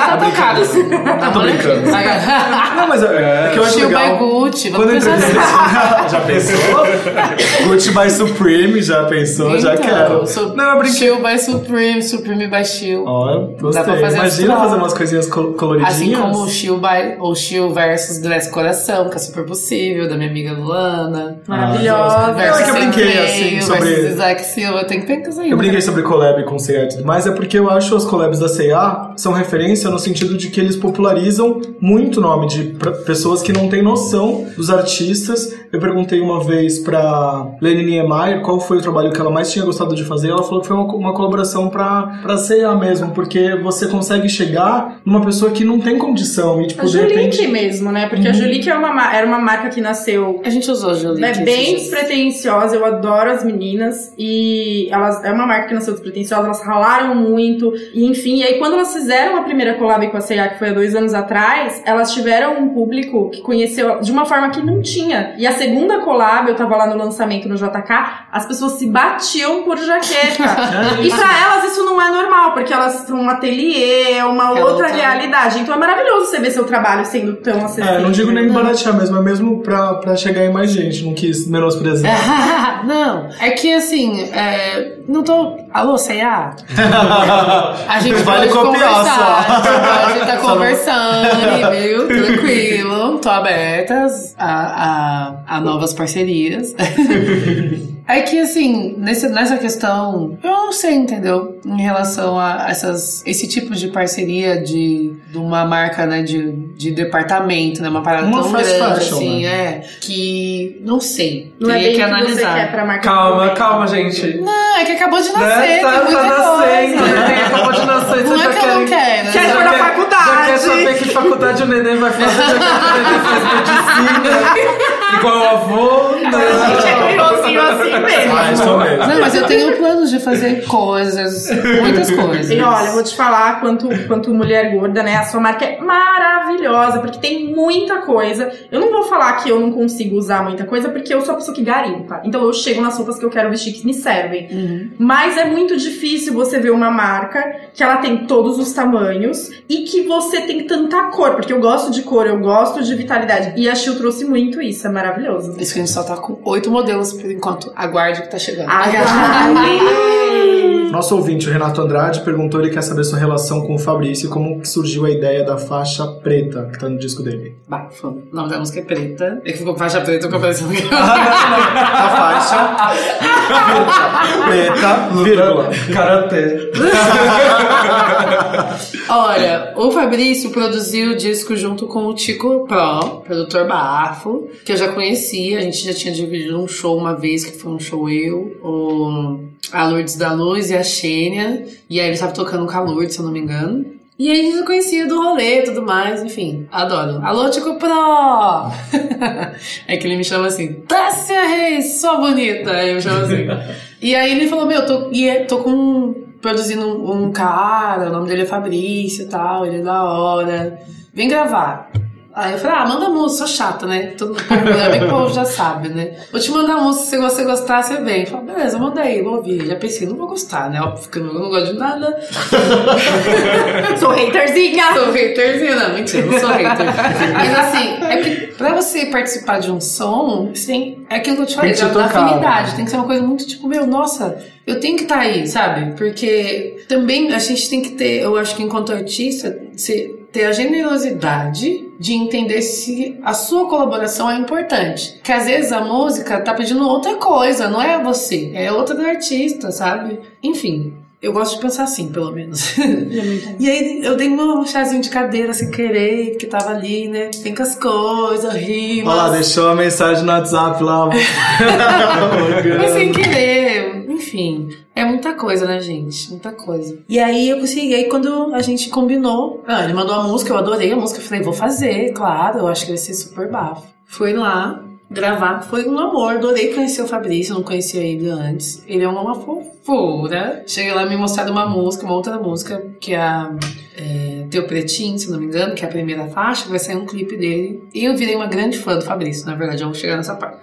G: tá tão caro assim. Tá
B: Tô brincando. Não, mas é, é que eu acho
G: Chill by
B: legal.
G: Gucci,
B: Quando eu
G: vamos pensar
B: entrevistei. já pensou? Gucci by Supreme, já pensou? já
G: Então.
B: quero.
G: assim. Su-
B: Não, eu brinquei.
G: Chill by Supreme, Supreme by Chill.
B: Ó, eu gostei.
G: pra fazer as
B: Imagina
G: trocas.
B: fazer umas coisinhas col- coloridinhas.
G: Assim como o Chill by ou Chill versus Dress Coração, que é super possível, da minha amiga Luana.
E: Maravilhosa.
G: Versus
B: É que eu brinquei,
G: Centeio,
B: assim, sobre-
G: Versus Isaac Silva, tem pencas ainda.
B: Eu brinquei sobre collab com C&A e tudo mais, é porque eu acho as collabs da C&A são referência no sentido de que eles popularizam muito o nome de pra- pessoas que não têm noção dos artistas. Eu perguntei uma vez pra Lenny Niemeyer qual foi o trabalho que ela mais tinha gostado de fazer, ela falou que foi uma, co- uma colaboração pra, pra C&A mesmo, porque você consegue chegar numa pessoa que não tem condição e, tipo,
E: A
B: de repente... Uhum.
E: Julique mesmo, né? Porque a Julique é uma, ma- era uma marca que nasceu
G: né? A gente usou, Julie.
E: É bem despretensiosa, eu adoro as meninas. E elas é uma marca que nasceu despretensiosa, elas ralaram muito. E enfim, e aí quando elas fizeram a primeira collab com a C&A, que foi há dois anos atrás, elas tiveram um público que conheceu de uma forma que não tinha. E a segunda collab, eu tava lá no lançamento no JK, as pessoas se batiam por jaqueta.
B: né?
E: e pra elas isso não é normal, porque elas são um ateliê, é uma
G: É
E: outra
G: outra.
E: realidade. Então é maravilhoso você ver seu trabalho sendo tão acessível.
B: É, não digo nem baratear mesmo, é mesmo pra, pra chegar em mais gente, não quis menosprezar.
G: não, é que assim, é, não tô. Alô, C&A? A gente
B: Vale
G: pode
B: copiar
G: conversar.
B: só.
G: entendeu? A gente tá
B: Só não-
G: conversando, viu? Tranquilo. Tô aberta a, a, a novas parcerias. É que assim, nesse, nessa questão, eu não sei, entendeu? Em relação a essas, esse tipo de parceria de, de uma marca, né, de, de departamento, né? Uma parada
B: Uma
G: tão
B: fast
G: grande,
B: fashion,
G: assim,
B: né?
G: é. Que não sei.
E: Não é
G: teria
E: bem o
G: que
E: que você
G: analisar.
E: quer pra marca
C: Calma, calma, gente.
G: Não, é que acabou de nascer,
C: Né?
G: tem
C: tá,
G: muita
C: tá nascendo,
G: coisa.
C: né? acabou de nascer,
G: Não
C: você já
G: é que eu não
C: quer.
G: quero.
E: Quer
C: já
E: pôr na faculdade.
C: Já quer saber que faculdade o neném vai fazer, já quer que o neném faz medicina. Igual o avô. né?
E: A gente é curiosinho assim mesmo.
I: Ah, isso mesmo.
G: Não, mas eu tenho planos de fazer coisas, muitas coisas.
E: E olha, eu vou te falar quanto, quanto mulher gorda, né? A sua marca é maravilhosa, porque tem muita coisa. Eu não vou falar que eu não consigo usar muita coisa, porque eu sou a pessoa que garimpa. Então eu chego nas roupas que eu quero vestir que me servem.
G: Uhum.
E: Mas é muito difícil você ver uma marca que ela tem todos os tamanhos e que você tem tanta cor, porque eu gosto de cor, eu gosto de vitalidade. E a Chiu trouxe muito isso, é maravilhoso.
G: Isso que a gente só tá com oito modelos por enquanto. Aguarde que tá chegando.
E: Ai,
I: Nosso ouvinte, o Renato Andrade, perguntou, ele quer saber sua relação com o Fabrício e como que surgiu a ideia da faixa preta que tá no disco dele.
G: Bafo. O nome da música é Preta. É que ficou faixa preta, eu comecei
I: A faixa preta, vírgula.
C: Karatê.
G: Olha, o Fabrício produziu o disco junto com o Tico Pro, produtor Bafo, que eu já conhecia. A gente já tinha dividido um show uma vez, que foi um show eu, o, a Lourdes da Luz e a Xênia. E aí ele tava tocando com a Lourdes, se eu não me engano. E aí a gente já conhecia do rolê e tudo mais, enfim, adoro. Alô, Tico Pro! é que ele me chama assim, Tássia Reis, sua bonita! Aí eu chamo assim. E aí ele falou, meu, tô, e é- tô com produzindo um, um cara, o nome dele é Fabrício e tal, ele é da hora. Vem gravar. Aí eu falei, ah, manda música, sou chata, né? Todo mundo, bem que o povo já sabe, né? Vou te mandar música, se você gostar, você vem. Eu falei, beleza, manda aí, vou ouvir. Já pensei, não vou gostar, né? Óbvio que eu não gosto de nada.
E: sou haterzinha!
G: Sou haterzinha, não, mentira, não sou hater. Mas assim, é que pra você participar de um som, você tem, é aquilo que eu te falei,
I: Tem que né?
G: da,
I: te
G: da
I: tocar,
G: afinidade. Tem que ser uma coisa muito tipo, meu, nossa, eu tenho que estar aí, sabe? Porque também a gente tem que ter, eu acho que enquanto artista, você ter a generosidade de entender se a sua colaboração é importante. Que às vezes a música tá pedindo outra coisa, não é você, é outra do artista, sabe? Enfim. Eu gosto de pensar assim, pelo menos.
E: é
G: E aí eu dei um chazinho de cadeira sem querer, porque tava ali, né? Tem com as coisas, rimas.
I: Olha lá, deixou a mensagem no WhatsApp lá.
G: Mas sem querer, enfim. É muita coisa, né, gente? Muita coisa. E aí eu consegui, aí quando a gente combinou, ah, ele mandou a música, eu adorei a música, eu falei, vou fazer, claro, eu acho que vai ser super bafo. Fui lá gravar, foi um amor, adorei conhecer o Fabrício, eu não conhecia ele antes. Ele é uma fofura. Cheguei lá me mostraram uma música, uma outra música, que é a é, Teu Pretinho, se não me engano, que é a primeira faixa, que vai sair um clipe dele. E eu virei uma grande fã do Fabrício, na verdade, eu vou chegar nessa parte.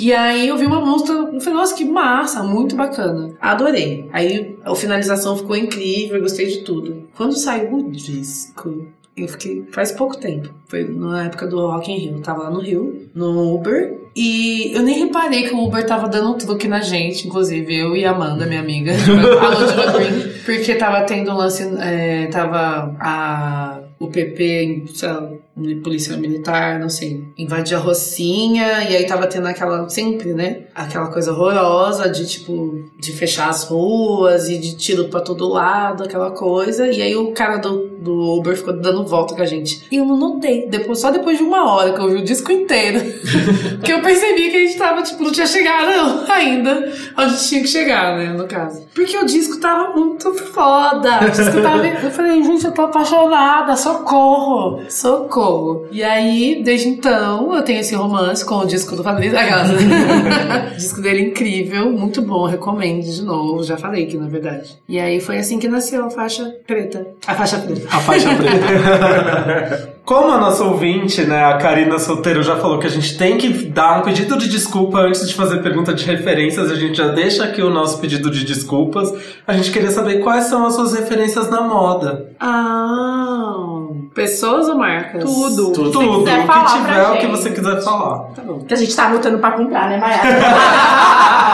G: E aí eu vi uma música, eu falei, nossa, que massa, muito bacana. Adorei. Aí a finalização ficou incrível, eu gostei de tudo. Quando saiu o disco, eu fiquei faz pouco tempo. Foi na época do Rock in Rio. Eu tava lá no Rio, no Uber. E eu nem reparei que o Uber tava dando um truque na gente, inclusive eu e a Amanda, minha amiga, tipo, alô Diva Green, porque tava tendo um lance, é, tava a, o PP, sei lá, polícia militar, não sei, invadir a Rocinha, e aí tava tendo aquela, sempre, né, aquela coisa horrorosa de, tipo, de fechar as ruas e de tiro pra todo lado, aquela coisa, e aí o cara do, do Uber ficou dando volta com a gente. E eu não notei, depois, só depois de uma hora que eu ouvi o disco inteiro, que eu percebi que a gente tava, tipo, não tinha chegado não, ainda onde tinha que chegar, né, no caso. Porque o disco tava muito foda. O disco tava... Eu falei, gente, eu tô apaixonada, socorro, socorro. E aí, desde então, eu tenho esse romance com o disco do Fabrício da Casa. o disco dele é incrível, muito bom, recomendo de novo, já falei aqui, na verdade. E aí foi assim que nasceu a faixa preta. A faixa preta.
I: A faixa preta.
C: Como a nossa ouvinte, né, a Karina Solteiro já falou que a gente tem que dar um pedido de desculpa antes de fazer pergunta de referências, a gente já deixa aqui o nosso pedido de desculpas. A gente queria saber quais são as suas referências na moda.
G: Ah, pessoas ou marcas?
E: Tudo.
C: Tudo,
E: Se
C: o
E: quiser
C: que
E: falar
C: tiver,
E: pra
C: o que
E: gente.
C: você quiser falar.
G: Tá bom.
E: Que a gente tá anotando pra comprar, né, Mayara?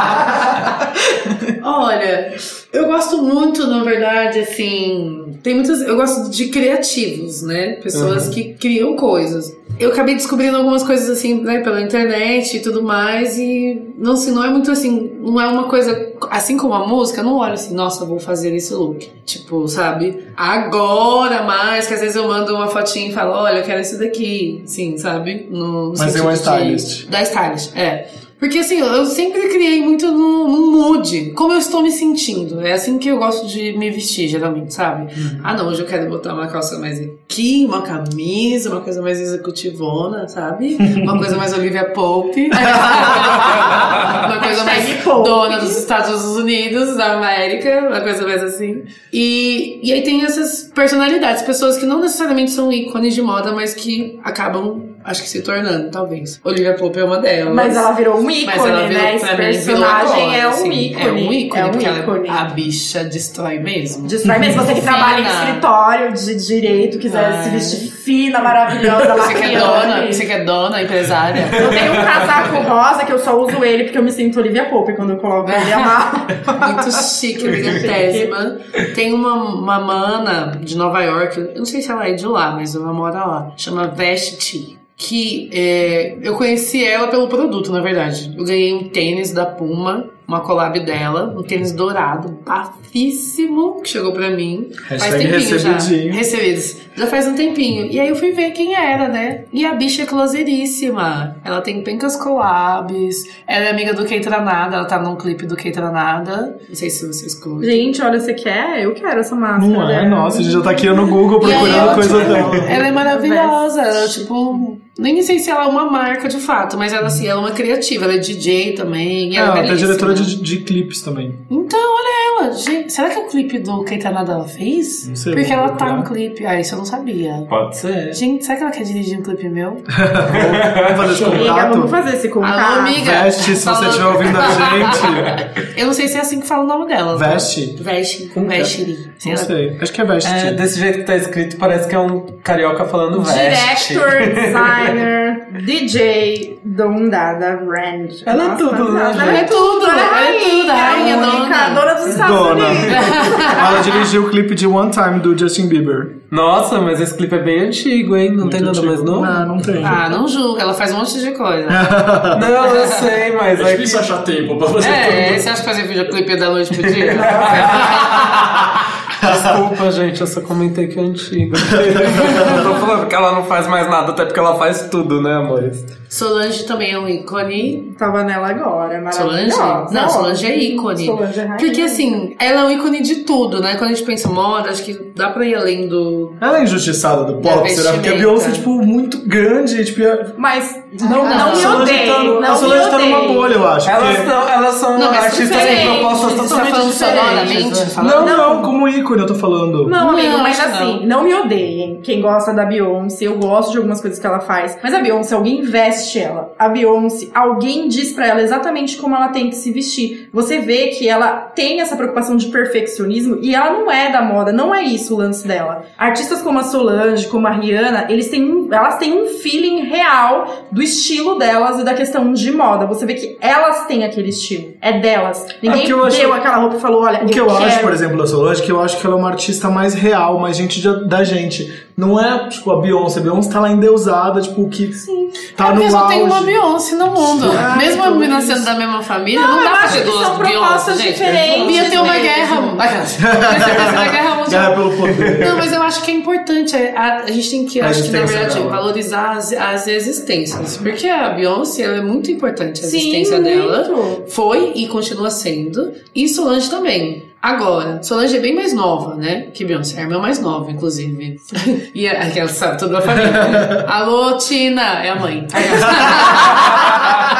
G: Olha, eu gosto muito, na verdade, assim. Tem muitas. Eu gosto de criativos, né?
I: Uhum.
G: Pessoas que criam coisas. Eu acabei descobrindo algumas coisas assim, né, pela internet e tudo mais, e não sei, não é muito assim, não é uma coisa. Assim como a música, eu não olho assim, nossa, vou fazer esse look. Tipo, sabe? Agora mais, que às vezes eu mando uma fotinha e falo, olha, eu quero esse daqui, sim, sabe? No, no
I: Mas é
G: sentido
I: uma
G: de-
I: stylist.
G: Da stylist, é. Porque assim, eu- eu sempre criei muito no, no mood, como eu estou me sentindo. É assim que eu gosto de me vestir, geralmente, sabe? Ah, não, hoje eu quero botar uma calça mais aqui, uma camisa, uma coisa mais executivona, sabe? Uma coisa mais Olivia Pope. uma coisa mais dona dos Estados Unidos, da América, uma coisa mais assim. E, e aí tem essas personalidades, pessoas que não necessariamente são ícones de moda, mas que acabam, acho que se tornando, talvez. Olivia Pope é uma delas.
E: Mas ela virou um
G: Mas
E: ícone,
G: ela virou,
E: né? Esse
G: pra mim, virou
E: personagem
G: icone,
E: é um
G: assim.
E: ícone.
G: É um ícone,
E: É um
G: porque ela-
E: ícone.
G: a bicha destrói mesmo.
E: Destrói mesmo você que trabalha em
G: Fina.
E: escritório de direito, quiser
G: Ai.
E: se vestir fina, maravilhosa,
G: Você que é dona,
E: lacrona.
G: você que é dona, empresária.
E: Eu tenho um casaco rosa que eu só uso ele porque eu me sinto Olivia Pope quando eu coloco ele amarro.
G: Muito chique, brigantésima. Tem uma, uma mana de Nova York, eu não sei se ela é de lá, mas ela mora lá, chama Vesti. Que é, eu conheci ela pelo produto, na verdade. Eu ganhei um tênis da Puma, uma collab dela, um tênis dourado, bafíssimo, que chegou pra mim. faz
I: Hashtag
G: tempinho
I: recebidinho.
G: já. Recebidos. Já faz um tempinho. E aí eu fui ver quem era, né? E a bicha é closeríssima. Ela tem pencas collabs. Ela é amiga do Keitranada. Ela tá num clipe do Keitranada. Não sei se vocês curtem.
J: Gente, olha, você quer? Eu quero essa máscara.
B: Não é,
J: dela.
B: nossa, a gente já tá aqui no Google
G: E aí
B: procurando
G: ela,
B: coisa
G: tipo,
B: dela.
G: Ela é maravilhosa. Ela, tipo, nem sei se ela é uma marca de fato, mas ela, assim, ela é uma criativa. Ela é DJ também. E ela,
B: Ah, ela
G: é
C: tá
B: é
G: belíssima.
B: diretora de, de clipes também.
G: Então, olha ela. Gente, será que o clipe do Keitranada ela fez?
B: Não sei,
G: Porque
B: vou
G: ela tá
B: procurar.
G: no clipe. Ah, isso eu não sabia.
C: Pode ser.
G: Gente, será que ela quer dirigir um clipe meu?
B: Vamos fazer esse
J: Amiga, vamos
B: contato?
J: fazer esse
E: Ah,
J: contato.
E: tá.
G: Alô, amiga.
B: Veste, se você
G: Falou.
B: estiver ouvindo a gente.
G: Eu não sei se é assim que fala o nome dela. tá?
B: Veste?
G: Veste.
C: Como que é?
G: Veste.
B: Não sei. Acho que é veste.
C: É, desse jeito que tá escrito, parece que é um carioca falando veste.
E: Director, designer, DJ, Dondada Range.
C: Ela é
E: Nossa,
C: tudo, né,
E: ela
C: gente?
E: é tudo, ela é tudo, a rainha, única,
G: dona.
E: dona dos Estados
B: Dona.
E: Unidos.
B: Ela dirigiu o clipe de One Time do Justin Bieber.
C: Nossa, mas esse clipe é bem antigo, hein? Não tem nada mais novo?
B: Não, não tem.
G: Ah, não julga. Ela faz um monte de coisa.
C: Não, eu sei, mas
D: É
C: é que...
D: difícil achar tempo pra fazer
G: É,
B: um
D: tudo.
G: você acha que fazer videoclipe da noite pro dia?
C: Desculpa, gente, eu só comentei que é antigo. eu tô falando que ela não faz mais nada, até porque ela faz tudo, né, amores?
G: Solange também é um ícone.
E: Tava nela agora, maravilhosa.
G: Solange? Não, Solange é ícone.
E: Solange é rainha.
G: Porque assim, ela é um ícone de tudo, né? Quando a gente pensa em moda, acho que dá pra ir além do.
B: Ela é injustiçada do
G: Da
B: pop, será? Porque a
G: vestimenta.
B: Beyoncé, tipo, muito grande. e, Tipo, é-
E: Mas
B: não,
G: não,
B: a
G: me
B: Solange
E: odeie,
B: tá, no- a
E: não
B: Solange
E: me
B: tá numa
E: odeie.
B: bolha, eu acho.
C: Elas,
B: porque-
C: são, elas são
G: mas
C: artistas
G: diferente.
C: com propostas
G: Você tá
C: totalmente
G: falando
C: diferentes.
G: sonoramente,
C: né?
G: falando-
B: Não, não, como ícone eu tô falando.
E: Não, amigo,
G: Não,
E: mas
G: acho que
E: assim, não. me odeiem. Quem gosta da Beyoncé, eu gosto de algumas coisas que ela faz. Mas a Beyoncé, alguém veste ela. A Beyoncé, alguém diz pra ela exatamente como ela tem que se vestir. Você vê que ela tem essa preocupação de perfeccionismo e ela não é da moda, não é isso o lance dela. Artistas como a Solange, como a Rihanna, eles têm, um- elas têm um feeling real do estilo delas e da questão de moda. Você vê que elas têm aquele estilo. É delas. Ninguém
B: que eu
E: deu
B: acho-
E: aquela roupa e falou, olha,
B: O que eu,
E: quero
G: é-
B: acho, por exemplo, da Solange, que eu acho que ela é uma artista mais real, mais gente da- da gente. Não é, tipo, a Beyoncé. A Beyoncé tá lá endeusada, tipo, que tá
G: é
B: no
G: mesmo
B: auge.
G: tem uma Beyoncé no mundo.
B: Ah,
G: mesmo
B: então
G: a menina
B: isso.
G: sendo da mesma família,
E: Não,
G: não,
E: eu
G: dá pra
E: acho
G: ter
E: que
G: duas
E: são propostas
G: Beyoncé, gente.
E: diferentes
G: Ia ter uma
E: mesmo.
G: guerra. Ia ter uma guerra mundial.
B: Guerra pelo poder.
G: Não, mas eu acho que é importante. é, A, a gente tem que,
B: A
G: acho que, na
B: existência
G: verdade,
B: dela.
G: valorizar as, as existências. Porque a Beyoncé ela é muito importante, a
E: Sim,
G: existência dela.
E: muito.
G: Foi e continua sendo. E Solange também. Agora, Solange é bem mais nova, né? Que Beyoncé é a irmã mais nova, inclusive. E é, a- aquela sabe toda a família. Alô, Tina! É a mãe.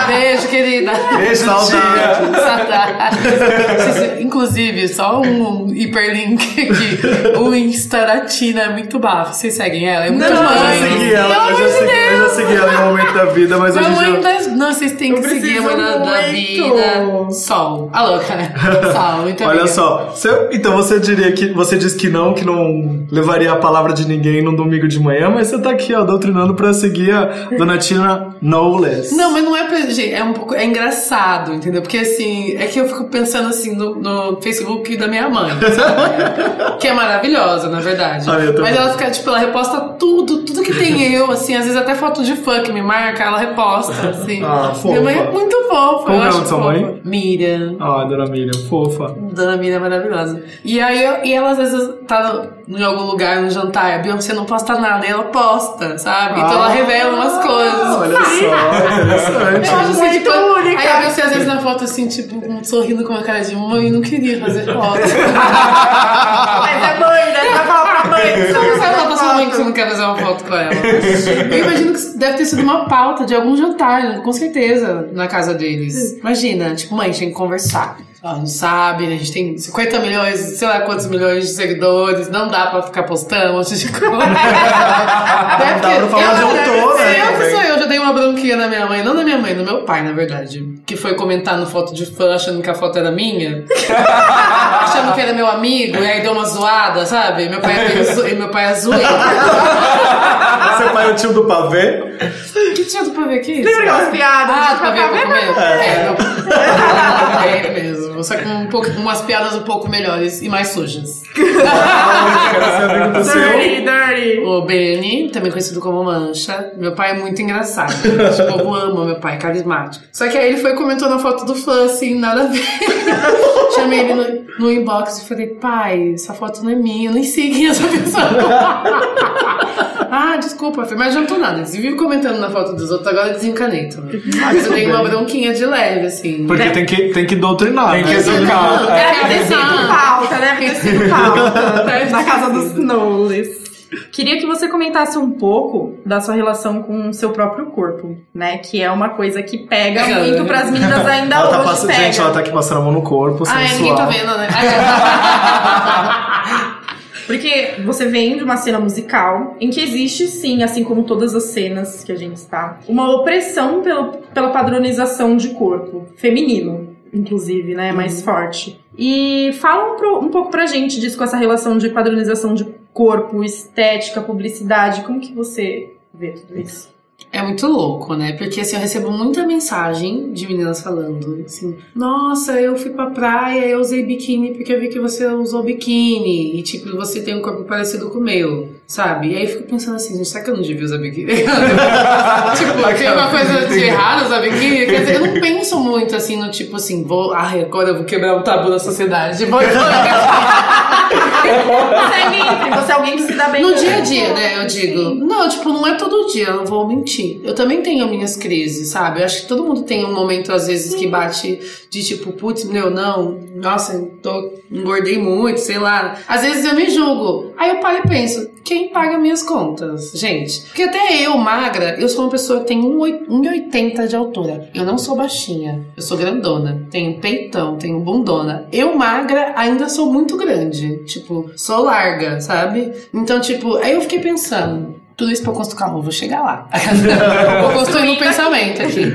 G: Beijo, querida.
C: Beijo,
B: Saudade.
C: tia.
G: Saudades. Inclusive, só um hiperlink aqui. O Insta da Tina é muito bafo. Vocês seguem ela? É muito
B: Não,
G: mãe.
B: eu já segui ela,
G: Pelo
B: mas
G: amor
B: eu, segui, eu já
G: de Deus.
B: segui ela em um momento da vida, mas hoje
G: Minha
B: em dia.
G: mãe
B: eu-
G: das... Não, vocês têm
E: Eu
G: que seguir a mãe
E: preciso
G: da, da
E: muito.
G: vida. Sol. A louca, né? Sol. Então,
B: Olha
G: amiga.
B: só, você- então você diria que você diz que não, que não levaria a palavra de ninguém num domingo de manhã, mas você tá aqui, ó, doutrinando pra seguir a Dona Tina no less.
G: Não, mas não é pra. Gente, é um pouco. É engraçado, entendeu? Porque assim, é que eu fico pensando assim no, no Facebook da minha mãe, sabe? que é maravilhosa, na verdade.
B: Ah, eu também.
G: mas ela fica, tipo, ela reposta tudo, tudo que tem eu, assim, às vezes até foto de fã que me marca, ela reposta, assim.
B: Ah, fofa.
G: Minha mãe é muito fofa.
B: Como
G: eu
B: é o
G: acho
B: nome da sua
G: fofa.
B: mãe?
G: Miriam.
B: Ah, Dona Miriam, fofa.
G: Dona Miriam é maravilhosa. E aí, eu- e ela às vezes tá no- em algum lugar, no jantar, a Beyoncé não posta nada, e ela posta, sabe? Então ela
B: Ah,
G: revela umas coisas.
B: Olha é só,
G: Eu acho
B: interessante.
G: assim, tipo,
K: única.
G: Aí a Beyoncé às vezes na foto assim, tipo, com- sorrindo com uma cara de mãe, não queria fazer foto.
K: Mas é mãe, né? Vai falar pra mãe.
G: Como você vai falar pra sua mãe que você
K: foto.
G: não quer fazer uma foto com ela? Eu imagino que isso deve ter sido uma pauta de algum jantar, com certeza, na casa deles. Imagina, tipo, mãe, a gente tem que conversar. Ela não sabe, né? A gente tem 50 milhões, sei lá quantos milhões de seguidores, não dá pra ficar postando um monte de coisa. Deve
B: dá pra
G: ter-
B: falar de
G: eu-
B: autor, né,
G: Eu que
B: também.
G: sou eu, já dei uma bronquinha na minha mãe, não na minha mãe, no meu pai, na verdade. Que foi comentar no foto de fã achando que a foto era minha achando que era meu amigo, e aí deu uma zoada, sabe? Meu pai é meio zo- e meu pai é zoeiro.
B: Seu pai é o tio do pavê?
G: que tinha do pavê aqui?
K: Lembra aquelas piadas?
G: Ah, do
K: Pra
G: pavê
K: pavê,
G: com comer? É, meu... é mesmo. Só com um pouco- umas piadas um pouco melhores e mais sujas.
K: Dirty, dirty.
G: O Benny, também conhecido como Mancha, meu pai é muito engraçado. gente. O povo ama meu pai, é carismático. Só que aí ele foi e comentou na foto do fã, assim, nada a ver. Chamei ele no, no inbox e falei, pai, essa foto não é minha, eu nem sei quem é essa pessoa. ah, desculpa, filho, mas não tô nada. Eles viviam comentando na foto dos outros, agora eu desencanei também. Mas eu dei uma bronquinha de leve, assim.
B: Porque é, tem que, tem que doutrinar. né? Tem que
G: Não, deve ter sido
K: Tecido
G: pau.
K: pauta, né? Tecido pauta. Na casa dos
E: Knowles. Queria que você comentasse um pouco da sua relação com o seu próprio corpo, né? Que é uma coisa que pega
G: Pega,
E: muito
G: né?
E: pras meninas ainda
B: Ela
E: hoje.
B: tá passando,
E: pega.
B: gente, ela tá aqui passando a mão no corpo,
G: Ah, é, ninguém
B: sensual.
G: tá vendo, né? Ah,
E: Porque você vem de uma cena musical em que existe, sim, assim como todas as cenas que a gente está, uma opressão pelo, pela padronização de corpo feminino, inclusive,
G: Uhum.
E: né? Mais forte. E fala um, pro- um pouco pra gente disso, com essa relação de padronização de corpo, estética, publicidade. Como que você vê tudo isso?
G: É muito louco, né? Porque assim, eu recebo muita mensagem de meninas falando assim: Nossa, eu fui pra praia, eu usei biquíni porque eu vi que você usou biquíni. E tipo, você tem um corpo parecido com o meu, sabe? E aí eu fico pensando assim: gente, será que eu não devia usar biquíni? tipo, tem uma coisa de errado usar biquíni? Quer dizer, eu não penso muito assim no tipo assim: vou, ai, agora eu vou quebrar o tabu da sociedade. Vou,
E: Você é livre, você é alguém que se dá bem. com
G: No dia a
E: o
G: dia,
E: corpo,
G: né? Eu digo.
E: sim.
G: Não, tipo, não é todo dia, eu não vou mentir. Eu também tenho minhas crises, sabe? Eu acho que todo mundo tem um momento, às vezes, que bate de tipo, putz, meu, não, nossa, eu tô, engordei muito, sei lá. Às vezes eu me julgo. Aí eu paro e penso, quem paga minhas contas, gente? Porque até eu, magra, eu sou uma pessoa que tem 1,8 1,80 de altura. Eu não sou baixinha, eu sou grandona. Tenho peitão, tenho bundona. Eu, magra, ainda sou muito grande. Tipo, sou larga, sabe? Então, tipo, aí eu fiquei pensando. Tudo isso pra eu construir. Calma, eu vou chegar lá. vou construir um pensamento aqui.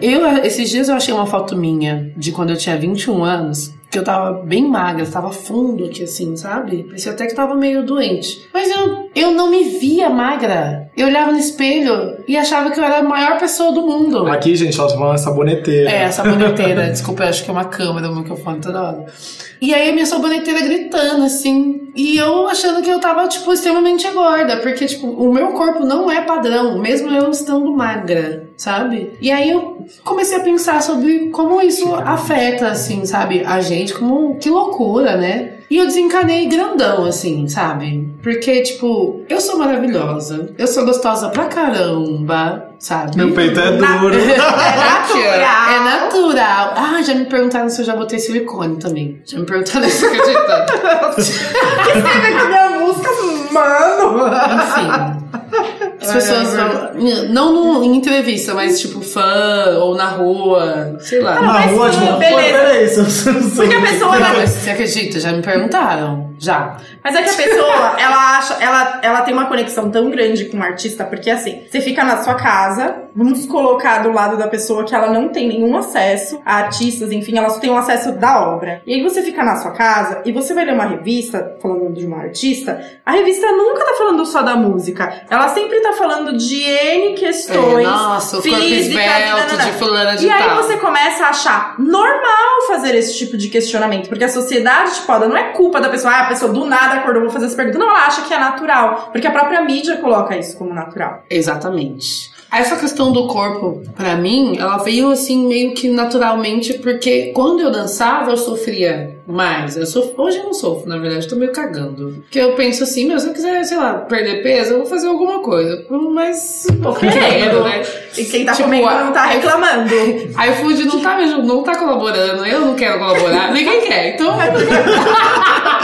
G: Eu, esses dias eu achei uma foto minha de quando eu tinha 21 anos, que eu tava bem magra, tava fundo aqui assim, sabe? Parecia até que tava meio doente. Mas eu, eu não me via magra. Eu olhava no espelho e achava que eu era a maior pessoa do mundo.
B: Aqui, gente, ela tá falando essa boneteira.
G: É, essa boneteira. Desculpa, eu acho que é uma câmera, um microfone toda hora. E aí a minha saboneteira gritando, assim. E eu achando que eu tava, tipo, extremamente gorda. Porque, tipo, o meu corpo não é padrão, mesmo eu estando magra, sabe? E aí eu comecei a pensar sobre como isso afeta, assim, sabe? A gente, como... Que loucura, né? E eu desencanei grandão, assim, sabe? Porque, tipo, eu sou maravilhosa. Eu sou gostosa pra caramba, sabe?
B: Meu peito é duro.
G: É natural. Ah, já me perguntaram se eu já botei silicone também. Já me perguntaram isso, acredita?
K: A minha música, mano.
G: Enfim. As pessoas vão. Não no- em entrevista, mas tipo fã ou na rua, sei lá.
B: Na
K: mas
B: rua de
I: tipo,
K: tudo,
B: uma
K: beleza.
B: Peraí, se eu- se eu- se eu-
K: Porque a pessoa, ela
G: Mas Você acredita? Já me perguntaram. Já.
E: Mas é que a pessoa, ela acha, ela, ela tem uma conexão tão grande com o artista, porque assim, você fica na sua casa, vamos colocar do lado da pessoa que ela não tem nenhum acesso a artistas, enfim, ela só tem um acesso da obra. E aí você fica na sua casa e você vai ler uma revista falando de uma artista, a revista nunca tá falando só da música, ela sempre tá falando de N
G: É,
E: questões.
G: nossa, o corpo
E: físicas,
G: esbelto
E: nananã.
G: de fulana de
E: E aí
G: tal.
E: você começa a achar normal fazer esse tipo de questionamento, porque a sociedade, tipo, ela não é culpa da pessoa, ah, a pessoa do nada acordou, vou fazer essa pergunta. Não, ela acha que é natural, porque a própria mídia coloca isso como natural.
G: Exatamente. Essa questão do corpo, pra mim, ela veio assim meio que naturalmente, porque quando eu dançava eu sofria mais. Eu sof... Hoje eu não sofro, na verdade, eu tô meio cagando. Porque eu penso assim, meu, se eu quiser, sei lá, perder peso, eu vou fazer alguma coisa. Mas.
E: Ok.
G: quero, né?
E: E quem tá
G: Tipo,
E: comendo
G: a-
E: não tá reclamando.
G: A iFood não tá me ajudando, não tá colaborando, eu não quero colaborar, ninguém quer, então.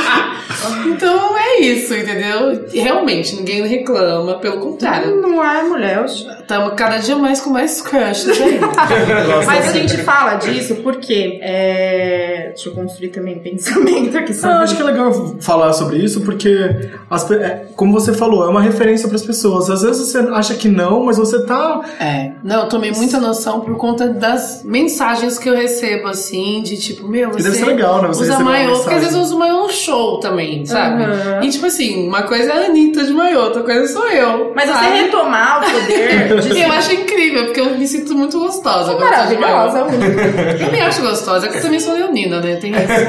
G: então é isso, entendeu? Realmente, ninguém reclama, pelo contrário.
E: Não é mulher.
G: Estamos cada dia mais com mais
E: né?
G: crushes aí.
E: Mas a
C: assim.
G: assim,
E: gente fala disso porque. É... Deixa eu construir também pensamento aqui
I: Ah,
E: sobre
I: eu acho que é legal falar sobre isso, porque, as pe- é, como você falou, é uma referência para as pessoas. Às vezes você acha que não, mas você tá.
G: É. Não, eu tomei muita noção por conta das mensagens que eu recebo, assim, de tipo, meu,
I: E
G: você.
I: deve ser legal, né? Você
G: usa
I: receber uma
G: maiô, porque às
I: mensagem.
G: vezes eu uso maiô no show também, sabe?
E: Aham.
G: E tipo assim, uma coisa é a Anitta de maiô, outra coisa sou eu.
E: Mas você tipo-
G: sabe?
E: retomar o poder é de
G: Eu acho incrível, porque eu me sinto muito gostosa. quando eu tô de
E: maravilhosa.
G: maiô. Eu me acho gostosa, é que eu também sou leonina, né? Tem isso.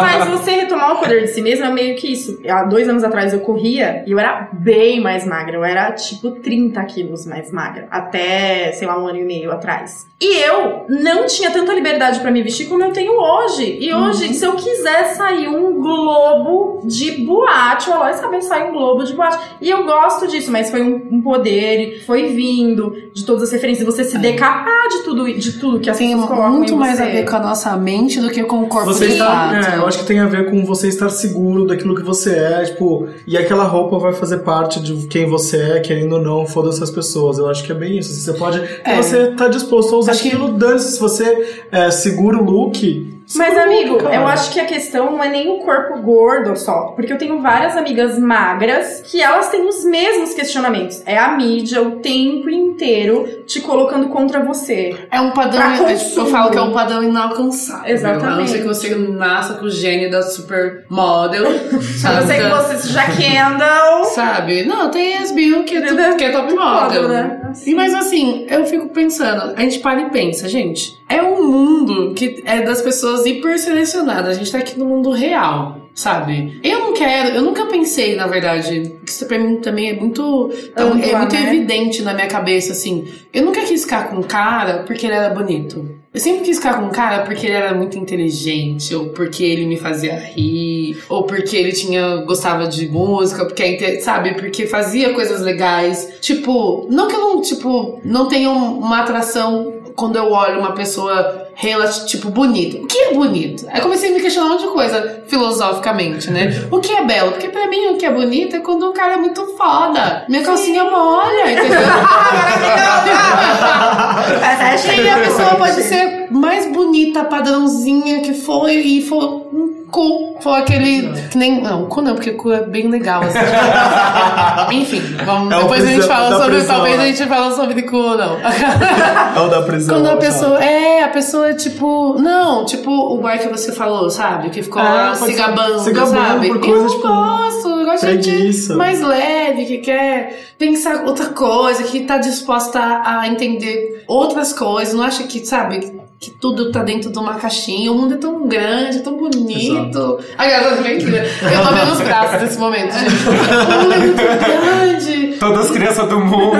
E: Mas você retomar o poder de si mesmo é meio que isso. Há dois anos atrás eu corria e eu era bem mais magra. Eu era tipo 30 quilos mais magra. Até, sei lá, um ano e meio atrás. E eu não tinha tanta liberdade pra me vestir como eu tenho hoje. E hoje,
G: Uhum.
E: se eu quiser sair um globo de boate, o Aloy sabe sair um globo de boate. E eu gosto disso, mas foi um, um poder, e foi vindo de todas as referências. Você se decapar de tudo, de tudo que as
G: Tem
E: pessoas colocam
G: muito
E: em
G: mais
E: você.
G: a ver com a nossa mente do que com o corpo
I: Você
G: de
I: está,
G: fato.
I: é, eu acho que tem a ver com você estar seguro daquilo que você é, tipo, e aquela roupa vai fazer parte de quem você é, querendo ou não, foda-se as pessoas. Eu acho que é bem isso. Você pode.
G: É.
I: Você tá disposto a usar
G: Acho que-
I: aquilo, dane-se. Se você é, segura o look. segura
E: Mas,
I: o look,
E: amigo,
I: cara.
E: eu acho que a questão não é nem o corpo gordo só. Porque eu tenho várias amigas magras que elas têm os mesmos questionamentos. É a mídia o tempo inteiro te colocando contra você.
G: É um padrão.
E: Pra
G: Eu
E: consumo.
G: falo que é um padrão inalcançável.
E: Exatamente.
G: A não ser que você nasça com o gênio da supermodel.
E: A
G: sabe?
E: não ser que você é seja Kendall.
G: Sabe? Não, tem as Bill que é, tu, que é top model.
E: Model, né?
G: E mas assim, eu fico pensando, a gente para e pensa, gente, é um mundo que é das pessoas hiper selecionadas. A gente tá aqui no mundo real. Sabe? Eu não quero, eu nunca pensei, na verdade, que isso pra mim também é muito. Então, é
E: Ampla,
G: muito
E: né?
G: evidente na minha cabeça, assim. Eu nunca quis ficar com um cara porque ele era bonito. Eu sempre quis ficar com um cara porque ele era muito inteligente, ou porque ele me fazia rir, ou porque ele tinha gostava de música, porque é inte- sabe, porque fazia coisas legais. Tipo, não que eu não, tipo, não tenha um- uma atração quando eu olho uma pessoa relati- tipo bonita. O que é bonito? Aí comecei a me questionar um monte de coisa filosoficamente, né? O que é belo? Porque pra mim o que é bonito é quando o cara é muito foda. Minha calcinha molha, entendeu?
E: Mas
G: E a pessoa pode ser mais bonita, padrãozinha que for e for um cu. For aquele. Que nem, não, cu não, porque cu é bem legal. Assim. Enfim, vamos,
I: É o
G: depois a gente
I: prisão- da
G: fala sobre.
I: prisão,
G: talvez
I: né?
G: a gente fala sobre cu, não.
I: É o da prisão.
G: Ah, Quando a
I: sabe?
G: pessoa. É, a pessoa, tipo. Não, tipo o boy que você falou, sabe? Que ficou
I: É,
G: lá
I: pode
G: se
I: ser-
G: gabando.
I: se gabando
G: sabe?
I: por coisa,
G: eu
I: tipo,
G: gosto, eu gosto de gente
I: Preguiça.
G: mais leve, que quer pensar outra coisa, que tá disposta a entender outras coisas, não acha que, sabe, que tudo tá dentro de uma caixinha, o mundo é tão grande, é tão bonito. Aliás, eu aqui, né? Eu tô menos graça nesse momento, gente. O mundo é muito grande.
C: Todas as crianças do mundo.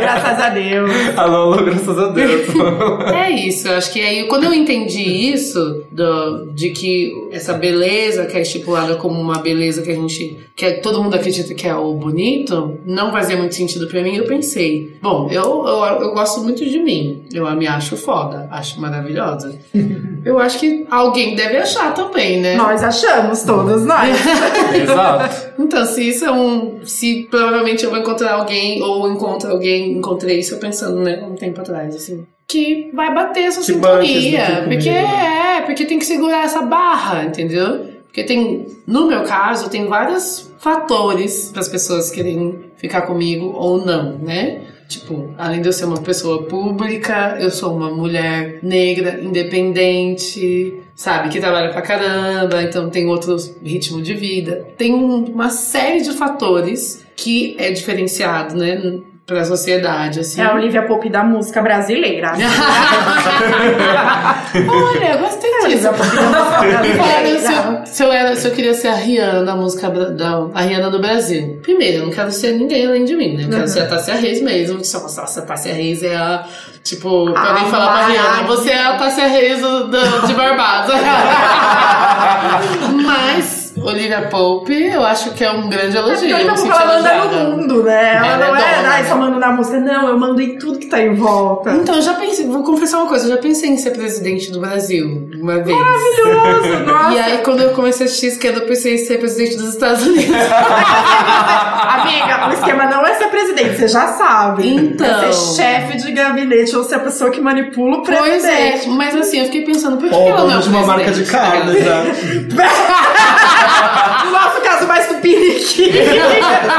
E: Graças a Deus.
C: Alô, alô, graças a Deus.
G: É isso, eu acho que aí quando eu entendi isso, do- de que essa beleza que é estipulada como uma beleza que a gente. que é- todo mundo acredita que é o bonito, não fazia muito sentido pra mim, eu pensei, bom, eu, eu, eu gosto muito de mim. Eu me acho foda, acho maravilhosa. Eu acho que alguém deve achar também, né?
E: Nós achamos, todos nós.
C: Exato.
G: Então, se isso é um. Se provavelmente eu vou encontrar alguém, ou encontro alguém, encontrei isso eu pensando, né, um tempo atrás, assim. Que vai bater essa
I: Que né? banque esse
G: sintonia.
I: daqui
G: Porque
I: comigo.
G: é, porque tem que segurar essa barra, entendeu? Porque tem, no meu caso, tem vários fatores para as pessoas querem ficar comigo ou não, né? Tipo, além de eu ser uma pessoa pública, eu sou uma mulher negra, independente, sabe, que trabalha pra caramba, então tem outro ritmo de vida. Tem um- uma série de fatores que é diferenciado, né? pra sociedade, assim.
E: É a Olivia Pope da música brasileira.
G: Olha, gostei disso. E falando se eu, se, eu era, se eu queria ser a Rihanna da música bra- da, a Rihanna do Brasil. Primeiro, eu não quero ser ninguém além de mim, né? Eu quero ser a Tássia Reis mesmo. Só que nossa, a Tássia Reis é a. Tipo, pra alguém falar pra Rihanna, você é a Tássia Reis do- do- de Barbados. Mas, Olivia Pope, eu acho que é um grande elogio.
E: Porque
G: eu me
E: Olivia Pope,
G: senti
E: ela manda
G: elogiada.
E: no mundo, né? Ela
G: Ela é
E: não é,
G: dona,
E: ai,
G: né?
E: só mando na música. Não, eu mando em tudo que tá em volta.
G: Então, eu já pensei, vou confessar uma coisa, eu já pensei em ser presidente do Brasil uma vez.
E: Maravilhoso, nossa.
G: E aí, quando eu comecei a assistir esquerda, eu pensei em ser presidente dos Estados Unidos.
E: Amiga, o esquema não é ser presidente, você já sabe.
G: Então.
E: É ser chefe de gabinete ou ser a pessoa que manipula o
G: Pois é,
E: presidente.
G: mas assim, eu fiquei pensando, por que
I: Ou
G: ela não é
I: vamos de uma marca de carne
G: presidente?
I: já.
E: No nosso caso, mais tupiniquim.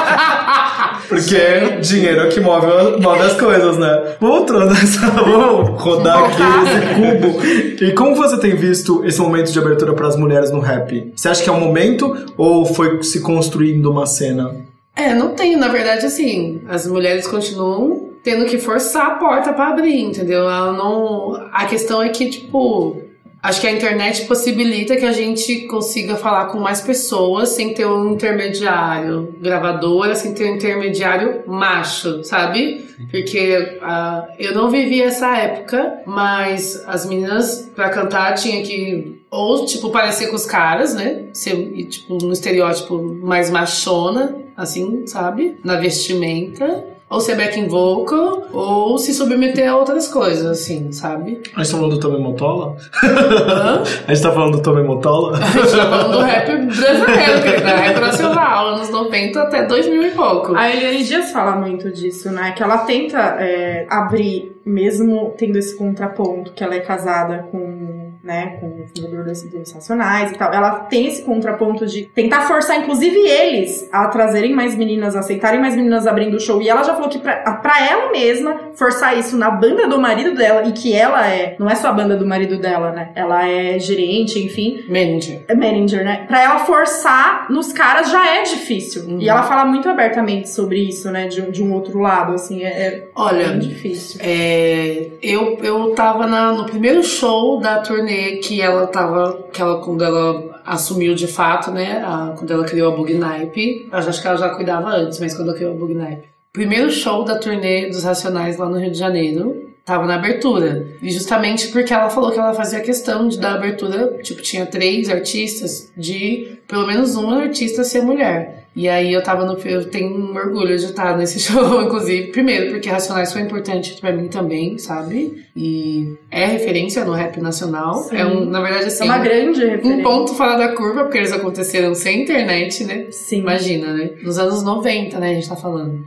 I: Porque dinheiro é o que move, move as coisas, né? Vamos nessa, vamos rodar aqui esse cubo. E como você tem visto esse momento de abertura para as mulheres no rap? Você acha que é um momento ou foi se construindo uma cena?
G: É, não tem, na verdade, assim, as mulheres continuam tendo que forçar a porta pra abrir, entendeu? Ela não. A questão é que, tipo, acho que a internet possibilita que a gente consiga falar com mais pessoas sem ter um intermediário gravadora, sem ter um intermediário macho, sabe? Porque ah, eu não vivi essa época, mas as meninas pra cantar tinha que ou tipo parecer com os caras, né? Ser e, tipo um estereótipo mais machona, assim, sabe? Na vestimenta. Ou ser backing vocal, ou se submeter a outras coisas, assim, sabe?
I: A gente tá falando do Tommy Motola?
G: Hã?
I: A gente tá falando do Tommy Motola?
G: A gente tá falando do rap brasileiro, que é rap nacional, anos 90 até 2000 e pouco.
E: A Eliane Dias fala muito disso, né? Que ela tenta é, abrir, mesmo tendo esse contraponto, que ela é casada com, né, com o fundador dos, dos Racionais e tal. Ela tem esse contraponto de tentar forçar, inclusive, eles a trazerem mais meninas, a aceitarem mais meninas abrindo o show. E ela já falou que pra, a- pra ela mesma, forçar isso na banda do marido dela, e que ela é, não é só a banda do marido dela, né? Ela é gerente, enfim
G: Manager.
E: manager, né? Pra ela forçar nos caras já é difícil.
G: Uhum.
E: E ela fala muito abertamente sobre isso, né? De, um- de um outro lado, assim, é, é
G: Olha,
E: bem difícil.
G: É, eu, eu tava na- no primeiro show da turnê que ela tava. Que ela, quando ela assumiu de fato, né? a- quando ela criou a Bugnipe. Eu acho que ela já cuidava antes, mas quando ela criou a Bugnipe. Primeiro show da turnê dos Racionais lá no Rio de Janeiro. Tava na abertura. E justamente porque ela falou que ela fazia questão de dar abertura, tipo, tinha três artistas, de pelo menos uma artista ser mulher. E aí eu tava no. Eu tenho um orgulho de estar nesse show, inclusive. Primeiro, porque Racionais foi importante pra mim também, sabe? E é referência no rap nacional.
E: Sim.
G: É um, na verdade,
E: É
G: assim,
E: uma
G: um-
E: grande referência.
G: um ponto fora da curva, porque eles aconteceram sem internet, né?
E: Sim.
G: Imagina, né? Nos anos 90, né? A gente tá falando.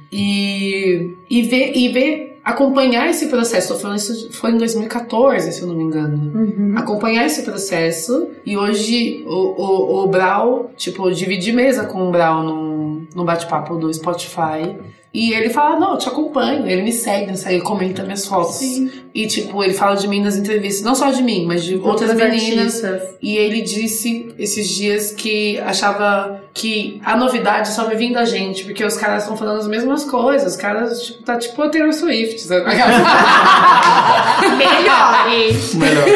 G: E, e ver, e ver, acompanhar esse processo. Tô falando isso foi em 2014, se eu não me engano
E: Uhum.
G: acompanhar esse processo. E hoje o, o, o Brau, tipo, eu dividi mesa com o Brau no, no bate-papo do Spotify. E ele fala, não, eu te acompanho, ele me segue, não sei, ele comenta minhas fotos. E tipo, ele fala de mim nas entrevistas, não só de mim, mas de outras, meninas.
E: artistas.
G: E ele disse esses dias que achava que a novidade só me vinha da gente, porque os caras estão falando as mesmas coisas, os caras, tipo, tá tipo a Taylor Swift, sabe?
E: Melhores.
I: Melhor.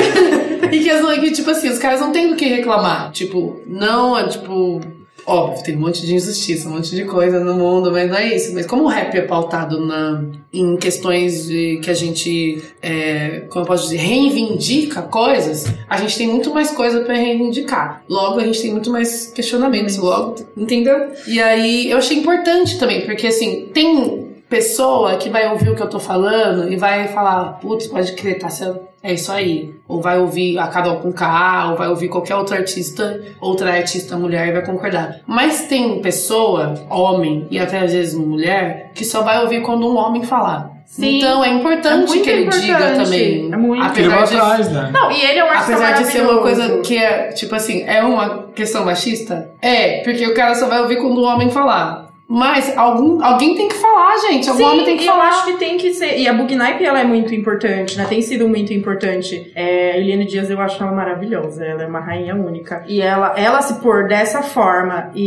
G: E que, as- que, tipo assim, os caras não têm do que reclamar. Tipo, não, é, tipo. Óbvio, tem um monte de injustiça, um monte de coisa no mundo, mas não é isso. Mas como o rap é pautado na, em questões de, que a gente, é, como eu posso dizer, reivindica coisas, a gente tem muito mais coisa pra reivindicar. Logo, a gente tem muito mais questionamentos, logo, entendeu? E aí, eu achei importante também, porque assim, tem pessoa que vai ouvir o que eu tô falando e vai falar, putz, pode crer, tá sendo é isso aí. Ou vai ouvir a Carol com K, ou vai ouvir qualquer outro artista, outra artista mulher e vai concordar. Mas tem pessoa, homem e até às vezes mulher, que só vai ouvir quando um homem falar.
E: Sim.
G: Então é importante
E: É muito
G: que ele diga
E: importante.
G: também.
E: É muito.
I: Ele vai
G: Apesar de,
I: atrás, né?
E: Não, e ele é um artista
G: apesar de ser uma coisa
E: maravilhoso.
G: que é, tipo assim, é uma questão machista? É, porque o cara só vai ouvir quando o homem falar. Mas algum, alguém tem que falar, gente. Algum
E: Sim,
G: homem tem que
E: eu
G: falar.
E: acho que tem que ser. E a Bugnaip, ela é muito importante, né? Tem sido muito importante. É, a Eliane Dias, eu acho ela maravilhosa. Ela é uma rainha única. E ela, ela se pôr dessa forma e,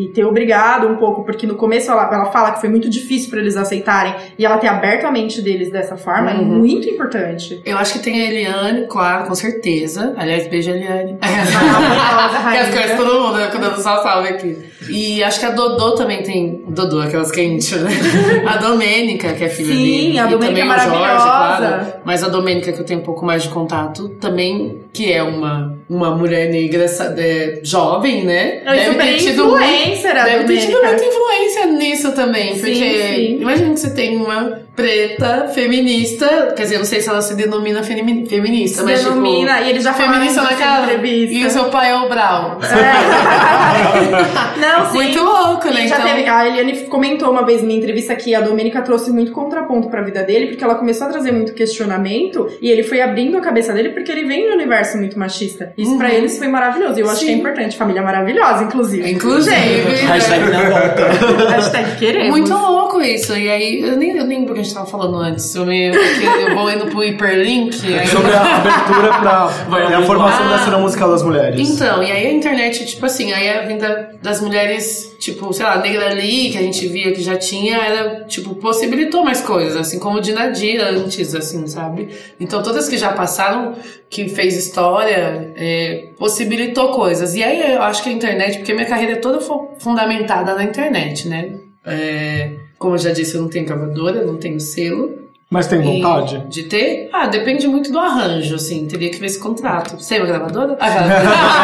E: e- e ter obrigado um pouco, porque no começo ela, ela fala que foi muito difícil pra eles aceitarem. E ela ter aberto a mente deles dessa forma é
G: Uhum.
E: muito importante.
G: Eu acho que tem a Eliane, claro, com certeza. Aliás, beijo, Eliane.
E: É, Maravilhosa, rainha.
G: Quer ficar todo mundo, né? Quando eu só salve aqui. E acho que a Dodô também tem. Dodô, aquelas quentes, né? A Domênica, que é filha
E: Sim,
G: dele.
E: a
G: E
E: Domênica
G: também
E: é
G: O Jorge, claro.
E: maravilhosa.
G: Mas a Domênica, que eu tenho um pouco mais de contato, também, que é uma, uma mulher negra sa- é, jovem, né?
E: Não, e super
G: muito-
E: influencer, a
G: Deve ter tido
E: Domênica.
G: muita influência nisso também.
E: Sim,
G: porque
E: sim.
G: imagina que você tem uma preta feminista, quer dizer, eu não sei se ela se denomina femi- feminista,
E: Se
G: mas
E: denomina,
G: tipo,
E: e eles já falaram
G: feminista
E: isso
G: na
E: em
G: cara.
E: entrevista.
G: E o seu pai é o Brau.
E: Não, sim.
G: Muito louco, né?
E: E já
G: Então,
E: teve- a Eliane comentou uma vez em minha entrevista que a Domênica trouxe muito contraponto pra vida dele, porque ela começou a trazer muito questionamento e ele foi abrindo a cabeça dele porque ele vem de um universo muito machista. Isso
G: Uhum.
E: pra eles foi maravilhoso. E eu acho que é importante. Família maravilhosa, inclusive.
G: Inclusive. né?
F: Hashtag não volta.
E: Hashtag queremos.
G: Muito louco isso. E aí, eu nem eu nem lembro o que a gente tava falando antes. Eu, me, porque eu vou indo pro hiperlink. aí-
I: Sobre a abertura pra
D: Vai,
I: é a
D: vai.
I: formação
G: É. Ah.
I: da cena musical das mulheres.
G: Então, e aí a internet, tipo assim, aí a vinda das mulheres, tipo, sei lá, negra ali, que a gente via que já tinha, era, tipo, possibilitou mais coisas, assim, como o Dinadia antes, assim, sabe? Então, todas que já passaram, que fez história, é, possibilitou coisas. E aí eu acho que a internet, porque minha carreira é toda fu- fundamentada na internet, né? É, como eu já disse, eu não tenho gravadora, não tenho selo.
I: Mas tem
G: E-
I: vontade?
G: De ter? Ah, depende muito do arranjo, assim. Teria que ver esse contrato. Você é uma gravadora?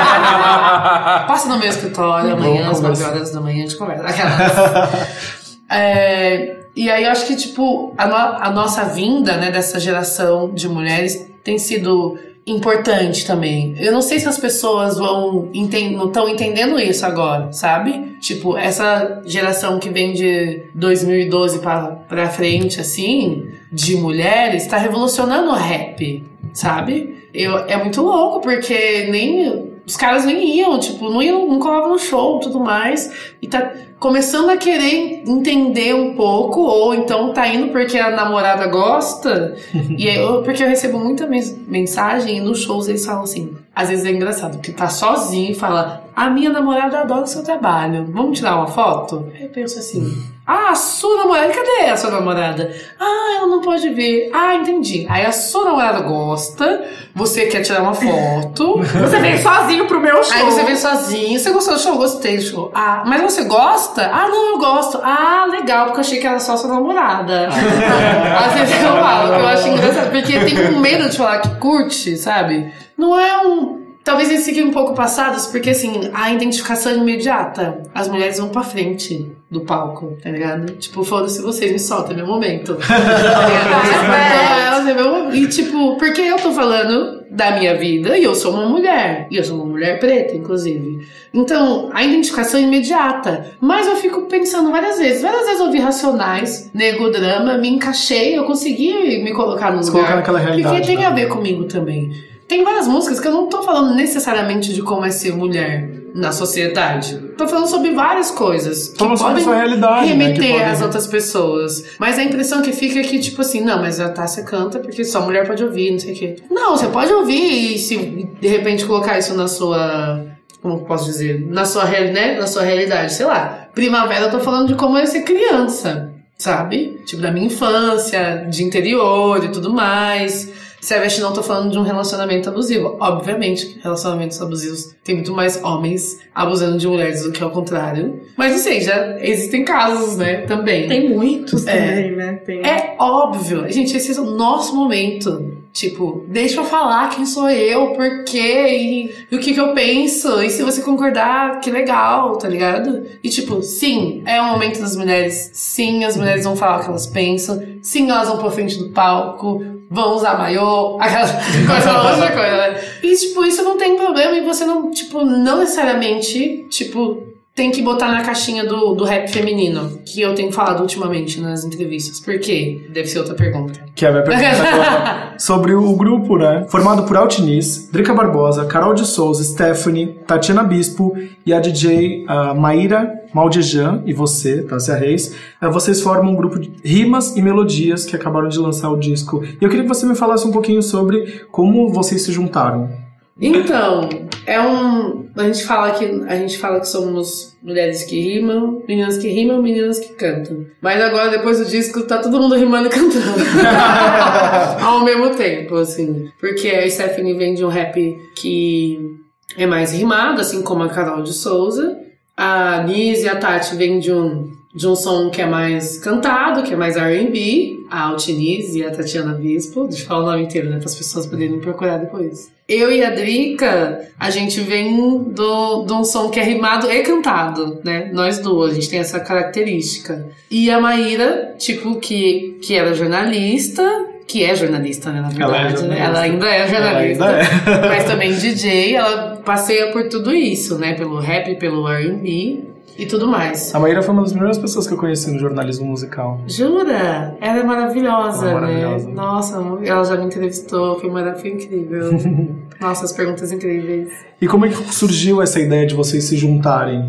G: Aquela- Passa no meu escritório
I: Vamos
G: amanhã, às 9
I: conversar.
G: horas da manhã, a gente conversa. Aquelas. É, e aí eu acho que, tipo, a, no- a nossa vinda, né, dessa geração de mulheres tem sido importante também. Eu não sei se as pessoas vão enten- não estão entendendo isso agora, sabe? Tipo, essa geração que vem de 2012 pra, pra frente, assim, de mulheres, tá revolucionando o rap, sabe? Eu, é muito louco, porque nem. Os caras nem iam, tipo, não iam, não colavam no show e tudo mais. E tá começando a querer entender um pouco, ou então tá indo porque a namorada gosta. E aí, eu- porque eu recebo muita mens- mensagem e nos shows eles falam assim. Às vezes é engraçado, porque tá sozinho e fala: A minha namorada adora o seu trabalho, vamos tirar uma foto? Aí eu penso assim: Ah, a sua namorada, cadê a sua namorada? Ah, ela não pode ver. Ah, entendi. Aí a sua namorada gosta, você quer tirar uma foto.
E: Você veio sozinho pro meu show.
G: Aí você vem sozinho, você gostou do show? Gostei do show. Ah, mas você gosta? Ah, não, eu gosto. Ah, legal, porque eu achei que era só sua namorada. Às vezes eu falo, que eu acho engraçado, porque eu tenho um medo de falar que curte, sabe? Não é um. Talvez eles fiquem um pouco passados, porque assim, a identificação imediata, as mulheres vão pra frente do palco, tá ligado? Tipo, foda-se vocês, me solta, é meu momento. Tá ligado? Então, elas é meu- E tipo, porque eu tô falando da minha vida e eu sou uma mulher. E eu sou uma mulher preta, inclusive. Então, a identificação é imediata. Mas eu fico pensando várias vezes. Várias vezes eu ouvi Racionais, Nego Drama, me encaixei, eu consegui me colocar no
I: Se
G: lugar.
I: colocar naquela
G: Porque
I: realidade.
G: tem
I: né?
G: a ver comigo também. Tem várias músicas que eu não tô falando necessariamente de como é ser mulher na sociedade. Tô falando sobre várias coisas. Que
I: Fala sobre
G: podem
I: sua realidade.
G: remeter
B: Tipo,
I: né?
G: às outras pessoas. Mas a impressão que fica é que, tipo assim, não, mas a Tássia canta porque só mulher pode ouvir, não sei o quê. Não, você pode ouvir e se de repente colocar isso na sua. Como que eu posso dizer? Na sua, real- né? na sua realidade, sei lá. Primavera, eu tô falando de como é ser criança, sabe? Tipo, da minha infância, de interior e tudo mais. Celeste não tô falando de um relacionamento abusivo. Obviamente, que relacionamentos abusivos tem muito mais homens abusando de mulheres do que ao contrário. Mas não sei, já existem casos, né? Também.
E: Tem muitos
G: É.
E: também, né? Tem...
G: É óbvio. Gente, esse é o nosso momento. Tipo, deixa eu falar quem sou eu, por quê e, e o que, que eu penso. E se você concordar, que legal, tá ligado? E tipo, sim, é um momento das mulheres. Sim, as mulheres vão falar o que elas pensam. Sim, elas vão pra frente do palco. Vão usar maiô, aquela coisa, outra coisa, né? E, tipo, isso não tem problema e você não, tipo, não necessariamente, tipo, tem que botar na caixinha do, do rap feminino, que eu tenho falado ultimamente nas entrevistas. Por quê? Deve ser outra pergunta.
B: Que é a minha pergunta agora. Sobre o grupo, né? Formado por Altiniz, Drica Barbosa, Carol de Souza, Stephanie, Tatiana Bispo e a DJ ah, Maíra Maldejan e você, Tássia Reis. Ah, vocês formam um grupo de rimas e melodias que acabaram de lançar o disco. E eu queria que você me falasse um pouquinho sobre como vocês se juntaram.
G: Então, é um. A gente fala que a gente fala que somos mulheres que rimam, meninas que rimam, meninas que cantam. Mas agora, depois do disco, tá todo mundo rimando e cantando. Ao mesmo tempo, assim. Porque a Stephanie vem de um rap que é mais rimado, assim como a Carol de Souza. A Nise e a Tati vêm de um, de um som que é mais cantado, que é mais RB. A Altinise e a Tatiana Bispo. Deixa eu falar o nome inteiro, né? Para as pessoas poderem procurar depois. Eu e a Drica, a gente vem do, de um som que é rimado e cantado, né? Nós duas, a gente tem essa característica. E a Maíra, tipo, que, que era jornalista, que é jornalista, né, na
B: Ela é
G: verdade, né?
B: jornalista.
G: Ela ainda é jornalista,
B: Ela ainda é.
G: mas também DJ, ela passeia por tudo isso, né? Pelo rap, pelo R&B e tudo mais.
B: A Maíra foi uma das primeiras pessoas que eu conheci no jornalismo musical.
G: Jura? Ela é maravilhosa,
B: Ela é maravilhosa.
G: né? Nossa, ela já me entrevistou, foi, mara- foi incrível. Nossa, as perguntas incríveis.
B: E como é que surgiu essa ideia de vocês se juntarem?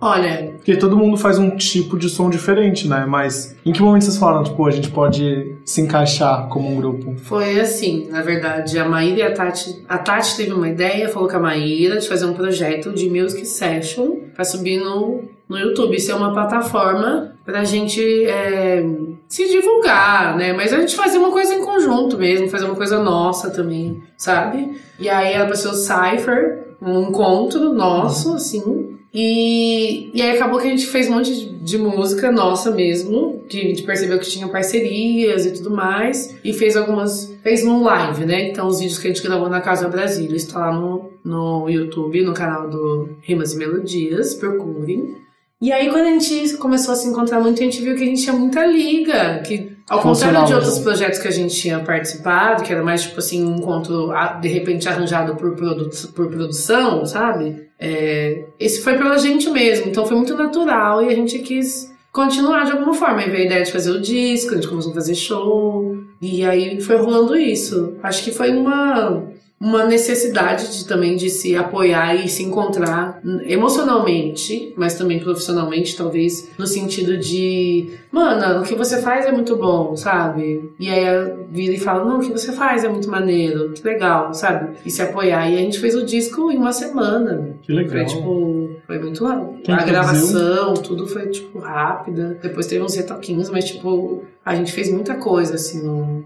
G: Olha,
B: Porque todo mundo faz um tipo de som diferente, né? Mas em que momento vocês falaram, tipo, a gente pode se encaixar como um grupo?
G: Foi assim, na verdade, a Maíra e a Tati. A Tati teve uma ideia, falou com a Maíra de fazer um projeto de music session pra subir no, no YouTube. Isso é uma plataforma pra gente é, se divulgar, né? Mas a gente fazer uma coisa em conjunto mesmo, fazer uma coisa nossa também, sabe? E aí ela passou o Cypher, um encontro nosso, assim, e, e aí acabou que a gente fez um monte de, de música nossa mesmo, que a gente percebeu que tinha parcerias e tudo mais, e fez algumas. fez um live, né? Então os vídeos que a gente gravou na Casa Brasília, está lá no, no YouTube, no canal do Rimas e Melodias, procurem. E aí quando a gente começou a se encontrar muito, a gente viu que a gente tinha muita liga, que ao contrário
B: Funcionava,
G: de outros
B: né?
G: projetos que a gente tinha participado, que era mais tipo assim, um encontro ah, de repente arranjado por, produ por produção, sabe? É, esse foi pela gente mesmo, então foi muito natural e a gente quis continuar de alguma forma. Aí veio a ideia de fazer o disco, a gente começou a fazer show, e aí foi rolando isso. Acho que foi uma, uma necessidade de, também de se apoiar e se encontrar hum, emocionalmente, mas também profissionalmente, talvez, no sentido de Mano, o que você faz é muito bom, sabe? E aí ela vira e fala, não, o que você faz é muito maneiro, que legal, sabe? E se apoiar. E a gente fez o disco em uma semana.
B: Que legal.
G: Foi tipo, foi muito rápido.
B: Quem
G: a
B: produziu?
G: gravação, tudo foi tipo rápida. Depois teve uns retoquinhos, mas tipo, a gente fez muita coisa assim num,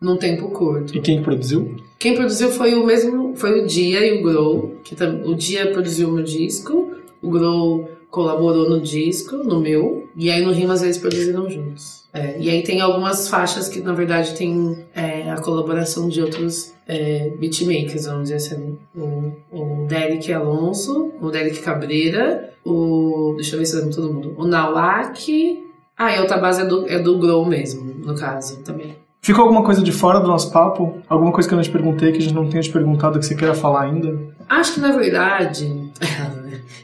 G: num tempo curto.
B: E quem que produziu?
G: Quem produziu foi o mesmo, foi o Dia e o Grow, que tam- o Dia produziu o meu disco, o Grow colaborou no disco, no meu, e aí no Rimas eles produziram juntos. É, e aí tem algumas faixas que na verdade tem é, a colaboração de outros é, beatmakers, vamos dizer assim, o, o Derek Alonso, o Derek Cabreira, o deixa eu ver se eu lembro todo mundo, o Nawak, ah, e a outra base é do, é do Grow mesmo, no caso também.
B: Ficou alguma coisa de fora do nosso papo? Alguma coisa que eu não te perguntei, que a gente não tenha te perguntado, que você queira falar ainda?
G: Acho que na verdade,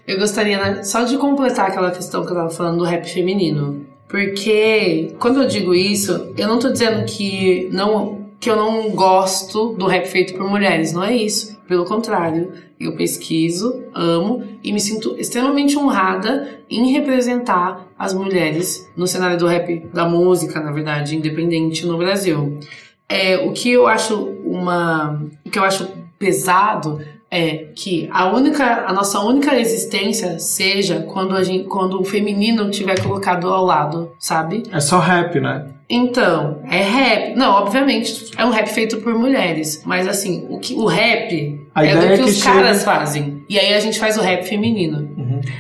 G: eu gostaria né, só de completar aquela questão que eu tava falando do rap feminino. Porque quando eu digo isso, eu não tô dizendo que não que eu não gosto do rap feito por mulheres, não é isso. Pelo contrário, eu pesquiso, amo e me sinto extremamente honrada em representar as mulheres no cenário do rap, da música, na verdade, independente no Brasil. É, o que eu acho uma, o que eu acho pesado é que a única a nossa única existência seja quando a gente, quando o feminino tiver colocado ao lado, sabe?
B: É só rap, né?
G: Então, é rap. Não, obviamente, é um rap feito por mulheres, mas assim, o que o rap
B: A
G: é
B: ideia
G: do
B: é
G: que,
B: que
G: os
B: chegue-
G: caras fazem. E aí a gente faz o rap
I: Uhum.
G: feminino.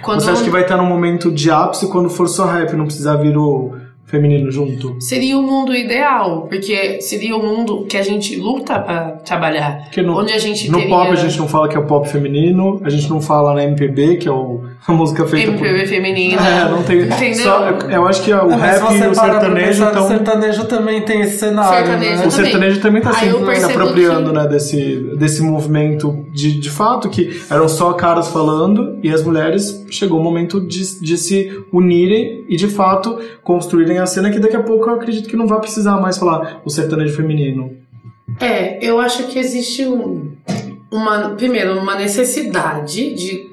G: Quando
B: Você acha que vai estar num momento de ápice quando for só rap, não precisar vir o
I: feminino junto?
G: Seria o mundo ideal, porque seria o mundo que a gente luta pra trabalhar.
I: Porque no,
G: onde a gente
I: no
G: teria
I: pop a gente não fala que é o pop feminino, a gente não fala na MPB, que é o- a música feita
G: MPB
I: por...
G: feminina.
I: É, não tem...
G: Entendeu?
I: Só, eu- eu acho que
B: é
I: o
F: mas
I: rap e
F: você para
I: o
F: pra
I: sertanejo
F: pensar
B: então
F: que o
I: estão...
F: sertanejo também tem esse cenário,
G: Sertanejo.
F: né?
I: O sertanejo também tá
G: Aí
I: se
G: eu
I: se
G: percebo
I: apropriando
G: que-
I: né, desse, desse movimento de, de fato, que eram só caras falando e as mulheres chegou o momento de, de se unirem e de fato construírem a cena que daqui a pouco eu acredito que não vai precisar mais falar o sertanejo feminino.
G: É, eu acho que existe um, uma, primeiro, uma necessidade de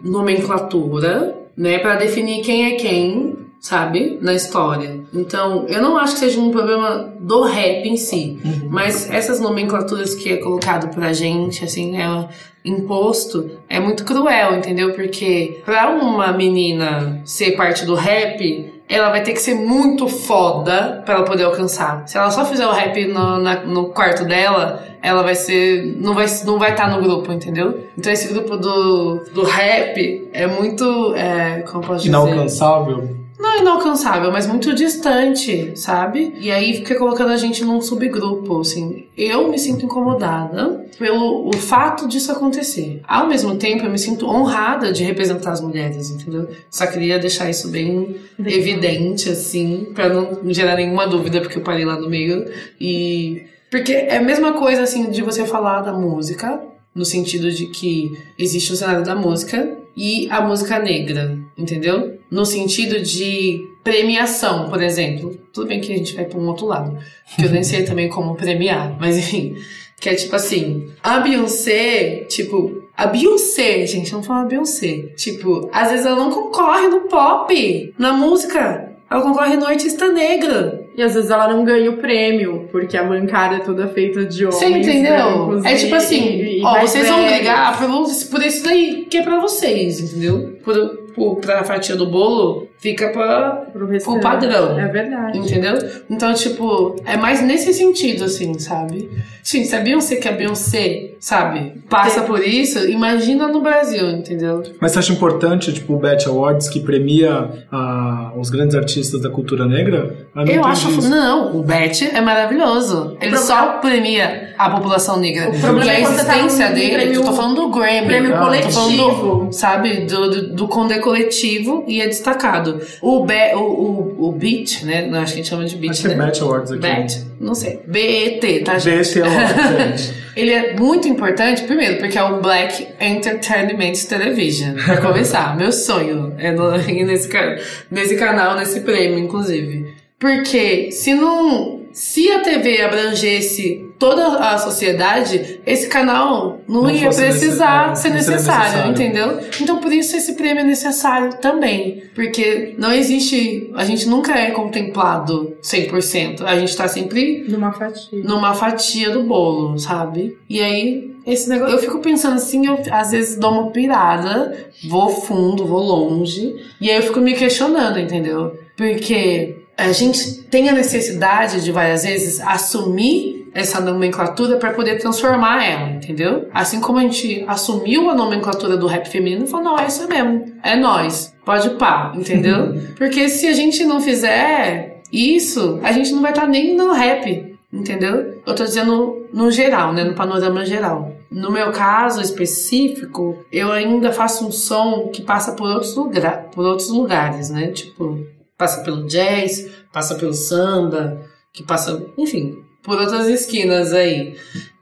G: nomenclatura, né, para definir quem é quem, sabe, na história. Então, eu não acho que seja um problema do rap em si, mas essas nomenclaturas que é colocado pra gente, assim, né, imposto, é muito cruel, entendeu? Porque pra uma menina ser parte do rap, ela vai ter que ser muito foda pra ela poder alcançar. Se ela só fizer o rap no, na- no quarto dela, ela vai ser. não vai estar não vai tá no grupo, entendeu? Então esse grupo do, do rap é muito. é, como eu posso dizer?
I: Inalcançável.
G: Não é inalcançável, mas muito distante, sabe? E aí fica colocando a gente num subgrupo, assim. Eu me sinto incomodada pelo o fato disso acontecer. Ao mesmo tempo, eu me sinto honrada de representar as mulheres, entendeu? Só queria deixar isso bem evidente, assim, pra não gerar nenhuma dúvida, porque eu parei lá no meio. E. Porque é a mesma coisa, assim, de você falar da música, no sentido de que existe o cenário da música e a música negra, entendeu? No sentido de premiação, por exemplo. Tudo bem que a gente vai para um outro lado, que eu nem sei também como premiar, mas enfim. Que é tipo assim, a Beyoncé, tipo, a Beyoncé, gente, não fala Beyoncé. Tipo, às vezes ela não concorre no pop, na música. Ela concorre no artista negra.
J: E às vezes ela não ganha o prêmio, porque a bancada é toda feita de homens.
G: Você entendeu?
J: brancos
G: É
J: e-
G: tipo assim,
J: e
G: ó,
J: mais
G: vocês vão
J: velhos.
G: brigar pelo- por isso daí, que é pra vocês, entendeu? Por, por, pra fatia do bolo, fica pra,
J: Pro restante.
G: pro padrão.
J: É verdade.
G: Entendeu? Então, tipo, é mais nesse sentido, assim, sabe? Gente, se a Beyoncé que a Beyoncé, sabe, passa por isso, imagina no Brasil, entendeu?
I: Mas você acha importante, tipo, o BET Awards, que premia ah, os grandes artistas da cultura negra? Ah, não
G: Eu
I: entendi
G: acho.
I: isso.
G: Não, o Bet é maravilhoso. Ele só premia a população negra.
J: O problema
G: e a
J: é quando você tá
G: existência
J: num
G: dele,
J: prêmio-
G: eu tô falando do
E: É
G: Grammy.
J: prêmio
G: tá?
J: coletivo.
G: Tô falando, do, sabe, do, do, do quando é coletivo e é destacado. O, be, o, o, o Beat, né? Não, acho que a gente chama de Beat,
I: Acho que é
G: né?
I: BET Awards aqui.
G: Bet, não sei. BET, tá, gente?
I: BET Awards, gente.
G: Ele é muito importante, primeiro, porque é o Black Entertainment Television. Pra começar, meu sonho é no- nesse, ca- nesse canal, nesse prêmio, inclusive. Porque se não. Se a TV abrangesse toda a sociedade, esse canal não,
I: Não
G: ia
I: fosse
G: precisar
I: necessário, não
G: ser
I: seria
G: necessário,
I: necessário.
G: entendeu? Então por isso esse prêmio é necessário também. Porque não existe. A gente nunca é contemplado 100%. A gente tá sempre
J: Numa fatia.
G: numa fatia do bolo, sabe? E aí, esse negócio. Eu fico pensando assim, eu às vezes dou uma pirada, vou fundo, vou longe, e aí eu fico me questionando, entendeu? Porque a gente tem a necessidade de várias vezes assumir essa nomenclatura para poder transformar ela, entendeu? Assim como a gente assumiu a nomenclatura do rap feminino, e falou, não, é isso mesmo, é nós, pode pá, entendeu? Porque se a gente não fizer isso, a gente não vai estar nem no rap, Entendeu? Eu tô dizendo no geral, né? No panorama geral. No meu caso específico, eu ainda faço um som que passa por outros, lugar, por outros lugares, né? Tipo, passa pelo jazz, passa pelo samba, que passa, enfim, por outras esquinas aí.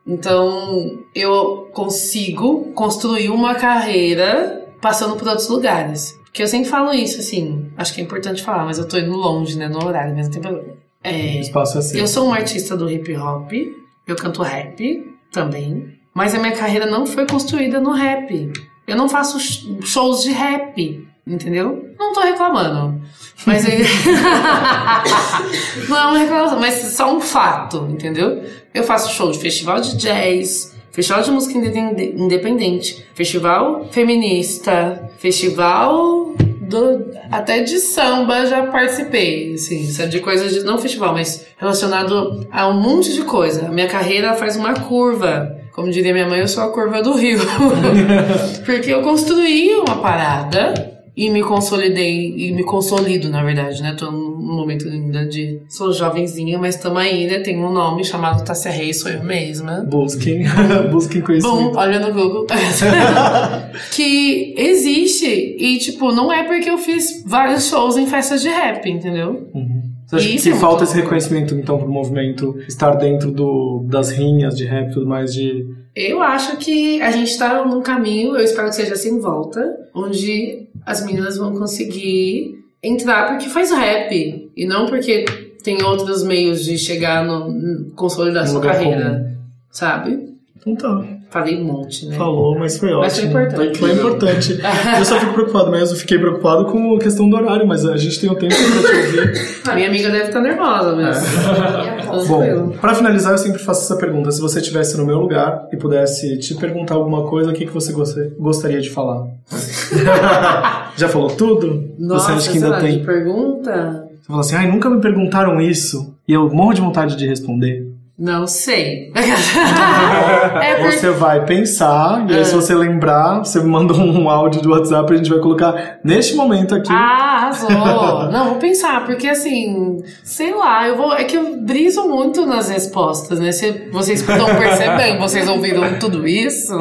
G: Então, eu consigo construir uma carreira passando por outros lugares. Porque eu sempre falo isso, assim, acho que é importante falar, mas eu tô indo longe, né, no horário, mas não tem problema. É,
I: O espaço é
B: assim.
I: seu.
G: eu sou uma artista do hip hop, eu canto rap também, mas a minha carreira não foi construída no rap. Eu não faço sh- shows de rap, entendeu? Não tô reclamando. Mas aí- não é uma reclamação, mas só um fato, entendeu? Eu faço show de festival de jazz, festival de música independe- independente, festival feminista, festival do, até de samba já participei, assim, sabe, de coisas de, não festival, mas relacionado a um monte de coisa. A minha carreira faz uma curva. Como diria minha mãe, eu sou a curva do rio. Porque eu construí uma parada e me consolidei, e me consolido, na verdade, né? Tô num um momento ainda de. Sou jovenzinha, mas tamo aí, né? Tenho um nome chamado Tássia Reis, sou eu mesma.
B: Busquem, busquem conhecimento.
G: Bom, olha no Google. tá que existe. E, tipo, não é porque eu fiz vários shows em festas de rap, entendeu?
B: Você acha
G: Isso
B: que
G: é muito
B: falta esse reconhecimento, então, pro movimento estar dentro do, das rinhas de rap e tudo mais de.
G: Eu acho que a gente tá num caminho, eu espero que seja assim, volta, onde as meninas vão conseguir entrar porque faz rap e não porque tem outros meios de chegar no consolidar
B: No
G: sua
B: Um lugar
G: carreira, sabe?
B: Então tá,
G: Falei um monte, né?
B: falou, mas foi
G: Mas foi
B: ótimo.
G: importante.
B: Foi importante. Eu só fico preocupado mesmo, fiquei preocupado com a questão do horário, mas a gente tem um tempo pra te ouvir.
G: A minha amiga deve estar nervosa, mas tranquilo.
B: É. Bom, pra finalizar, eu sempre faço essa pergunta. Se você estivesse no meu lugar e pudesse te perguntar alguma coisa, o que, que você gosta- gostaria de falar? Já falou tudo? você
G: Nossa,
B: acha que
G: sei
B: ainda
G: lá,
B: tem?
G: que pergunta?
B: Você fala assim, ai, nunca me perguntaram isso. E eu morro de vontade de responder.
G: Não sei.
E: É porque Ah.
B: Você vai pensar, e aí se você lembrar, você me manda um áudio de WhatsApp, a gente vai colocar neste momento aqui.
G: Ah, arrasou! Não, vou pensar, porque assim, sei lá, eu vou. É que eu briso muito nas respostas, né? Se vocês estão percebendo, vocês ouviram tudo isso.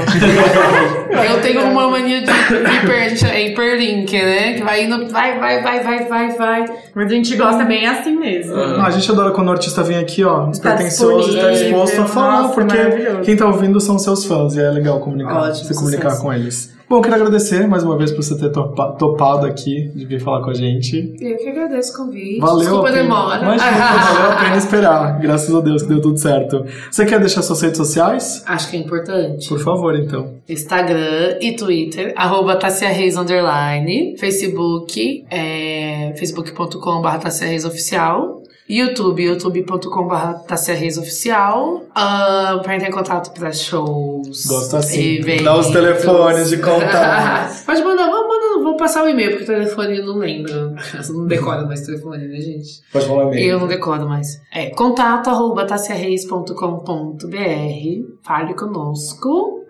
G: Eu tenho uma mania de hiper, é hiperlink, né? Que vai indo, vai, vai, vai, vai, vai, vai.
E: Mas a gente gosta bem assim mesmo.
B: Ah, a gente adora quando o artista vem aqui, ó,
E: Está
B: pretencioso e tá
E: disponível.
B: disposto a falar,
E: Nossa,
B: porque
E: maravilhoso.
B: quem tá ouvindo são seus fãs, e é legal comunicar,
G: Ótimo,
B: se comunicar
G: sucesso.
B: com eles. Bom, quero agradecer mais uma vez por você ter topa- topado aqui, de vir falar com a gente.
G: Eu que agradeço o convite.
B: Valeu
G: Desculpa
B: a
G: a
B: pena.
G: demora.
B: Imagina, valeu a pena esperar. Graças a Deus que deu tudo certo. Você quer deixar suas redes sociais?
G: Acho que é importante.
B: Por favor, então.
G: Instagram e Twitter, arroba Tassia Reis underline, Facebook, é, facebook.com.br Tassia Reis oficial, YouTube, youtube.com.br Tassia Reis oficial, ah, pra entrar em contato para shows,
B: Gosto assim.
G: eventos.
B: Dá os telefones de contato.
G: Pode mandar, vou, mandar, vou passar o e-mail, porque o telefone eu não lembro, eu não decoro mais telefone, né gente?
B: Pode falar mesmo.
G: Eu não decoro mais. É contato arroba tassiareis.com.br. Fale conosco.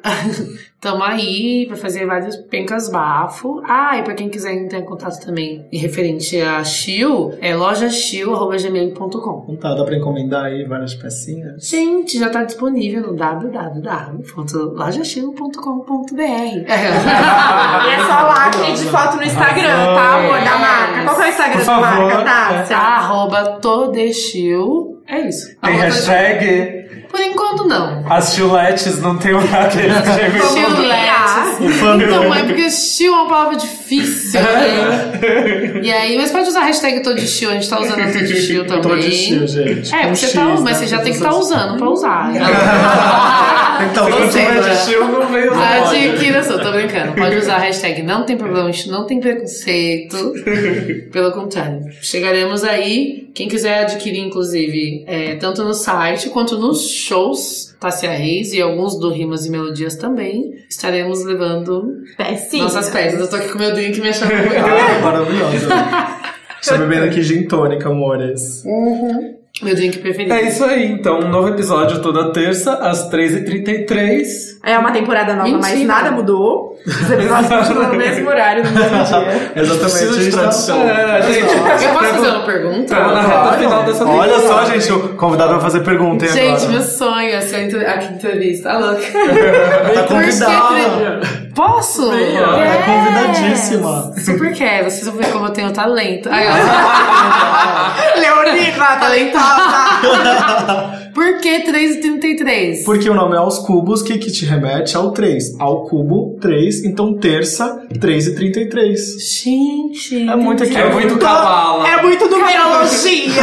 G: Tamo aí pra fazer vários pencas bafo. Ah, e pra quem quiser entrar em contato também e referente a Chiu, é lojachiu.gmail.com.
B: Então tá, dá pra encomendar aí várias pecinhas.
G: Gente, já tá disponível no
B: tá
G: www.lojachiu.com.br.
E: E é só lá que de foto no Instagram, tá, amor? Da marca. Qual que é o Instagram
B: Por
E: da
B: favor.
E: marca, tá? Tássia?
G: Arroba Todeshiu. É isso.
C: Tem
G: Arroba
C: hashtag?
G: Todeshiu. Por enquanto, não.
C: As chuletes não tem uma deles.
E: Vamos
G: Chiletes. Então, é porque chill é uma palavra difícil,
B: É.
G: né? E aí, mas pode usar a hashtag todo de chill, a gente tá usando a todo de chill também.
B: Tô de chill, gente.
G: É,
B: Com
G: você
B: X,
G: tá,
B: né?
G: mas você já tem que estar usando né? pra usar. né?
B: Então,
G: Ou
B: você
G: seja,
B: vai de chill,
C: não
G: tá
C: veio
G: Adquira só, tô brincando. Pode usar a hashtag não tem problema, a gente não tem preconceito. Pelo contrário, chegaremos aí. Quem quiser adquirir, inclusive, é, tanto no site quanto nos shows, Tássia Reis e alguns do Rimas e Melodias também, estaremos
B: É.
G: levando
E: Pecinha.
G: nossas peças. Eu tô aqui com meu drink me achando muito.
B: Ah, maravilhosa. Estou bebendo aqui gin tônica, amores.
G: meu drink preferido.
C: É isso aí, então. Um novo episódio toda terça, às 13h33.
E: É uma temporada nova, mas
G: Mentira.
E: nada mudou. Os episódios continuam no mesmo horário, no mesmo dia.
L: É
B: Exatamente. tá
C: Precisa de tradição. É, gente.
G: Eu posso fazer uma pergunta?
C: Estamos na reta final dessa temporada.
B: Olha só, gente, o convidado vai fazer pergunta, hein,
G: Gente,
B: agora.
G: meu sonho é ser a entre- a entrevista. Ah,
B: Tá
G: louca. Por que é
B: convidada.
G: tre- Posso?
B: Ela é
E: Yes.
B: convidadíssima.
G: Super quero. Vocês vão ver como eu tenho talento. Ai, eu-
E: Leonina, talentosa!
G: Por que 3h33?
B: Porque o nome é aos cubos, que, que te remete ao 3. Ao cubo, 3. Então, terça, 3 e 33.
G: Gente.
B: É muito aqui.
C: É muito cabala.
E: É muito numerologia!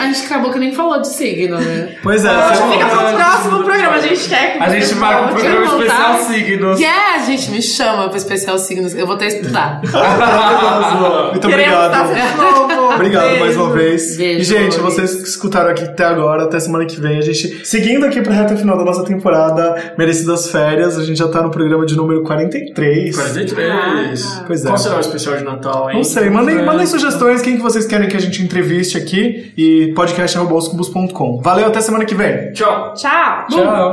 G: A gente acabou que nem falou de signo, né?
B: Pois é,
C: Ah,
B: você
E: Fica pro
C: Verdade.
E: próximo programa, a gente quer. que
C: A gente
E: você
C: marca um
E: volte.
C: programa
G: voltar.
C: especial signos.
G: Yeah, gente, me chama pra especial signos. Eu vou até estudar.
B: arrasou. Ah, Muito
E: Queremos
B: obrigado.
E: Tássia de novo.
B: Obrigado mais uma vez.
G: Beijo,
B: e, gente,
G: amores.
B: vocês que escutaram aqui até agora, até semana que vem, a gente seguindo aqui pra reta final da nossa temporada, merecidas férias, a gente já tá no programa de número 43.
L: 43.
B: Pois é.
L: Qual será o especial de Natal, hein?
B: Não sei, mandem, mandem sugestões, quem que vocês querem que a gente entreviste aqui e podcast.com. Valeu, até semana que vem.
L: Tchau.
E: Tchau!
C: Tchau.